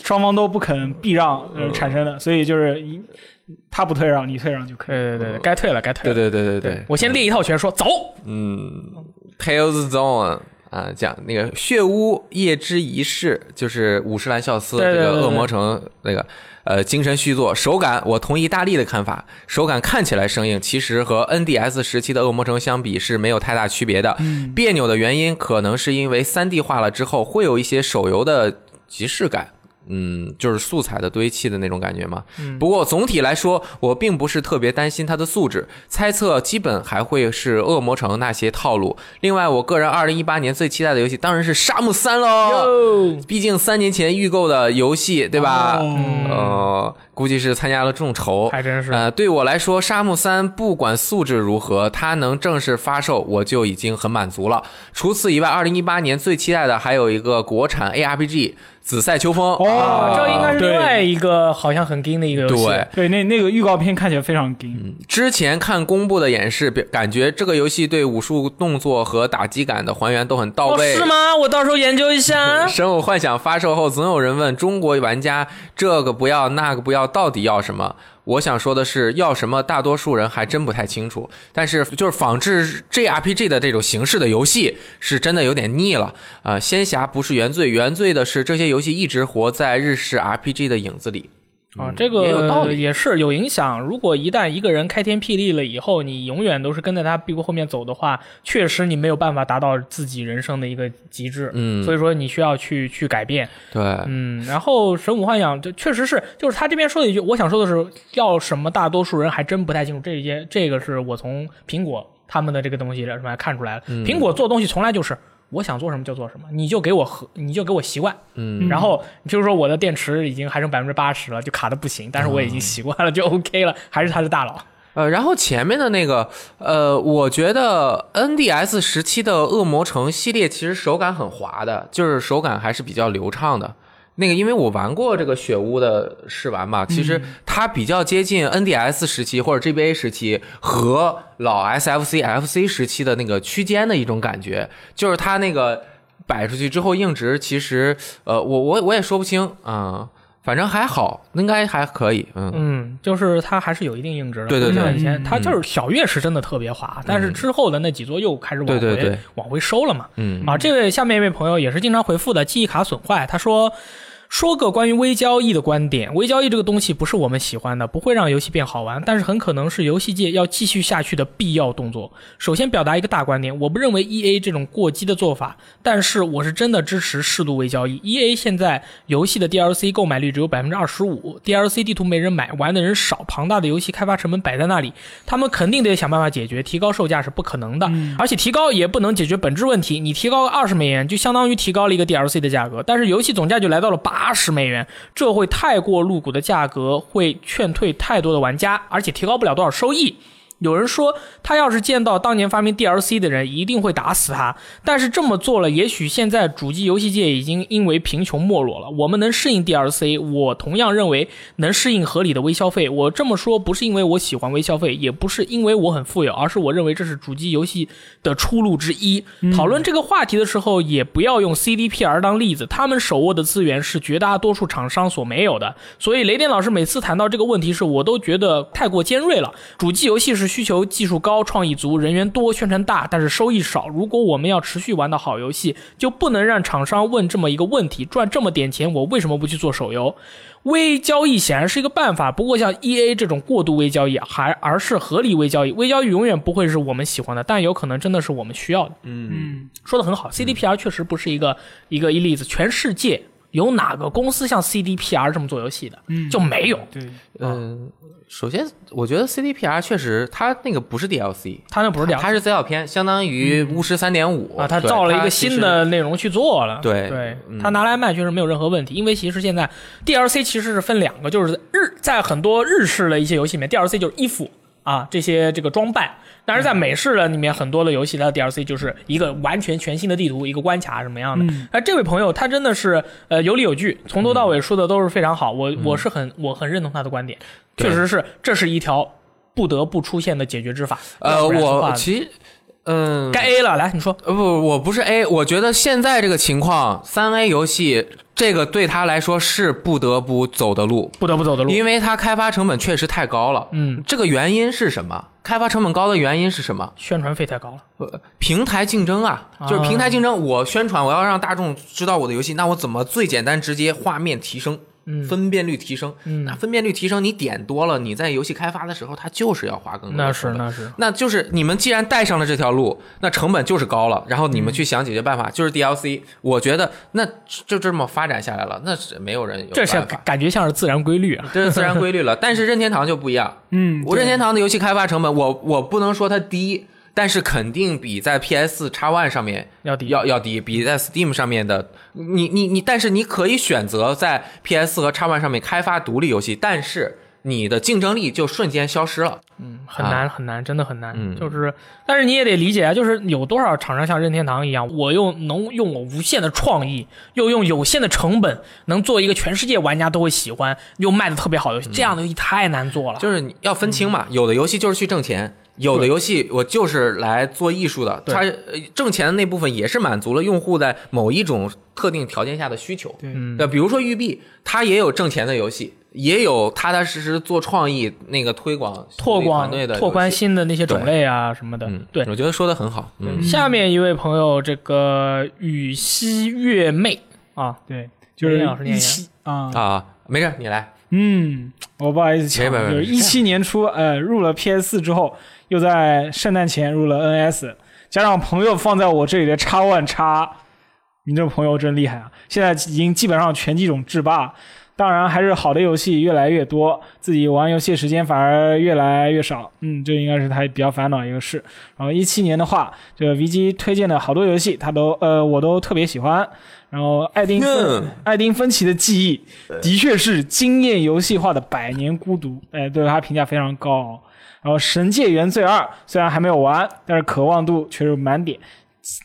[SPEAKER 3] 双方都不肯避让、呃、产生的，所以就是一他不退让，你退让就可以。
[SPEAKER 1] 对对对，该退了，该退
[SPEAKER 2] 对
[SPEAKER 1] 了。
[SPEAKER 2] 对对对对，
[SPEAKER 1] 我先列一套拳说走，
[SPEAKER 2] 嗯，Tales Zone 啊，讲那个血污夜之仪式，就是五十岚孝司
[SPEAKER 1] 对对
[SPEAKER 2] 这
[SPEAKER 1] 对
[SPEAKER 2] 个
[SPEAKER 1] 对
[SPEAKER 2] 恶魔城那个呃精神续作，手感我同意大力的看法，手感看起来生硬，其实和 NDS 时期的恶魔城相比是没有太大区别的。
[SPEAKER 1] 嗯
[SPEAKER 2] 别扭的原因可能是因为 3D 化了之后会有一些手游的即视感。嗯，就是素材的堆砌的那种感觉嘛。
[SPEAKER 1] 嗯
[SPEAKER 2] 不过总体来说，我并不是特别担心它的素质，猜测基本还会是恶魔城那些套路。另外，我个人二零一八年最期待的游戏当然是《沙漠三》喽，
[SPEAKER 1] 哦，
[SPEAKER 2] 毕竟三年前预购的游戏，对吧？
[SPEAKER 3] 哦
[SPEAKER 2] 呃，估计是参加了众筹。
[SPEAKER 1] 哦还真是。
[SPEAKER 2] 呃，对我来说，《沙漠三》不管素质如何，它能正式发售，我就已经很满足了。除此以外，二零一八年最期待的还有一个国产 ARPG《紫塞秋风》
[SPEAKER 3] 哦
[SPEAKER 2] 啊
[SPEAKER 1] 这应该是
[SPEAKER 3] 对
[SPEAKER 1] 另外一个好像很 gay 的一个游戏。
[SPEAKER 2] 对，
[SPEAKER 3] 对，那那个预告片看起来非常硬，
[SPEAKER 2] 之前看公布的演示，表感觉这个游戏对武术动作和打击感的还原都很到
[SPEAKER 1] 哦，
[SPEAKER 2] 位。
[SPEAKER 1] 是吗？我到时候研究一下。啊
[SPEAKER 2] 生物幻想发售后，总有人问中国玩家这个不要那个不要，到底要什么？我想说的是，要什么，大多数人还真不太清楚。但是，就是仿制 JRPG 的这种形式的游戏，是真的有点腻了。呃，仙侠不是原罪，原罪的是这些游戏一直活在日式 RPG 的影子里。
[SPEAKER 1] 啊
[SPEAKER 2] 嗯，
[SPEAKER 1] 这个
[SPEAKER 2] 也有道理。
[SPEAKER 1] 也是有影响。如果一旦一个人开天辟地了以后，你永远都是跟在他屁股后面走的话，确实你没有办法达到自己人生的一个极致。
[SPEAKER 2] 嗯
[SPEAKER 1] 所以说你需要去去改变。
[SPEAKER 2] 对，
[SPEAKER 1] 嗯，然后神武幻想就确实是，就是他这边说的一句，我想说的是，要什么大多数人还真不太清楚。这些这个是我从苹果他们的这个东西上面看出来了。
[SPEAKER 2] 嗯
[SPEAKER 1] 苹果做东西从来就是。我想做什么就做什么，你就给我和你就给我习惯，
[SPEAKER 2] 嗯，
[SPEAKER 1] 然后你就是说我的电池已经还剩百分之八十了，就卡的不行，但是我已经习惯了， 就 OK 了，还是他是大佬，
[SPEAKER 2] 呃，然后前面的那个，呃，我觉得 NDS 时期的《恶魔城》系列其实手感很滑的，就是手感还是比较流畅的。那个，因为我玩过这个雪屋的试玩嘛，其实它比较接近 NDS 时期或者 GBA 时期和老 SFC、FC 时期的那个区间的一种感觉，就是它那个摆出去之后硬直，其实呃，我我我也说不清啊、反正还好，应该还可以，嗯
[SPEAKER 1] 嗯，就是他还是有一定硬值的。
[SPEAKER 2] 对对嗯
[SPEAKER 1] 不像
[SPEAKER 3] 对
[SPEAKER 1] 以前
[SPEAKER 3] 嗯
[SPEAKER 1] 他就是小月是真的特别滑，但是之后的那几座又开始往回
[SPEAKER 2] 对对对
[SPEAKER 1] 往回收了嘛。
[SPEAKER 2] 嗯
[SPEAKER 1] 啊，这位下面一位朋友也是经常回复的记忆卡损坏，他说。说个关于微交易的观点，微交易这个东西不是我们喜欢的，不会让游戏变好玩，但是很可能是游戏界要继续下去的必要动作。首先表达一个大观点，我不认为 E A 这种过激的做法，但是我是真的支持适度微交易。E A 现在游戏的 D L C 购买率只有百分之二十五，D L C 地图没人买，玩的人少，庞大的游戏开发成本摆在那里，他们肯定得想办法解决，提高售价是不可能的，
[SPEAKER 3] 嗯
[SPEAKER 1] 而且提高也不能解决本质问题。你提高二十美元，就相当于提高了一个 DLC 的价格，但是游戏总价就来到了八十美元，这会太过露骨的价格会劝退太多的玩家，而且提高不了多少收益。有人说，他要是见到当年发明 DLC 的人，一定会打死他。但是这么做了，也许现在主机游戏界已经因为贫穷没落了。我们能适应 DLC，我同样认为能适应合理的微消费。我这么说不是因为我喜欢微消费，也不是因为我很富有，而是我认为这是主机游戏的出路之一。讨论这个话题的时候，也不要用 CDPR 当例子，他们手握的资源是绝大多数厂商所没有的。所以雷电老师每次谈到这个问题时，我都觉得太过尖锐了。主机游戏是需求技术高、创意足、人员多、宣传大，但是收益少。如果我们要持续玩到好游戏，就不能让厂商问这么一个问题：赚这么点钱，我为什么不去做手游？微交易显然是一个办法，不过像 E A 这种过度微交易，还而是合理微交易。微交易永远不会是我们喜欢的，但有可能真的是我们需要的。
[SPEAKER 3] 嗯，
[SPEAKER 1] 说的很好，CDPR 确实不是一个、一个一例子，全世界有哪个公司像 CDPR 这么做游戏的？就没有。
[SPEAKER 3] 嗯对，
[SPEAKER 2] 嗯，首先我觉得 CDPR 确实，它那个不是 DLC，
[SPEAKER 1] 他那不是两
[SPEAKER 2] 它是资料片，相当于巫师三点五
[SPEAKER 1] 啊，他造了一个新。的内容去做了。
[SPEAKER 2] 对
[SPEAKER 1] 对，
[SPEAKER 2] 嗯
[SPEAKER 1] 他拿来卖确实没有任何问题，因为其实现在 DLC 其实是分两个，就是日在很多日式的一些游戏里面，DLC 就是衣服。啊，这些这个装扮，但
[SPEAKER 2] 嗯
[SPEAKER 1] 是在美式的里面，很多的游戏它的 DLC 就是一个完全全新的地图，一个关卡什么样的。
[SPEAKER 2] 嗯
[SPEAKER 1] 那、这位朋友他真的是呃有理有据，从头到尾说的都是非常好，我我是很我很认同他的观点，确
[SPEAKER 2] 嗯对实
[SPEAKER 1] 实是这是一条不得不出现的解决之法。
[SPEAKER 2] 呃，
[SPEAKER 1] 要不然的
[SPEAKER 2] 我
[SPEAKER 1] 话
[SPEAKER 2] 其实，嗯，
[SPEAKER 1] 该 A 了，来你说，
[SPEAKER 2] 呃不，我不是 A，我觉得现在这个情况，三 A 游戏这个对他来说是不得不走的路，
[SPEAKER 1] 不得不走的路。
[SPEAKER 2] 因为它开发成本确实太高了。
[SPEAKER 1] 嗯，
[SPEAKER 2] 这个原因是什么？开发成本高的原因是什么？
[SPEAKER 1] 宣传费太高了。
[SPEAKER 2] 呃平台竞争啊，就是平台竞争。我宣传，我要让大众知道我的游戏，那我怎么最简单直接画面提升？
[SPEAKER 1] 嗯
[SPEAKER 2] 分辨率提升。那分辨率提升，你点多了，你在游戏开发的时候，它就是要花更多
[SPEAKER 1] 那
[SPEAKER 2] 的
[SPEAKER 1] 是
[SPEAKER 2] 成本。
[SPEAKER 1] 那是，
[SPEAKER 2] 那就是你们既然带上了这条路，那成本就是高了，然后你们去想解决办
[SPEAKER 1] 嗯
[SPEAKER 2] 法，就是 DLC。我觉得那就这么发展下来了，那是没有人有
[SPEAKER 1] 这是
[SPEAKER 2] 办法，嗯
[SPEAKER 1] 感觉像是自然规律啊。
[SPEAKER 2] 这是自然 规律了。但是任天堂就不一样，
[SPEAKER 3] 嗯，
[SPEAKER 2] 我任天堂的游戏开发成本，我我不能说它低，但是肯定比在 PS 叉 One 上面
[SPEAKER 1] 要低
[SPEAKER 2] 要要低，比在 Steam 上面的，你你你，但是你可以选择在 PS 和叉 One 上面开发独立游戏，但是你的竞争力就瞬间消失了。
[SPEAKER 1] 很难很难，真的很难。
[SPEAKER 2] 啊嗯
[SPEAKER 1] 就是，但是你也得理解啊，就是有多少厂商像任天堂一样，我用能用我无限的创意，又用有限的成本，能做一个全世界玩家都会喜欢又卖的特别好的游戏，这样的游戏太难做了。
[SPEAKER 2] 嗯就是你要分清嘛，有的游戏就是去挣钱，有的游戏我就是来做艺术的，
[SPEAKER 1] 对
[SPEAKER 2] 它呃挣钱的那部分也是满足了用户在某一种特定条件下的需求。
[SPEAKER 3] 对
[SPEAKER 1] 嗯
[SPEAKER 2] 呃对，比如说育碧，它也有挣钱的游戏，也有踏踏实实做创意那个推广
[SPEAKER 1] 拓广
[SPEAKER 2] 团队的游戏
[SPEAKER 1] 拓宽。新的那些种类啊什么的，
[SPEAKER 2] 嗯，
[SPEAKER 1] 对。
[SPEAKER 2] 我觉得说的很好。嗯，
[SPEAKER 1] 下面一位朋友，这个羽西月妹啊，
[SPEAKER 3] 对，就是
[SPEAKER 1] 念老师念
[SPEAKER 3] 一
[SPEAKER 1] 一
[SPEAKER 3] 七
[SPEAKER 1] 嗯
[SPEAKER 3] 啊，
[SPEAKER 2] 啊，没事，你来。
[SPEAKER 3] 嗯，我不好意思抢
[SPEAKER 2] 没
[SPEAKER 3] 了，
[SPEAKER 2] 没没
[SPEAKER 3] 就是
[SPEAKER 2] 没事
[SPEAKER 3] 一七年初，呃，入了 PS 四之后，又在圣诞前入了 NS，加上朋友放在我这里的 X One X，你这朋友真厉害啊！现在已经基本上全机种制霸，当然还是好的游戏越来越多，自己玩游戏时间反而越来越少。嗯，这应该是他比较烦恼一个事。然后一七年的话，这个 VG 推荐的好多游戏，他都呃我都特别喜欢。然后艾丁芬、
[SPEAKER 2] 嗯
[SPEAKER 3] 艾丁芬奇的记忆的确是惊艳游戏化的《百年孤独》，哎，对他评价非常高、哦。然后《神界原罪二》虽然还没有玩，但是渴望度却是满点。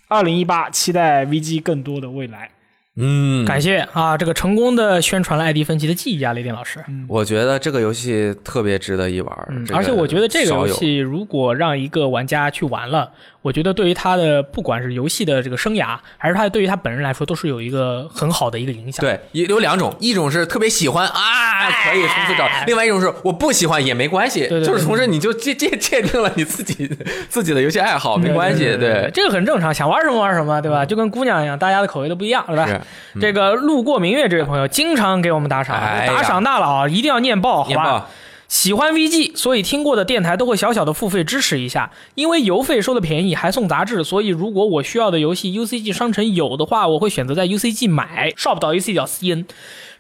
[SPEAKER 3] 二零一八，期待 VG 更多的未来。
[SPEAKER 2] 嗯，
[SPEAKER 1] 感谢啊，这个成功的宣传了艾迪芬奇的记忆啊，雷电老师。
[SPEAKER 2] 我觉得这个游戏特别值得一玩，
[SPEAKER 1] 嗯
[SPEAKER 2] 这，个
[SPEAKER 1] 而且我觉得这个
[SPEAKER 2] 少
[SPEAKER 1] 游
[SPEAKER 2] 有
[SPEAKER 1] 戏如果让一个玩家去玩了，我觉得对于他的不管是游戏的这个生涯，还是他对于他本人来说，都是有一个很好的一个影响。，
[SPEAKER 2] 对，也有两种，一种是特别喜欢啊，可以从此找；另外一种是我不喜欢也没关系，
[SPEAKER 1] 哎对对
[SPEAKER 2] 就是从这你就界界界定了你自己自己的游戏爱好，没关系。对，嗯
[SPEAKER 1] 这个很正常，想玩什么玩什么，对吧？就跟姑娘一样，大家的口味都不一样，对吧？
[SPEAKER 2] 是
[SPEAKER 1] 这个路过明月这位朋友经常给我们打赏，
[SPEAKER 2] 哎呀
[SPEAKER 1] 打赏大佬一定要念报，好
[SPEAKER 2] 年
[SPEAKER 1] 吧
[SPEAKER 2] 报？
[SPEAKER 1] 喜欢 VG，所以听过的电台都会小小的付费支持一下，因为邮费收的便宜，还送杂志，所以如果我需要的游戏 UCG 商城有的话，我会选择在 UCG 买，shop 到 UCG 点 cn。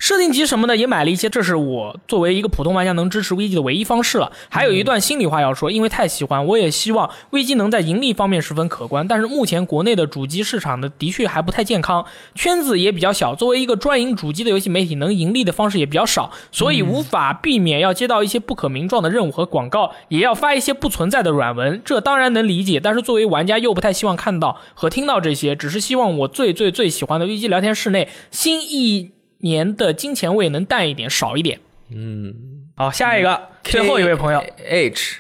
[SPEAKER 1] 设定集什么的也买了一些，这是我作为一个普通玩家能支持 VG 的唯一方式了。还有一段心里话要说，因为太喜欢，我也希望 VG 能在盈利方面十分可观。但是目前国内的主机市场的的确还不太健康，圈子也比较小。作为一个专营主机的游戏媒体，能盈利的方式也比较少，所以无法避免要接到一些不可名状的任务和广告，也要发一些不存在的软文。这当然能理解，但是作为玩家又不太希望看到和听到这些，只是希望我最最最喜欢的 VG 聊天室内新意。年的金钱味能淡一点，少一点。嗯，好，下一个，最后一位朋 友，
[SPEAKER 2] H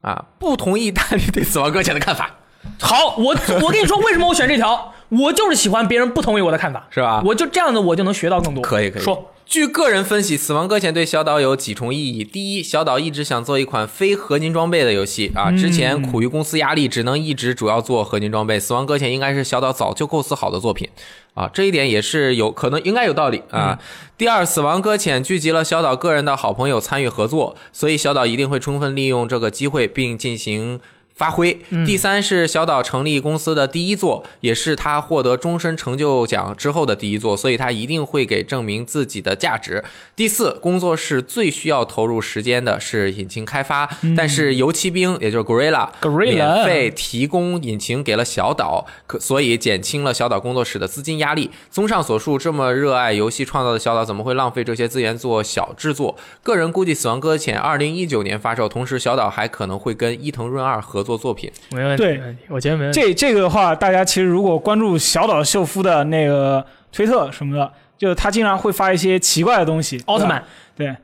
[SPEAKER 2] 啊，不同意大力对《死亡搁浅》的看法，
[SPEAKER 1] 好，我我跟你说，为什么我选这条？我就是喜欢别人不同意我的看法，
[SPEAKER 2] 是吧
[SPEAKER 1] 我就这样的，我就能学到更多。
[SPEAKER 2] 可以可以
[SPEAKER 1] 说，
[SPEAKER 2] 据个人分析，《死亡搁浅》对小岛有几重意义。第一，小岛一直想做一款非合金装备的游戏
[SPEAKER 1] 嗯
[SPEAKER 2] 啊，之前苦于公司压力，只能一直主要做合金装备。《死亡搁浅》应该是小岛早就构思好的作品啊，这一点也是有可能应该有道理
[SPEAKER 1] 嗯
[SPEAKER 2] 啊。第二，《死亡搁浅》聚集了小岛个人的好朋友参与合作，所以小岛一定会充分利用这个机会，并进行。发挥。第三是小岛成立公司的第一座，也是他获得终身成就奖之后的第一座，所以他一定会给证明自己的价值。第四，工作室最需要投入时间的是引擎开发，但是油漆兵也就是 Gorilla
[SPEAKER 1] Gorilla
[SPEAKER 2] 免费提供引擎给了小岛，可所以减轻了小岛工作室的资金压力。综上所述，这么热爱游戏创造的小岛怎么会浪费这些资源做小制作？个人估计《死亡搁浅》二零一九年发售，同时小岛还可能会跟伊藤润二合作作品。
[SPEAKER 1] 没问题，
[SPEAKER 3] 对
[SPEAKER 1] 没问题，我觉得没问题。
[SPEAKER 3] 这这个的话，大家其实如果关注小岛秀夫的那个推特什么的，就是他经常会发一些奇怪的东西。
[SPEAKER 1] 奥特曼，
[SPEAKER 3] 对，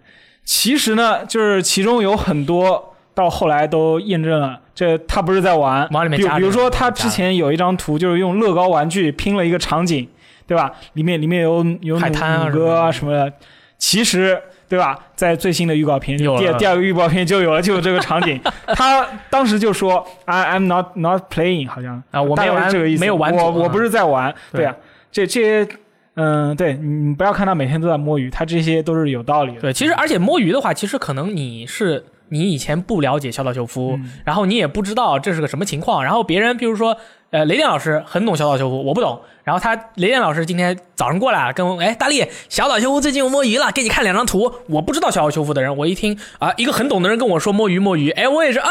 [SPEAKER 3] 其实呢，就是其中有很多到后来都验证了，这他不是在玩，
[SPEAKER 1] 往里面
[SPEAKER 3] 比如
[SPEAKER 1] 加
[SPEAKER 3] 比如
[SPEAKER 1] 这个
[SPEAKER 3] 说他之前有一张图，就是用乐高玩具拼了一个场景，对吧？里面里面有有
[SPEAKER 1] 海滩啊
[SPEAKER 3] 谷歌啊什么的，其实。对吧？在最新的预告片，第
[SPEAKER 1] 有了
[SPEAKER 3] 第二个预告片就有了，就有这个场 景。他当时就说：“I am not not playing，好像
[SPEAKER 1] 啊我没有
[SPEAKER 3] 大概是
[SPEAKER 1] 玩
[SPEAKER 3] 这个意思，
[SPEAKER 1] 没有玩
[SPEAKER 3] 我
[SPEAKER 1] 主
[SPEAKER 3] 我不是在玩，
[SPEAKER 1] 对
[SPEAKER 3] 对啊，这这些嗯，对你不要看他每天都在摸鱼，他这些都是有道理的。
[SPEAKER 1] 对，其实而且摸鱼的话，其实可能你是你以前不了解小岛秀夫，
[SPEAKER 3] 嗯
[SPEAKER 1] 然后你也不知道这是个什么情况，然后别人譬如说，呃，雷电老师很懂小岛秀夫，我不懂，然后他雷电老师今天早上过来了，跟我哎大力，小岛秀夫最近又摸鱼了，给你看两张图，我不知道小岛秀夫的人，我一听啊、一个很懂的人跟我说摸鱼摸鱼，哎，我也是啊，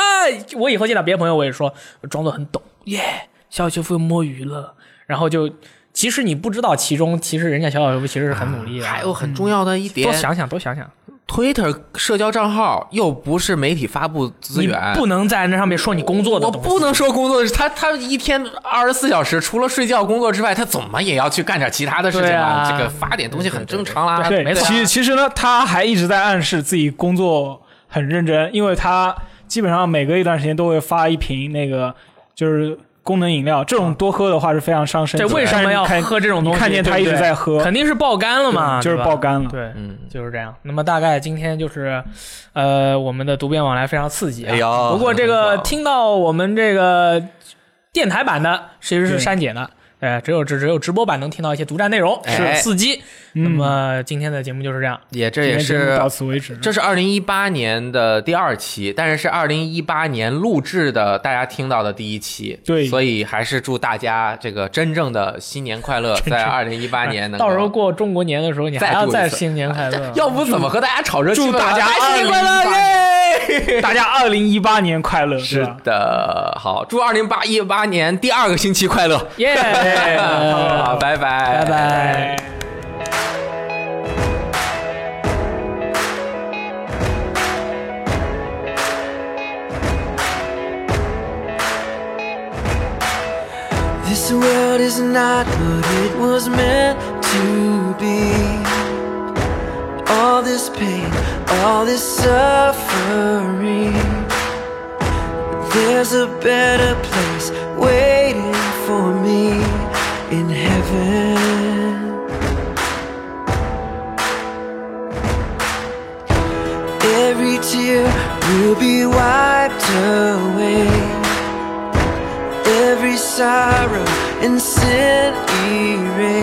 [SPEAKER 1] 我以后见到别的朋友我也说装作很懂，耶、小岛秀夫又摸鱼了，然后就。其实你不知道其中，其实人家小岛秀夫其实是很努力的。
[SPEAKER 2] 还有很重要的一点
[SPEAKER 1] 多想想，多想想，
[SPEAKER 2] ，Twitter 社交账号又不是媒体发布资
[SPEAKER 1] 你
[SPEAKER 2] 源，
[SPEAKER 1] 不能在那上面说你工作的
[SPEAKER 2] 我
[SPEAKER 1] 东西。
[SPEAKER 2] 不能说工作，他他一天二十四小时，除了睡觉、工作之外，他怎么也要去干点其他的事情
[SPEAKER 1] 对
[SPEAKER 2] 吧？
[SPEAKER 1] 啊
[SPEAKER 2] 这个发点东西很正常啦。
[SPEAKER 3] 对，
[SPEAKER 1] 没错啊
[SPEAKER 3] 其其实呢，他还一直在暗示自己工作很认真，因为他基本上每隔一段时间都会发一瓶那个就是功能饮料，这种多喝的话是非常伤身体
[SPEAKER 1] 对，
[SPEAKER 3] 的。
[SPEAKER 1] 啊为什么要
[SPEAKER 3] 但是你看
[SPEAKER 1] 喝这种东西？
[SPEAKER 3] 你看见他一直在喝
[SPEAKER 1] 对不对肯定是爆肝了嘛，
[SPEAKER 3] 就是
[SPEAKER 1] 对吧
[SPEAKER 3] 爆。肝了。
[SPEAKER 1] 对，
[SPEAKER 2] 嗯，
[SPEAKER 1] 就是这样。那么大概今天就是，呃，我们的读编往来非常刺激、啊。
[SPEAKER 2] 哎呦
[SPEAKER 1] 不过这个
[SPEAKER 2] 很棒
[SPEAKER 1] 听到我们这个电台版的其实是
[SPEAKER 3] 对
[SPEAKER 1] 删减的，呃，只有只只有直播版能听到一些独占内容，
[SPEAKER 2] 哎
[SPEAKER 1] 是刺激。
[SPEAKER 3] 嗯
[SPEAKER 1] 那么今天的节目就是这样。
[SPEAKER 2] 也这
[SPEAKER 3] 今
[SPEAKER 2] 也
[SPEAKER 3] 天节目
[SPEAKER 2] 是
[SPEAKER 3] 到此为止。
[SPEAKER 2] 这是二零一八年的第二期，但是是二零一八年录制的，大家听到的第一期。
[SPEAKER 3] 对
[SPEAKER 2] 所以还是祝大家这个真正的新年快乐，在二零一八年能够
[SPEAKER 1] 到时候过中国年的时候，你还
[SPEAKER 2] 再
[SPEAKER 1] 要
[SPEAKER 2] 录一
[SPEAKER 1] 再
[SPEAKER 2] 次
[SPEAKER 1] 新年快 乐。
[SPEAKER 2] 要不怎么和大家炒热气氛啊？
[SPEAKER 3] 祝大家
[SPEAKER 2] 哎新年快乐耶！
[SPEAKER 3] 大家二零一八年快乐，对
[SPEAKER 2] 是
[SPEAKER 3] 吧？啊
[SPEAKER 2] 的，好，祝二零八一八年第二个星期快乐。
[SPEAKER 1] 耶，
[SPEAKER 2] 好，拜
[SPEAKER 1] 拜
[SPEAKER 2] 拜，
[SPEAKER 1] 拜。
[SPEAKER 3] 哎。
[SPEAKER 4] This world is not what it was meant to be. All this pain, all this suffering. There's a better place waiting for me in heaven. Every tear will be wiped away every sorrow and sin erased. Oh, Oh.